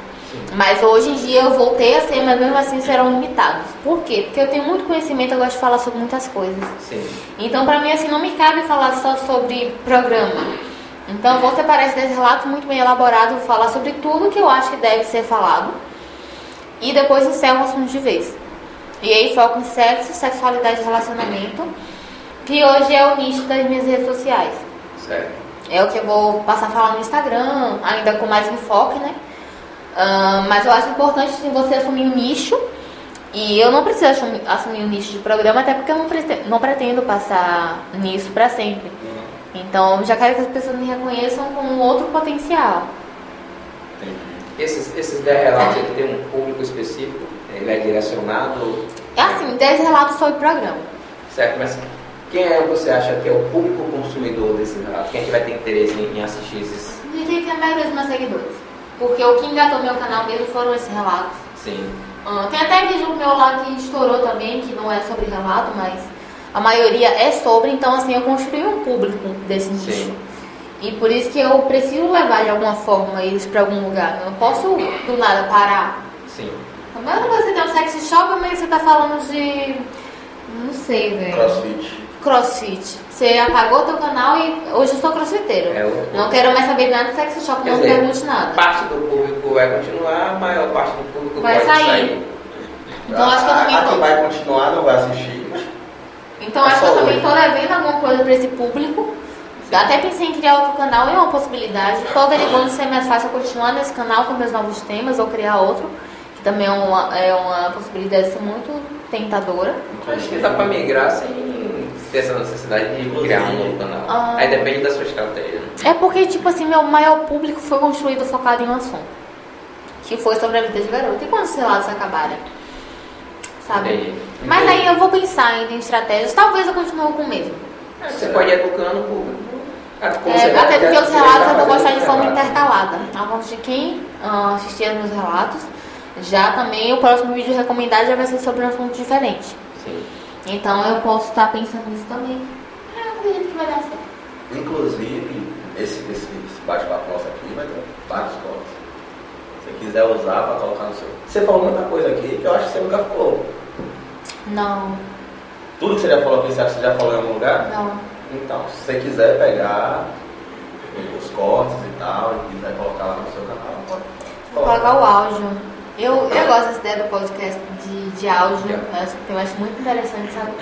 S3: Mas hoje em dia eu voltei a ser, mas mesmo assim serão limitados. Por quê? Porque eu tenho muito conhecimento, eu gosto de falar sobre muitas coisas.
S2: Sim.
S3: Então, pra mim, assim, não me cabe falar só sobre programa. Então, eu vou separar esse relato muito bem elaborado, vou falar sobre tudo que eu acho que deve ser falado. E depois encerro o assunto de vez. E aí foco em sexo, sexualidade e relacionamento, que hoje é o nicho das minhas redes sociais.
S2: Certo.
S3: É o que eu vou passar a falar no Instagram, ainda com mais enfoque, né? Ahn, mas eu acho importante assim, você assumir um nicho. E eu não preciso assumir, assumir um nicho de programa, até porque eu não, prete- não pretendo passar nisso pra sempre.
S1: Uhum.
S3: Então, eu já quero que as pessoas me reconheçam como outro potencial.
S1: Entendi.
S2: Esses, esses 10 relatos ele tem um público específico, ele é direcionado,
S3: É assim, 10 relatos sobre programa.
S2: certo? Mas quem é que você acha que é o público consumidor desse relato? Quem é que vai ter interesse em, em assistir esses?
S3: Eu diria que é a maioria dos meus seguidores. Porque o que engatou meu canal mesmo foram esses relatos.
S2: Sim.
S3: Ah, tem até vídeo meu lá que estourou também, que não é sobre relato, mas a maioria é sobre, então assim, eu construí um público desse nicho.
S2: Sim.
S3: E por isso que eu preciso levar de alguma forma eles pra algum lugar. Eu não posso do nada parar.
S2: Sim.
S3: Como é que você tem um sex shop, mas você tá falando de. Não sei, velho.
S1: Crossfit.
S3: Crossfit. Você apagou teu canal e hoje eu sou crossfiteiro.
S2: É, eu-
S3: Não quero mais saber nada de sex shop,
S2: Quer
S3: não
S2: dizer,
S3: pergunte nada.
S2: Parte do público vai continuar, a maior parte do público
S3: Vai
S2: pode
S3: sair. Então acho que eu
S1: A-
S3: também
S1: a
S3: tô-
S1: quem Ah, vai continuar não vai assistir.
S3: Então
S1: É
S3: acho que eu
S1: só
S3: também
S1: hoje.
S3: estou levando alguma coisa para esse público. Até pensei em criar outro canal, é uma possibilidade. Estou averiguando se é mais fácil eu continuar nesse canal com meus novos temas ou criar outro, que também é uma, é uma possibilidade assim, muito tentadora.
S2: Acho que dá pra migrar sem ter essa necessidade de criar um novo canal.
S3: Ah.
S2: Aí depende da sua estratégia. né?
S3: É porque, tipo assim, meu maior público foi construído focado em um assunto, que foi sobre a vida de garoto. E quando os relatos acabarem? Sabe?
S2: Entendi.
S3: Tá Mas
S2: Entendi.
S3: aí eu vou pensar ainda em estratégias. Talvez eu continue com o mesmo.
S2: Você pode ir um educando o público. Como você vai-
S3: É,
S2: assim, né?
S3: até porque os
S2: você vai
S3: relatos eu vou
S2: fazendo
S3: gostar de
S2: esse
S3: forma
S2: relato.
S3: intercalada. A ponto de quem ah, assistir aos meus relatos, já também o próximo vídeo recomendado já vai ser sobre um assunto diferente.
S2: Sim.
S3: Então eu posso estar pensando nisso também. Ah, eu acredito que vai dar certo.
S1: Inclusive, esse, esse, esse bate-papo nosso aqui vai ter vários cortes. Se você quiser usar pra colocar no seu. Você falou muita coisa aqui que eu acho que você nunca falou.
S3: Não,
S1: Tudo que você já falou aqui, você acha que você já falou em algum lugar?
S3: não.
S1: Então, se você quiser pegar os cortes e tal, e quiser colocar lá no seu canal, pode.
S3: Vou colocar o áudio. Eu, eu gosto dessa ideia do podcast de, de áudio.
S2: É.
S3: Eu acho, eu acho muito interessante, sabe?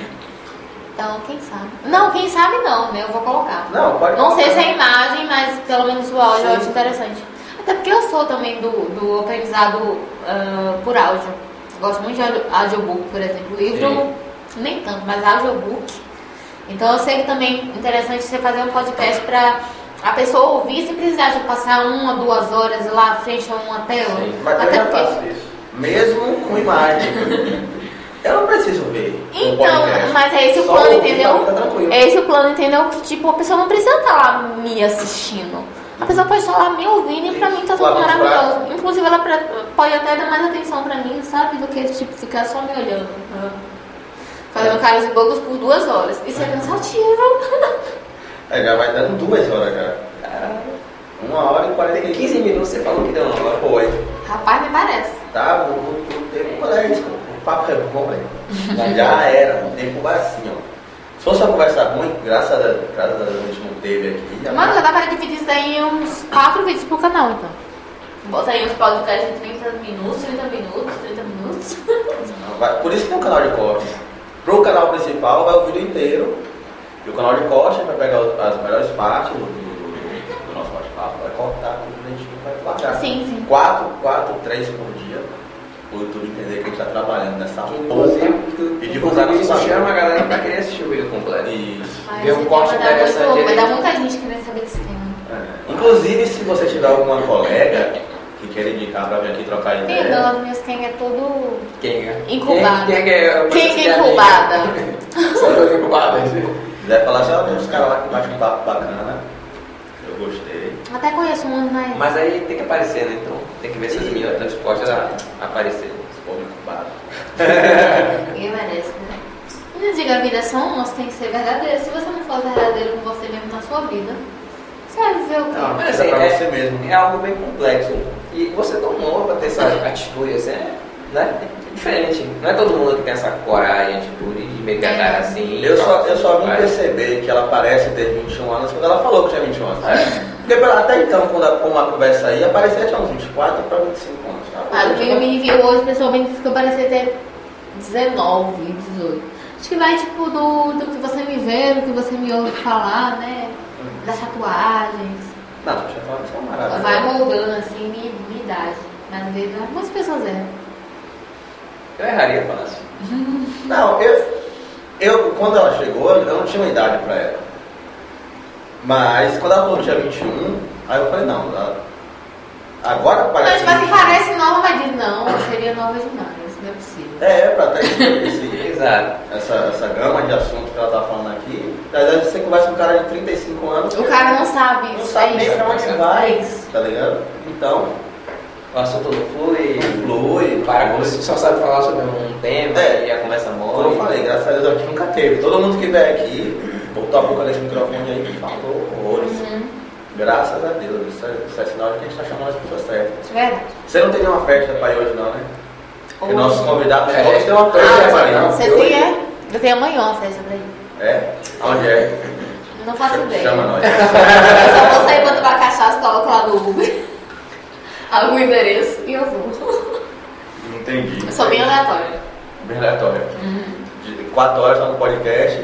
S3: Então, quem sabe? Não, quem sabe não, né? Eu vou colocar.
S1: Não, pode
S3: Não sei se
S1: colocar.
S3: é imagem, mas pelo menos o áudio eu
S1: Sim.
S3: acho interessante. Até porque eu sou também do, do aprendizado ah, por áudio. Gosto muito de audio- audiobook, por exemplo. Livro,
S2: Sim.
S3: nem tanto, mas audiobook. Então eu sei que também é interessante você fazer um podcast pra a pessoa ouvir sem precisar de passar uma, duas horas lá à frente a uma tela.
S2: Sim,
S1: Mas é eu
S3: Até
S1: já
S3: porque-
S1: faço isso. Mesmo com imagem. eu não preciso ver. o
S3: Então,
S1: podcast.
S3: mas é esse o
S1: Só
S3: plano,
S1: ouvir,
S3: entendeu?
S1: Tá tranquilo.
S3: É esse o plano, entendeu? Que tipo, a pessoa não precisa estar lá me assistindo. A pessoa pode estar lá me ouvindo e pra mim tá
S1: Lá
S3: tudo
S1: no
S3: maravilhoso.
S1: prato.
S3: Inclusive ela pra- pode até dar mais atenção pra mim, sabe? Do que tipo, ficar só me olhando. né? Fazendo caras e bocas por duas horas. Isso é cansativo.
S1: É, já vai dando duas horas já.
S2: Caralho.
S1: Uma hora e quarenta
S2: Tem 15 minutos você falou que deu uma hora.
S1: Foi.
S3: Rapaz, me parece.
S1: Tá, o, o, o tempo quando a gente. O papo é bom, velho. Já era, o tempo vai assim, ó. Se fosse uma conversa ruim, graças a Deus, graças a Deus a gente não teve aqui. já-
S3: Mano, já dá pra dividir isso daí em uns quatro vídeos pro canal, então. Bota aí uns podcasts de 30 minutos, 30 minutos, 30 minutos.
S1: Não, vai- por isso que tem um canal de cortes. Pro canal principal vai o vídeo inteiro. E o canal de corte vai pegar os- as melhores partes do, do- do nosso bate-papo, vai cortar tudo direitinho, vai placar.
S3: Sim, sim.
S1: Quatro, quatro, três por dia. O YouTube entender que a gente tá trabalhando nessa porra.
S2: Inclusive,
S1: E divulgar
S2: inclusive, isso
S1: nosso
S2: chama a galera pra querer assistir o vídeo completo.
S1: Isso.
S3: Mas
S2: Ver um
S3: esse
S2: corte
S3: tema dá muito-
S2: interessante
S3: Vai
S2: aí.
S3: dar muita gente querendo saber desse tema.
S1: É. Inclusive, se você tiver alguma colega que queira indicar pra vir aqui trocar
S3: Tem o
S1: ideia,
S3: Dona Minhas Quem é todo.
S2: Quem é?
S3: Incubada.
S2: Quem, quem é? eu
S3: Quem
S2: preciso
S3: é
S2: de amiga.
S3: incubada?
S2: São duas incubadas.
S1: quiser falar, já tem uns caras lá que batem um papo bacana. Eu gostei.
S3: Até conheço um, mas.
S2: Mas aí tem que aparecer, né? Então tem que ver se as meninas estão dispostas a aparecer.
S1: Esse povo incubado.
S3: Ninguém merece, né? Não diga, a vida é só uma, você tem que ser verdadeiro. Se você não for verdadeiro com você mesmo na sua vida, você vai viver o quê?
S1: Não,
S2: Mas
S1: é pra
S2: é-
S1: você mesmo.
S2: É algo bem complexo. E E você é tão nova ter essa atitude, assim, é, né? É diferente. Não é todo mundo que tem essa coragem, atitude de meter a
S3: É.
S2: cara assim.
S1: Eu só, eu só vim
S2: Vai.
S1: perceber que ela parece ter 21 anos quando ela falou que tinha 21 anos.
S2: É,
S1: Porque pela- até então, quando a, como a conversa ia, parecia que tinha uns 24 para 25 anos. tá?
S3: Ah, do que me viu hoje, pessoalmente, que eu parecia ter 19, 18. Acho que vai, tipo, do, do que você me vê, do que você me ouve falar, né? Das tatuagens.
S1: Não, já tava só
S2: Tá.
S1: maravilhosa.
S3: Vai moldando, assim, minha, minha idade. Mas, às vezes, algumas pessoas é. erram.
S2: Eu erraria assim. fácil.
S1: Não, eu, eu quando ela chegou, eu não tinha uma idade pra ela. Mas quando ela falou que tinha 21, aí eu falei, não, ela- agora
S3: Mas,
S1: parece.
S3: tipo assim, parece nova, mas diz, não, seria nova demais, isso não é possível.
S1: É, é pra até esse,
S2: Exato.
S1: essa, essa gama de assunto que ela tá falando aqui. Às vezes você conversa com um cara de 35 anos.
S3: O cara não sabe
S1: não
S3: isso,
S1: sabe
S3: é
S1: nem
S3: isso.
S1: pra onde
S2: é
S1: vai.
S3: isso.
S1: Tá ligado? Então,
S2: O assunto não flui.
S1: flui,
S2: Para quando você só sabe falar sobre um tema
S1: É.
S2: e a conversa
S1: Como
S2: morre.
S1: eu falei, graças a Deus aqui nunca teve. Todo mundo que veio aqui, botou a boca nesse microfone aí que falou horrores.
S3: Uhum.
S1: Graças a Deus, isso é, isso é sinal de que a gente tá chamando as pessoas certas.
S3: é Verdade.
S1: Você não tem nenhuma festa pra ir hoje não, né? Porque
S3: Hoje.
S1: nossos convidados
S2: É.
S1: todos têm uma festa
S3: Ah,
S1: pra ir. não?
S3: você tem, é? Eu tenho amanhã uma festa pra ir.
S1: É? Aonde é?
S3: Não faço
S1: Chama-
S3: ideia.
S1: Chama nós.
S3: Eu só vou sair pra tomar cachaça, coloco lá no Uber. Algum endereço e eu vou.
S1: Entendi.
S3: Eu sou bem aleatória.
S1: Bem aleatório. De 4 horas tá no podcast,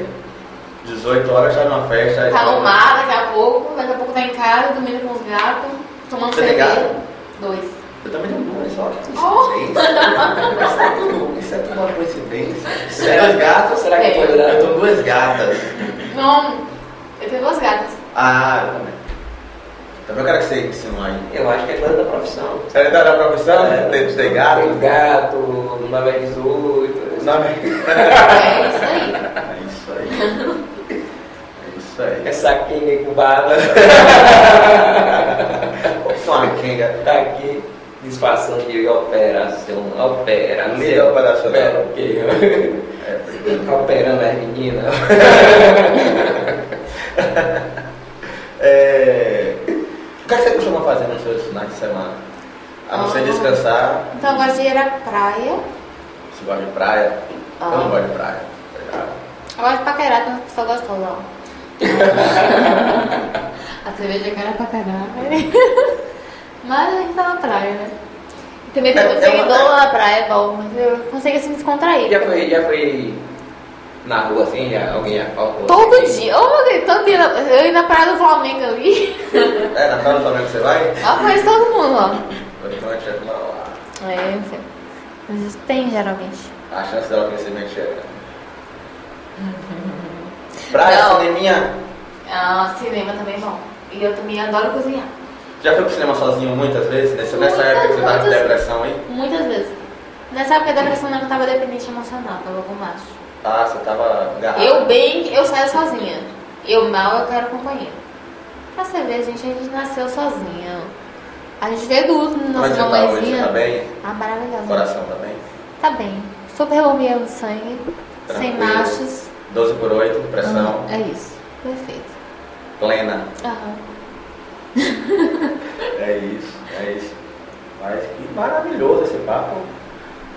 S1: 18 horas tá numa festa. aí
S3: Tá
S1: tá-
S3: no mar daqui a pouco, daqui a pouco tá em casa, dormindo com os gatos, tomando
S1: Você tem
S3: cerveja.
S1: gato?
S3: Dois.
S1: Eu também tenho duas, só que
S3: Oh!
S1: isso é tudo- isso é tudo uma coincidência.
S2: Será que gato? Será que
S3: É.
S2: foi
S1: Eu
S2: gato?
S1: tenho duas gatas.
S3: Não, eu tenho duas gatas.
S1: Ah, eu também. Também eu quero que você ensinou aí.
S2: Eu acho que é coisa da profissão.
S1: Você tá na profissão?
S2: É.
S1: Tem, tem gato?
S2: Gato, nome é 18.
S1: Não, né? mas-
S3: É isso aí.
S1: É isso aí. É isso aí.
S2: Essa quenga incubada
S1: é Opa, Kenga.
S2: tá aqui disfarçando de operação. Opera.
S1: Líder é operacional.
S2: Opera o quê?
S1: É,
S2: Fica Operando as meninas.
S1: é, O que é que você costuma fazer nos seus finais de semana? A não ser
S3: Ah.
S1: descansar,
S3: Então eu gosto de ir à praia.
S1: você gosta de praia. Eu não
S3: Ah.
S1: gosto de praia. tá ligado?
S3: Eu gosto de paquerar, tem uma pessoa gostosa, ó. A cerveja é cara pra caralho. Mas a gente tá na praia, né? E Também tem
S1: É-
S3: muito
S1: é uma-
S3: seguidor na praia, é bom, mas eu consigo assim descontrair.
S2: já, foi, já foi na rua assim? Já, alguém já faltou?
S3: Todo dia, oh meu Deus, todo dia, eu ia na praia do Flamengo ali,
S1: É, na casa do Flamengo você vai?
S3: ó, conheço todo mundo, ó.
S1: Então a tcheca lá.
S3: É, não sei. Mas tem geralmente.
S1: A chance dela conhecer minha tcheca. Praia,
S3: Uhum. Não.
S1: cineminha.
S3: Ah, cinema também é bom. E eu também adoro cozinhar.
S1: Já foi pro cinema sozinho muitas vezes? Nessa, nessa
S3: Muitas,
S1: época que você tava de
S3: muitas.
S1: depressão, hein?
S3: Muitas vezes. Nessa época da depressão não, eu tava dependente emocional, tava com macho.
S1: Ah, você tava agarrado.
S3: Eu bem, eu saio sozinha. Eu mal, eu quero companhia. Pra você ver, gente, a gente nasceu sozinha. A gente veio do último,
S1: Como é que
S3: nossa
S1: você tá hoje? Você
S3: mamãezinha.
S1: tá bem?
S3: Ah, maravilhosa.
S1: O coração tá bem?
S3: Tá bem. Super bombeando do sangue. Sem
S1: Tranquilo.
S3: machos.
S1: 12 por 8, pressão
S3: Aham, É isso. Perfeito.
S1: plena.
S3: Aham.
S1: É isso, é isso. Mas que maravilhoso esse papo.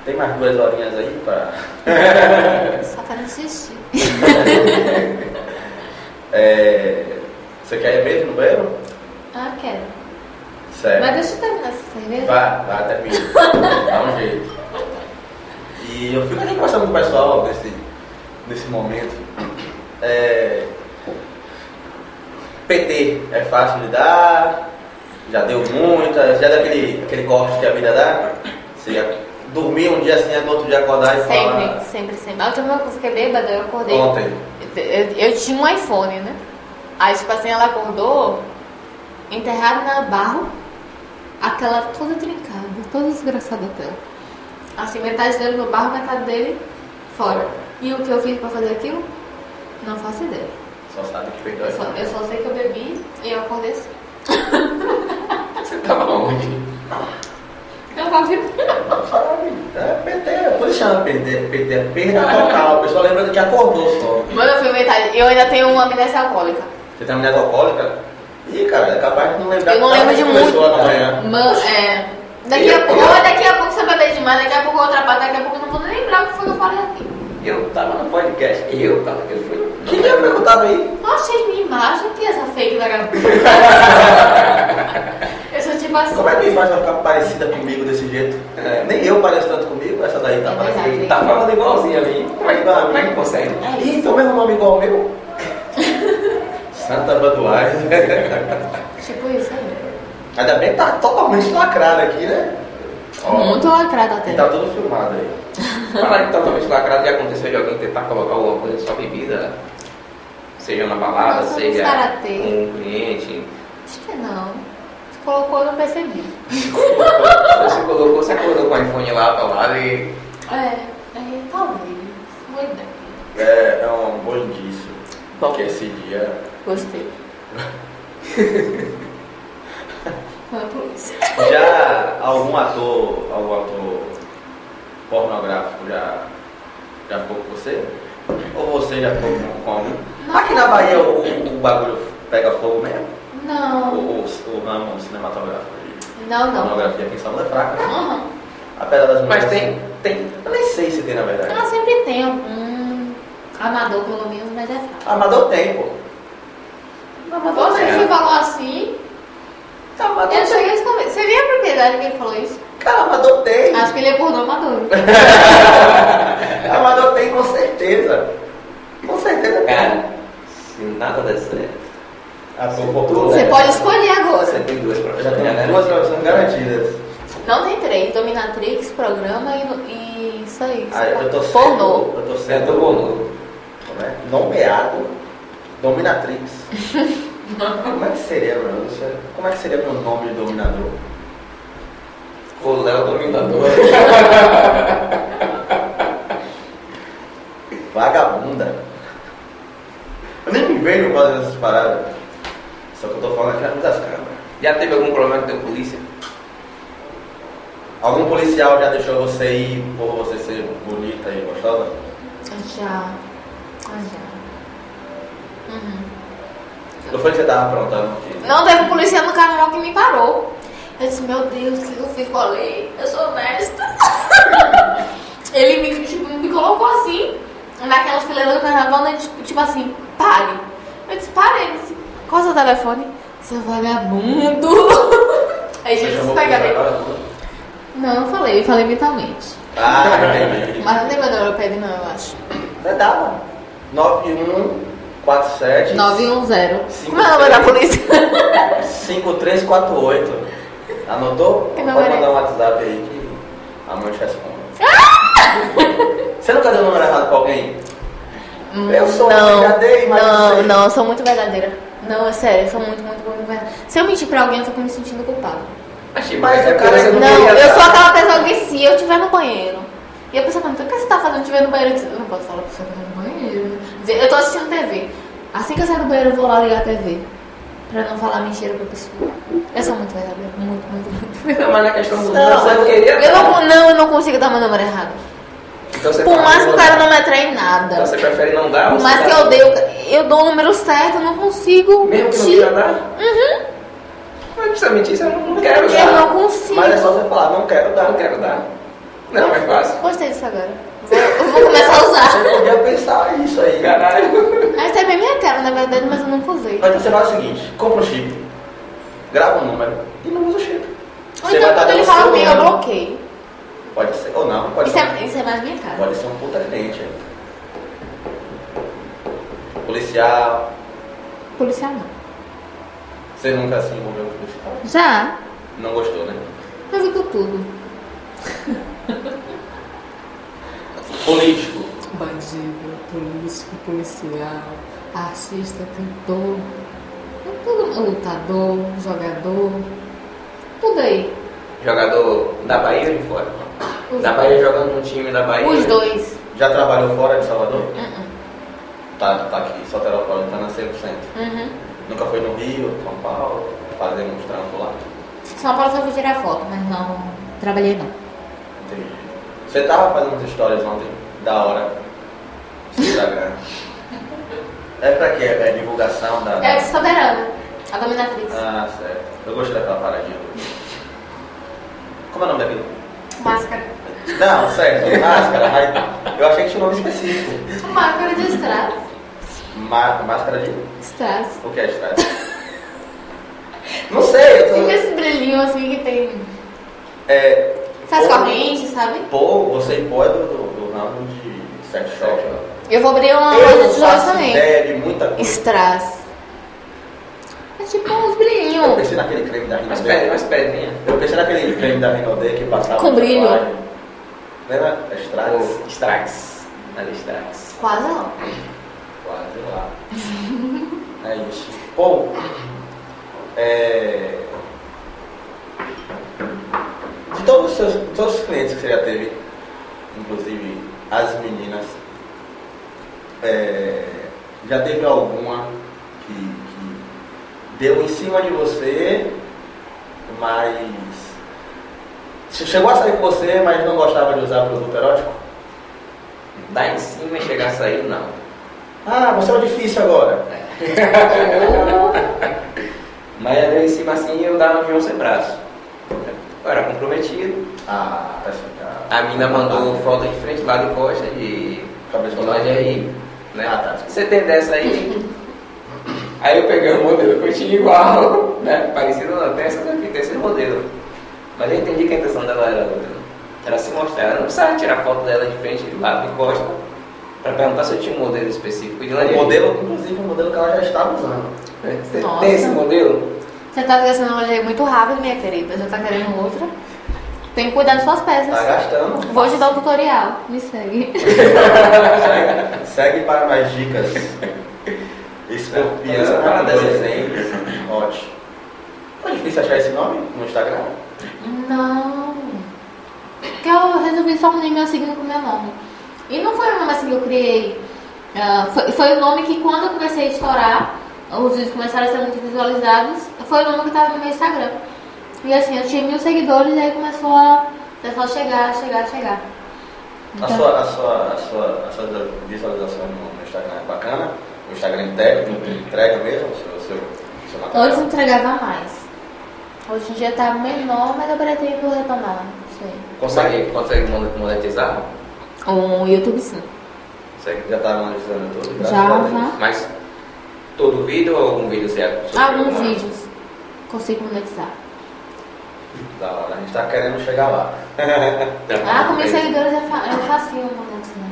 S1: Tem mais duas horinhas aí pra.
S3: Só para xixi.
S1: É, Você quer ir mesmo no banheiro?
S3: Ah, quero. Mas
S1: Sério.
S3: deixa eu terminar essa cerveja.
S1: Vá, vá até mim. Dá um jeito. E eu fico aqui conversando com o pessoal nesse, nesse momento. É, PT é fácil de dar, já deu muita, já deu aquele, aquele corte que a vida dá. Você ia dormir um dia assim, no outro dia acordar e falar.
S3: Sempre, sempre, sempre. A última vez que eu fiquei bêbada, eu acordei.
S1: Ontem.
S3: Eu, eu tinha um iPhone, né? Aí, tipo assim, ela acordou enterrada na barro, a tela toda trincada, toda desgraçada a tela. Assim, metade dele no barro, metade dele fora. E o que eu fiz pra fazer aquilo? Não faço ideia.
S1: Só sabe que perdeu.
S3: Eu só, eu só sei que eu bebi e eu acordei assim.
S2: Você tava onde?
S3: Eu faço ideia.
S1: É PT, eu tô deixando PT, PT é perda total. O pessoal lembra que acordou só.
S3: Mas eu fui metade. Eu ainda tenho uma amnésia alcoólica.
S1: Você tem amnésia alcoólica? Ih, cara, é capaz de não lembrar.
S3: Eu não lembro de
S1: Começou
S3: muito.
S1: amanhã.
S3: Mas, é, Daqui a pouco, ou daqui a pouco você vai beber demais, daqui a pouco eu atrapaço, daqui a pouco eu não vou nem lembrar o que foi que eu falei aqui.
S2: Eu tava no podcast. Eu tava, eu fui. no-
S1: Que dia foi que eu tava aí?
S3: Eu achei minha imagem que essa fake da garota. eu sou tipo assim.
S1: Como é que minha imagem vai ficar parecida comigo desse jeito? É, nem eu pareço tanto comigo, essa daí tá
S3: É
S1: parecida.
S3: verdade.
S2: Tá falando igualzinho ali. Como é que, como é que consegue?
S3: É
S1: Ih,
S3: isso.
S1: tem o mesmo um nome igual ao meu? Santa Baduagem. é?
S3: Tipo isso aí.
S1: Ainda bem que tá totalmente lacrado aqui, né? Ó,
S3: Muito lacrado
S1: E
S3: até.
S1: tá tudo filmado aí.
S2: Falar que totalmente então, lacrado já aconteceu de alguém tentar colocar alguma coisa em sua bebida. Seja na balada,
S3: Nossa,
S2: seja
S3: nos karatê.
S2: com um cliente.
S3: Acho que não. Você colocou, eu não percebi.
S2: Você colocou, você acordou com o iPhone lá pra lá e.
S3: É, é talvez. Boa ideia.
S1: É, é um bom indício. Porque esse dia.
S3: Gostei. Foi a polícia.
S1: Já algum ator, algum ator pornográfico já, já ficou com você? Ou você já ficou com, com algum?
S3: Não.
S1: Aqui na Bahia o, o- o bagulho pega fogo mesmo? O,
S3: Não.
S1: o, o ramo cinematográfico de
S3: Não, não.
S1: pornografia aqui em São Paulo é fraca, né?
S3: Aham.
S1: Apesar das
S2: Mas
S1: mulheres- assim.
S2: tem, tem.
S1: Eu nem sei se tem na verdade.
S3: Ela sempre tem algum amador, pelo menos, mas é fraco.
S1: Amador tem, pô.
S3: Amador,
S2: tem.
S3: você falou assim,
S1: Amador
S3: eu
S1: tem.
S3: cheguei a descobrir. Você viu a propriedade que ele falou isso?
S1: Cara, amador tem.
S3: Acho que ele é pornô maduro.
S1: Amador tem com certeza. Com certeza
S2: Cara, se nada der certo.
S1: Ator popular.
S3: Você pode escolher
S2: Você
S3: agora.
S2: tem duas
S1: Eu
S2: profissões.
S1: já
S2: né?
S1: tenho duas opções garantidas.
S3: Não tem três, Dominatrix, programa e, no- e isso aí.
S1: Ah, eu tô sendo,
S3: pornô.
S1: Eu tô
S2: Você é
S1: sendo
S2: do Bono.
S1: como é? nomeado dominatrix. como é que seria, meu? Isso é- Como é que seria meu nome de dominador?
S2: O Léo Dominador.
S1: Vagabunda. Eu nem me vejo quase nessas paradas. Só que eu tô falando aqui atrás das câmeras.
S2: Já teve algum problema com a polícia?
S1: Algum policial já deixou você ir por você ser bonita e gostosa?
S3: Já. Ah, já. Uhum.
S1: Não foi que você tava aprontando aqui?
S3: Não, teve um policial no carnaval que me parou. Eu disse, meu Deus, o que eu fiz? Falei, eu sou honesta. Ele me, tipo, me colocou assim, naquela fileira do carnaval, né, tipo, tipo assim, pare. Eu disse, pare. Ele disse, qual é o seu telefone? Seu vagabundo. Aí
S1: Você
S3: Jesus
S1: chamou
S3: pega
S1: o
S3: bem.
S1: policial agora?
S3: Não, eu falei, eu falei mentalmente.
S1: Ah, entendi.
S3: Mas não tem meu número pra ele não, eu acho.
S1: Você dava. 9147
S3: 910.
S1: Cinco,
S3: Como é o nome da
S1: seis.
S3: polícia?
S1: 5348. Anotou?
S3: Que
S1: Pode
S3: número é
S1: mandar um WhatsApp aí que a mãe te responde.
S3: Ah!
S1: Você nunca deu o número errado pra alguém? Hum, Eu sou
S3: não,
S1: verdadeira, mas
S3: Não,
S1: eu sei.
S3: não, eu sou muito verdadeira. Não, é sério, eu sou muito, muito, muito verdadeira. Se eu mentir pra alguém, eu fico me sentindo culpada.
S2: Achei
S1: Mas
S2: mais é
S1: o cara
S2: você
S1: Eu
S3: Não,
S1: não queria
S3: eu sou
S1: nada.
S3: aquela pessoa que se eu estiver no banheiro e a pessoa pergunta, o que você tá fazendo estiver no banheiro? Eu, disse, eu não posso falar pra você que eu tô no banheiro. Quer dizer, Eu tô assistindo TV. Assim que eu sair do banheiro, eu vou lá ligar a TV. Pra não falar mentira pra pessoa. Eu sou muito verdadeira, muito, muito, muito.
S2: Não, mas na questão do
S1: Não,
S2: você
S1: eu-
S2: queria.
S3: Eu não, não, eu não consigo dar meu número errado.
S2: Então você
S1: tá
S3: Por mais que o cara
S2: prefere-
S3: não me atrai em nada.
S2: Então você prefere não dar?
S3: Por
S2: você
S3: mais
S2: dá?
S3: que eu dê, o- eu dou o número certo, eu não consigo.
S2: Mesmo que não
S3: mentir.
S2: queira dar? Uhum. Mas precisa mentir, isso eu não não quero
S3: Eu
S2: dar.
S3: não consigo.
S1: Mas é só você falar, não quero dar.
S2: Não quero dar. Não, é fácil.
S3: Gostei disso agora. Vou, eu vou começar a usar.
S1: Você podia pensar isso aí.
S2: Caralho.
S3: Essa é bem minha cara, na verdade, mas eu nunca usei.
S1: Mas então você faz o seguinte, compra um chip, grava um número e não usa o chip.
S3: Ou
S1: tá
S3: então quando ele fala comigo, eu bloqueio.
S1: Pode ser, ou não, né? pode
S3: Isso
S1: ser. um-
S3: é, isso é mais minha cara.
S1: Pode ser um puta cliente. Policial,
S3: Policial não.
S1: você nunca se envolveu com policial?
S3: Já,
S1: Não gostou, né?
S3: eu vi com tudo.
S1: Político.
S3: Bandido, político, policial, artista, cantor, tudo, lutador, jogador, tudo aí.
S2: Jogador da Bahia ou de fora?
S3: Os
S2: Da Bahia jogando no time da Bahia.
S3: Os dois.
S1: Já trabalhou fora de Salvador?
S3: Uh-uh.
S1: Tá, tá aqui, só Teropolitana 100%.
S3: Uhum.
S1: Nunca foi no Rio, São Paulo, fazer uns trampos lá?
S3: São Paulo só fui tirar foto, mas não trabalhei não.
S1: Entendi. Você tava fazendo umas histórias ontem, da hora, no Instagram. é pra quê? É divulgação da...
S3: É de soberana, a dominatrix.
S1: Ah, certo. Eu gostei daquela paradinha. Como é o nome daquele?
S3: Máscara.
S1: Não, certo. Máscara. vai- Eu achei que tinha um nome específico.
S3: Máscara de estrada.
S1: Ma- máscara de...
S3: Strass.
S1: O que é estrada? Não sei, eu
S3: Tem
S1: tô...
S3: esse brilhinho assim que tem.
S1: É,
S3: Faz
S1: pô,
S3: corrente, sabe?
S1: Pô, você pô é do, do, do ramo de sex shop. ó.
S3: Eu vou abrir uma
S1: eu
S3: loja
S1: não
S3: de joias
S1: faço
S3: também.
S1: ideia de muita coisa.
S3: Strass. É tipo uns
S1: Eu
S3: brilhinhos.
S1: pensei naquele creme da
S2: Mas pedra,
S1: Rinode.
S2: mas pedrinha.
S1: Eu pensei naquele creme da Rinode que passava
S3: Com
S1: na
S3: brilho.
S1: tatuagem. Não era Strax?
S2: Ou Strax. Era Strax.
S3: Quase não.
S2: Quase lá.
S1: É isso. Pô, é... De todos os, seus, de todos os clientes que você já teve, inclusive as meninas, é, já teve alguma que, que deu em cima de você, mas... che- Chegou a sair com você, mas não gostava de usar produto erótico?
S2: Dar em cima e chegar a sair, não.
S1: Ah, você é o difícil agora.
S2: Mas eu dei em cima assim eu dava um avião sem braço. Eu era comprometido.
S1: Ah, tá explicado.
S2: A mina mandou um foto de frente, lado e costa de
S1: Cabeça
S2: de lingerie. Né?
S1: Ah, tá.
S2: Você tem dessa aí? Aí eu peguei o modelo que eu tinha igual, né? Parecido não, tem essa daqui, tem esse modelo. Mas eu entendi que a intenção dela era outra. Era se mostrar, ela não precisava tirar foto dela de frente, de lado, de costa, pra perguntar se eu tinha um modelo específico de
S1: O
S2: lingerie.
S1: modelo, inclusive, o modelo que ela já estava usando.
S2: Né? Você
S3: Nossa.
S2: tem esse modelo?
S3: Você tá gastando uma olhei muito rápido, minha querida. Já tá querendo outra. Tem que cuidar das suas peças.
S1: Tá gastando.
S3: né? Vou te dar o tutorial. Me segue.
S1: Segue para mais dicas. Escorpião
S2: Não,
S1: para
S2: para dois.
S1: desenhos. Ótimo. Foi difícil achar esse nome no Instagram?
S3: Não. Porque eu resolvi só unir meu signo com meu nome. E não foi o nome assim que eu criei. Ah, foi, foi o nome que quando eu comecei a estourar, os vídeos começaram a ser muito visualizados, foi o nome que tava no meu Instagram. E assim, eu tinha mil seguidores e aí começou a, começou a chegar, chegar, chegar.
S1: A
S3: Então,
S1: sua, a, sua, a, sua, a sua visualização no no Instagram é bacana? O Instagram entrega, entrega mesmo o seu, seu, seu material?
S3: antes eu entregava mais. Hoje em dia tá menor, mas eu pretendo retomar. Não sei.
S2: Consegue, consegue mon- monetizar?
S3: Um YouTube sim.
S2: Consegue.
S1: Já está analisando tudo? graças
S3: Já,
S1: a Deus.
S3: já.
S2: Mas todo vídeo ou algum vídeo você
S3: Alguns vídeos consigo monetizar.
S1: Da hora, a gente está querendo chegar lá.
S3: Ah, com meus seguidores é, fa é facinho monetizar.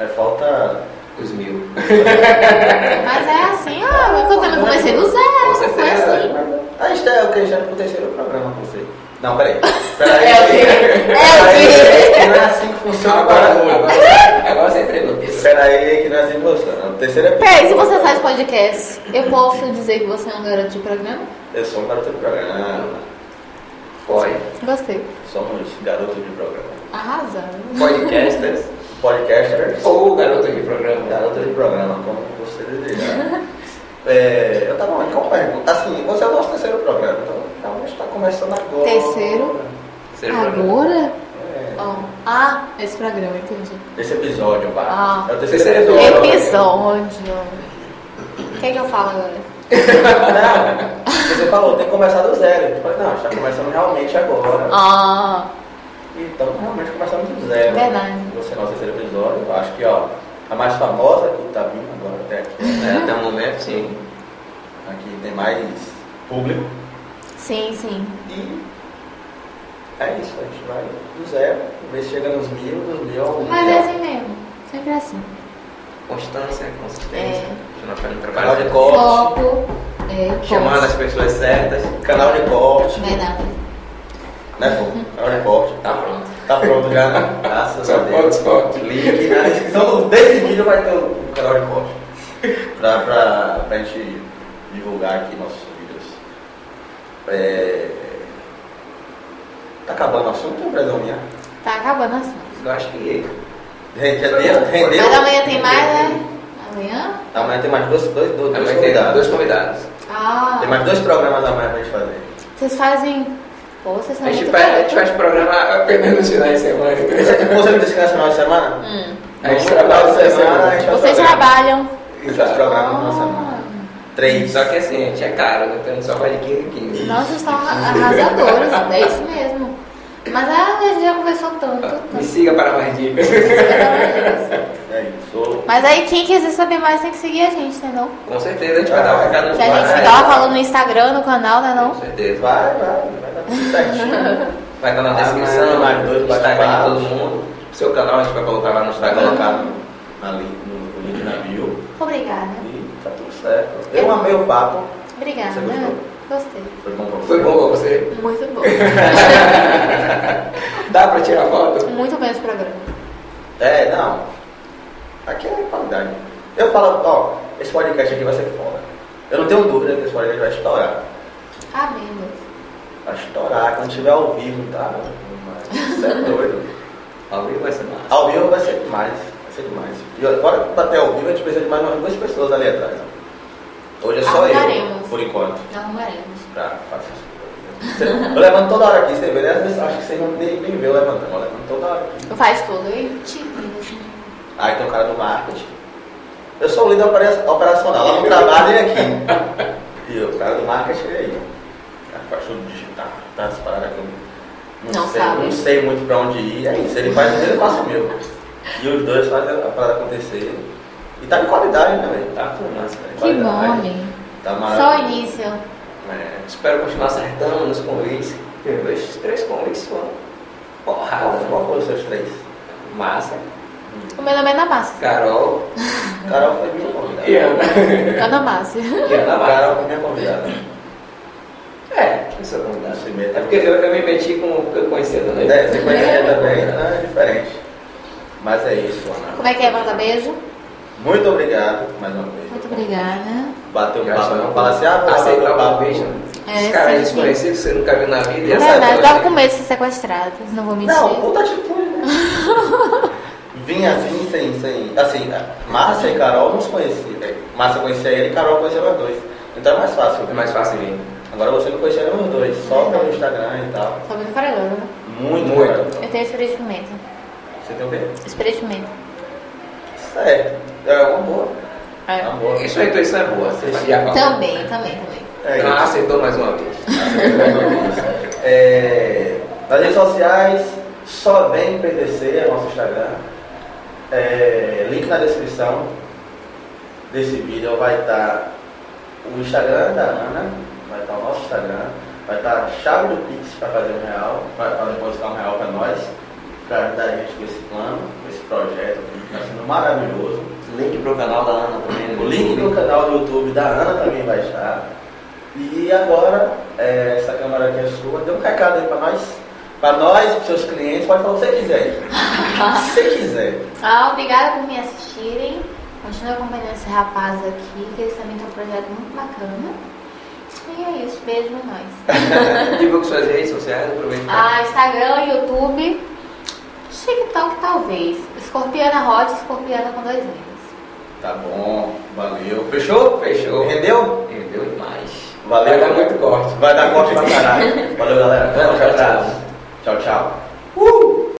S1: É falta
S2: Os mil.
S3: Mas é assim, ó, eu também comecei do zero,
S2: Com
S3: foi
S2: certeza.
S3: assim.
S1: A gente é o que já é o terceiro programa com você. Não, peraí. Peraí.
S3: É o quê? É o quê?
S1: Peraí, que não é assim que funciona
S2: Agora,
S1: o
S2: agora,
S1: bagulho.
S2: agora você entregou.
S1: Peraí, que não é assim que funciona. O terceiro é.
S3: Peraí, se você faz podcast, eu posso dizer que você é um garoto de programa?
S1: Eu sou um garoto de programa.
S2: Pode.
S3: Gostei.
S1: Somos garotos de programa.
S3: Arrasando.
S2: Podcasters
S1: Podcasters.
S2: ou garota de programa.
S1: Garota de programa, como você desejar. É, eu tava aqui com uma pergunta. Assim, você é o nosso terceiro programa, então realmente tá começando agora.
S3: Terceiro?
S2: Ser um programa.
S3: Agora?
S1: É.
S3: Ó, Ah, esse programa, entendi.
S1: Esse episódio, pá.
S3: Ah.
S1: É o terceiro
S2: Terceiro
S1: episódio.
S3: Episódio. O que é que eu falo agora?
S1: Não, você falou, tem que começar do zero. Eu falei, não, a gente tá começando realmente agora.
S3: Ah,
S1: Então, realmente começamos do zero.
S3: Verdade.
S1: Você não terceiro episódio, eu acho que, ó, a mais famosa que tá vindo agora até aqui.
S2: É, até o momento, sim.
S1: Aqui tem mais público.
S3: sim, sim.
S1: E é isso, a gente vai do zero, ver se chega nos mil, dos mil um ao
S3: Mas é
S1: milhão.
S3: assim mesmo. Sempre assim.
S2: Constância, consistência.
S3: É.
S2: Continuar fazendo
S1: Canal de
S2: trabalho.
S1: corte,
S3: Foco. É, foco.
S2: Chamando as pessoas certas.
S1: canal de corte, né,
S3: Verdade.
S1: pô? Canal de corte.
S2: Tá pronto.
S1: Tá pronto já, né?
S2: Tá
S1: Graças a Deus.
S2: corte.
S1: Link né? na descrição desse vídeo vai ter o canal de corte. Pra, pra, pra gente divulgar aqui nossos vídeos. É... Tá acabando o assunto, Brezominha?
S3: Tá acabando assim.
S2: Eu acho que
S1: Gente, é deu, rendeu.
S3: Mas amanhã tem mais, né? Amanhã?
S1: Amanhã tem mais dois, dois, dois, dois
S2: também tem dois
S1: convidados.
S2: convidados.
S3: Ah.
S1: Tem mais dois programas amanhã pra gente fazer.
S3: Vocês fazem. Pô, vocês são
S2: A gente,
S3: muito
S2: faz, a gente
S3: garotos.
S2: faz programa apenas nos finais de semana.
S1: Você, você não descansa no final tipo de semana?
S3: Hum.
S2: A gente
S1: No
S2: trabalha
S1: final de
S2: no
S1: semana.
S2: semana.
S1: a gente faz
S3: Vocês
S1: programa.
S3: trabalham. Ah,
S1: A gente faz é programa no final de semana. Ah. Três.
S2: Só que assim, a gente é caro, né? então a gente só vai de 15 em 15.
S3: Nossa, vocês são arrasadores. É isso mesmo. Mas ah, a gente já conversou tanto.
S2: Me
S3: tanto.
S2: siga para mais dicas.
S1: É isso. Sou-
S3: Mas aí quem quiser saber mais tem que seguir a gente, né não?
S2: Com certeza, a gente vai
S1: É.
S2: dar um recado no
S3: Se a gente
S2: canal.
S3: ficar falando no Instagram, no canal, né
S2: Com
S3: não?
S2: certeza. Vai,
S1: Vai, vai, vai dar tudo certinho.
S2: vai estar na
S1: Ah,
S2: descrição,
S1: mais dois,
S2: no Instagram de
S1: bate-papo.
S2: todo mundo. Seu canal a gente vai colocar lá no
S1: Vai
S2: Instagram.
S1: colocar no- na link, no, no link na bio
S3: Obrigada.
S1: e tá tudo certo. Eu amei o papo.
S3: Obrigada.
S1: Você gostou?
S3: Gostei.
S1: Foi bom pra você.
S2: Foi bom pra você?
S3: Muito bom.
S2: Dá pra tirar foto?
S3: Muito bem esse programa.
S1: É, não. Aqui é qualidade. Eu falo, ó, esse podcast aqui vai ser foda. Eu não tenho dúvida que esse podcast vai estourar.
S3: Amém, Deus.
S1: Vai estourar. Quando tiver ao vivo, tá? Mas Isso é doido.
S2: Ao vivo vai ser massa.
S1: Ao vivo vai ser demais. Vai ser demais. E olha, fora que bater ao vivo, a gente precisa de mais umas duas pessoas ali atrás. Hoje é só eu,
S3: Arrumaremos.
S1: por enquanto.
S3: Arrumaremos.
S1: Pra fazer isso. Eu levanto toda hora aqui, você vê, né? Às vezes acho que vocês não nem, nem vê eu levantando, eu levanto toda hora.
S3: Faz tudo. Eu te vi, assim.
S1: Aí tem o cara do marketing. Eu sou o líder opera- operacional, lá no trabalho e aqui. E o cara do marketing ele é aí. ó. Cara, faz tudo digital, tá as paradas que eu não,
S3: Não
S1: sei,
S3: sabe.
S1: não sei muito pra onde ir. É isso, ele faz o dele, eu faço o meu. E os dois fazem a parada acontecer. E tá de qualidade, né, velho? Tá com massa, né?
S3: Que bom,
S1: Qualidade.
S3: amém.
S1: Tá
S3: Só
S1: maravilhoso.
S3: o início.
S1: É.
S2: Espero continuar acertando nos convites. Teve dois, três convites foram
S1: Qual,
S2: porrada.
S1: qual
S2: né?
S1: foi os seus três?
S2: Massa,
S3: O meu nome é Ana Márcia.
S2: Carol
S1: Carol foi minha convidada.
S2: e Ana.
S3: Ana Márcia.
S2: E Ana Mara.
S1: Carol foi minha convidada.
S2: É, isso é convidado.
S1: Se
S2: É
S1: meta.
S2: porque eu, eu me meti com o que eu conhecia da noite.
S1: É, você conhecia também, né? é diferente. Mas é isso, Ana.
S3: Como é que é? Manda beijo.
S1: Muito obrigado mais uma vez.
S3: Muito obrigada.
S1: Bateu um papo,
S2: Gratidão.
S1: não fala assim, ah, vou lá
S2: Aceitar
S1: bater um
S2: o
S1: papo.
S2: convite.
S3: É,
S2: Os caras
S3: sim,
S2: desconhecidos que você nunca viu na vida. e
S3: É
S2: essa
S3: verdade,
S2: voz,
S3: tava com
S2: né?
S3: medo de ser sequestrada. Não vou mentir.
S1: Não, puta atitude, né? Vim assim, sem, sem. Assim, Márcia e Carol não se conheciam. É, Márcia conhecia ele e Carol conhecia nós dois. Então é mais fácil.
S2: É mais fácil vir.
S1: Agora você não conhecia nenhum dos dois,
S3: É.
S1: só pelo Instagram e tal.
S3: Sou muito caralhona. né?
S1: Muito,
S2: Muito.
S1: cara.
S3: Eu tenho espírito de pimenta.
S1: Você tem o quê?
S3: Espírito de pimenta.
S1: Certo. É uma boa.
S3: É.
S1: É uma boa.
S2: Isso a intuição é boa. Você sabia falar.
S3: Também, também, também.
S1: É
S2: Ela
S1: isso.
S2: aceitou mais uma vez.
S1: É, nas redes sociais, só vem PDC, é o nosso Instagram. É, link na descrição desse vídeo vai estar o Instagram da Ana, vai estar o nosso Instagram, vai estar a chave do Pix para fazer um real, para depositar um real para nós, para ajudar a gente com esse plano, com esse projeto, que está sendo maravilhoso.
S2: Link pro canal da Ana também. né?
S1: O link do canal do YouTube da Ana também vai estar. E agora, é, essa câmera aqui é sua. Dê um recado aí pra nós. Pra nós, pros seus clientes, pode falar o que você quiser. aí. O que você quiser.
S3: Ah, obrigada por me assistirem. Continua acompanhando esse rapaz aqui, que ele também tem um projeto muito bacana. E é isso, beijo pra nós.
S2: Divulgue suas redes sociais, aproveita.
S3: Ah, Instagram, YouTube, TikTok talvez. Escorpiana Hot, escorpiana com dois N's.
S1: Tá bom, valeu. Fechou?
S2: Fechou.
S1: Rendeu?
S2: Rendeu demais.
S1: Valeu.
S2: Vai dar muito corte.
S1: Vai dar corte pra caralho. Valeu, galera. Um abraço. Tchau, tchau.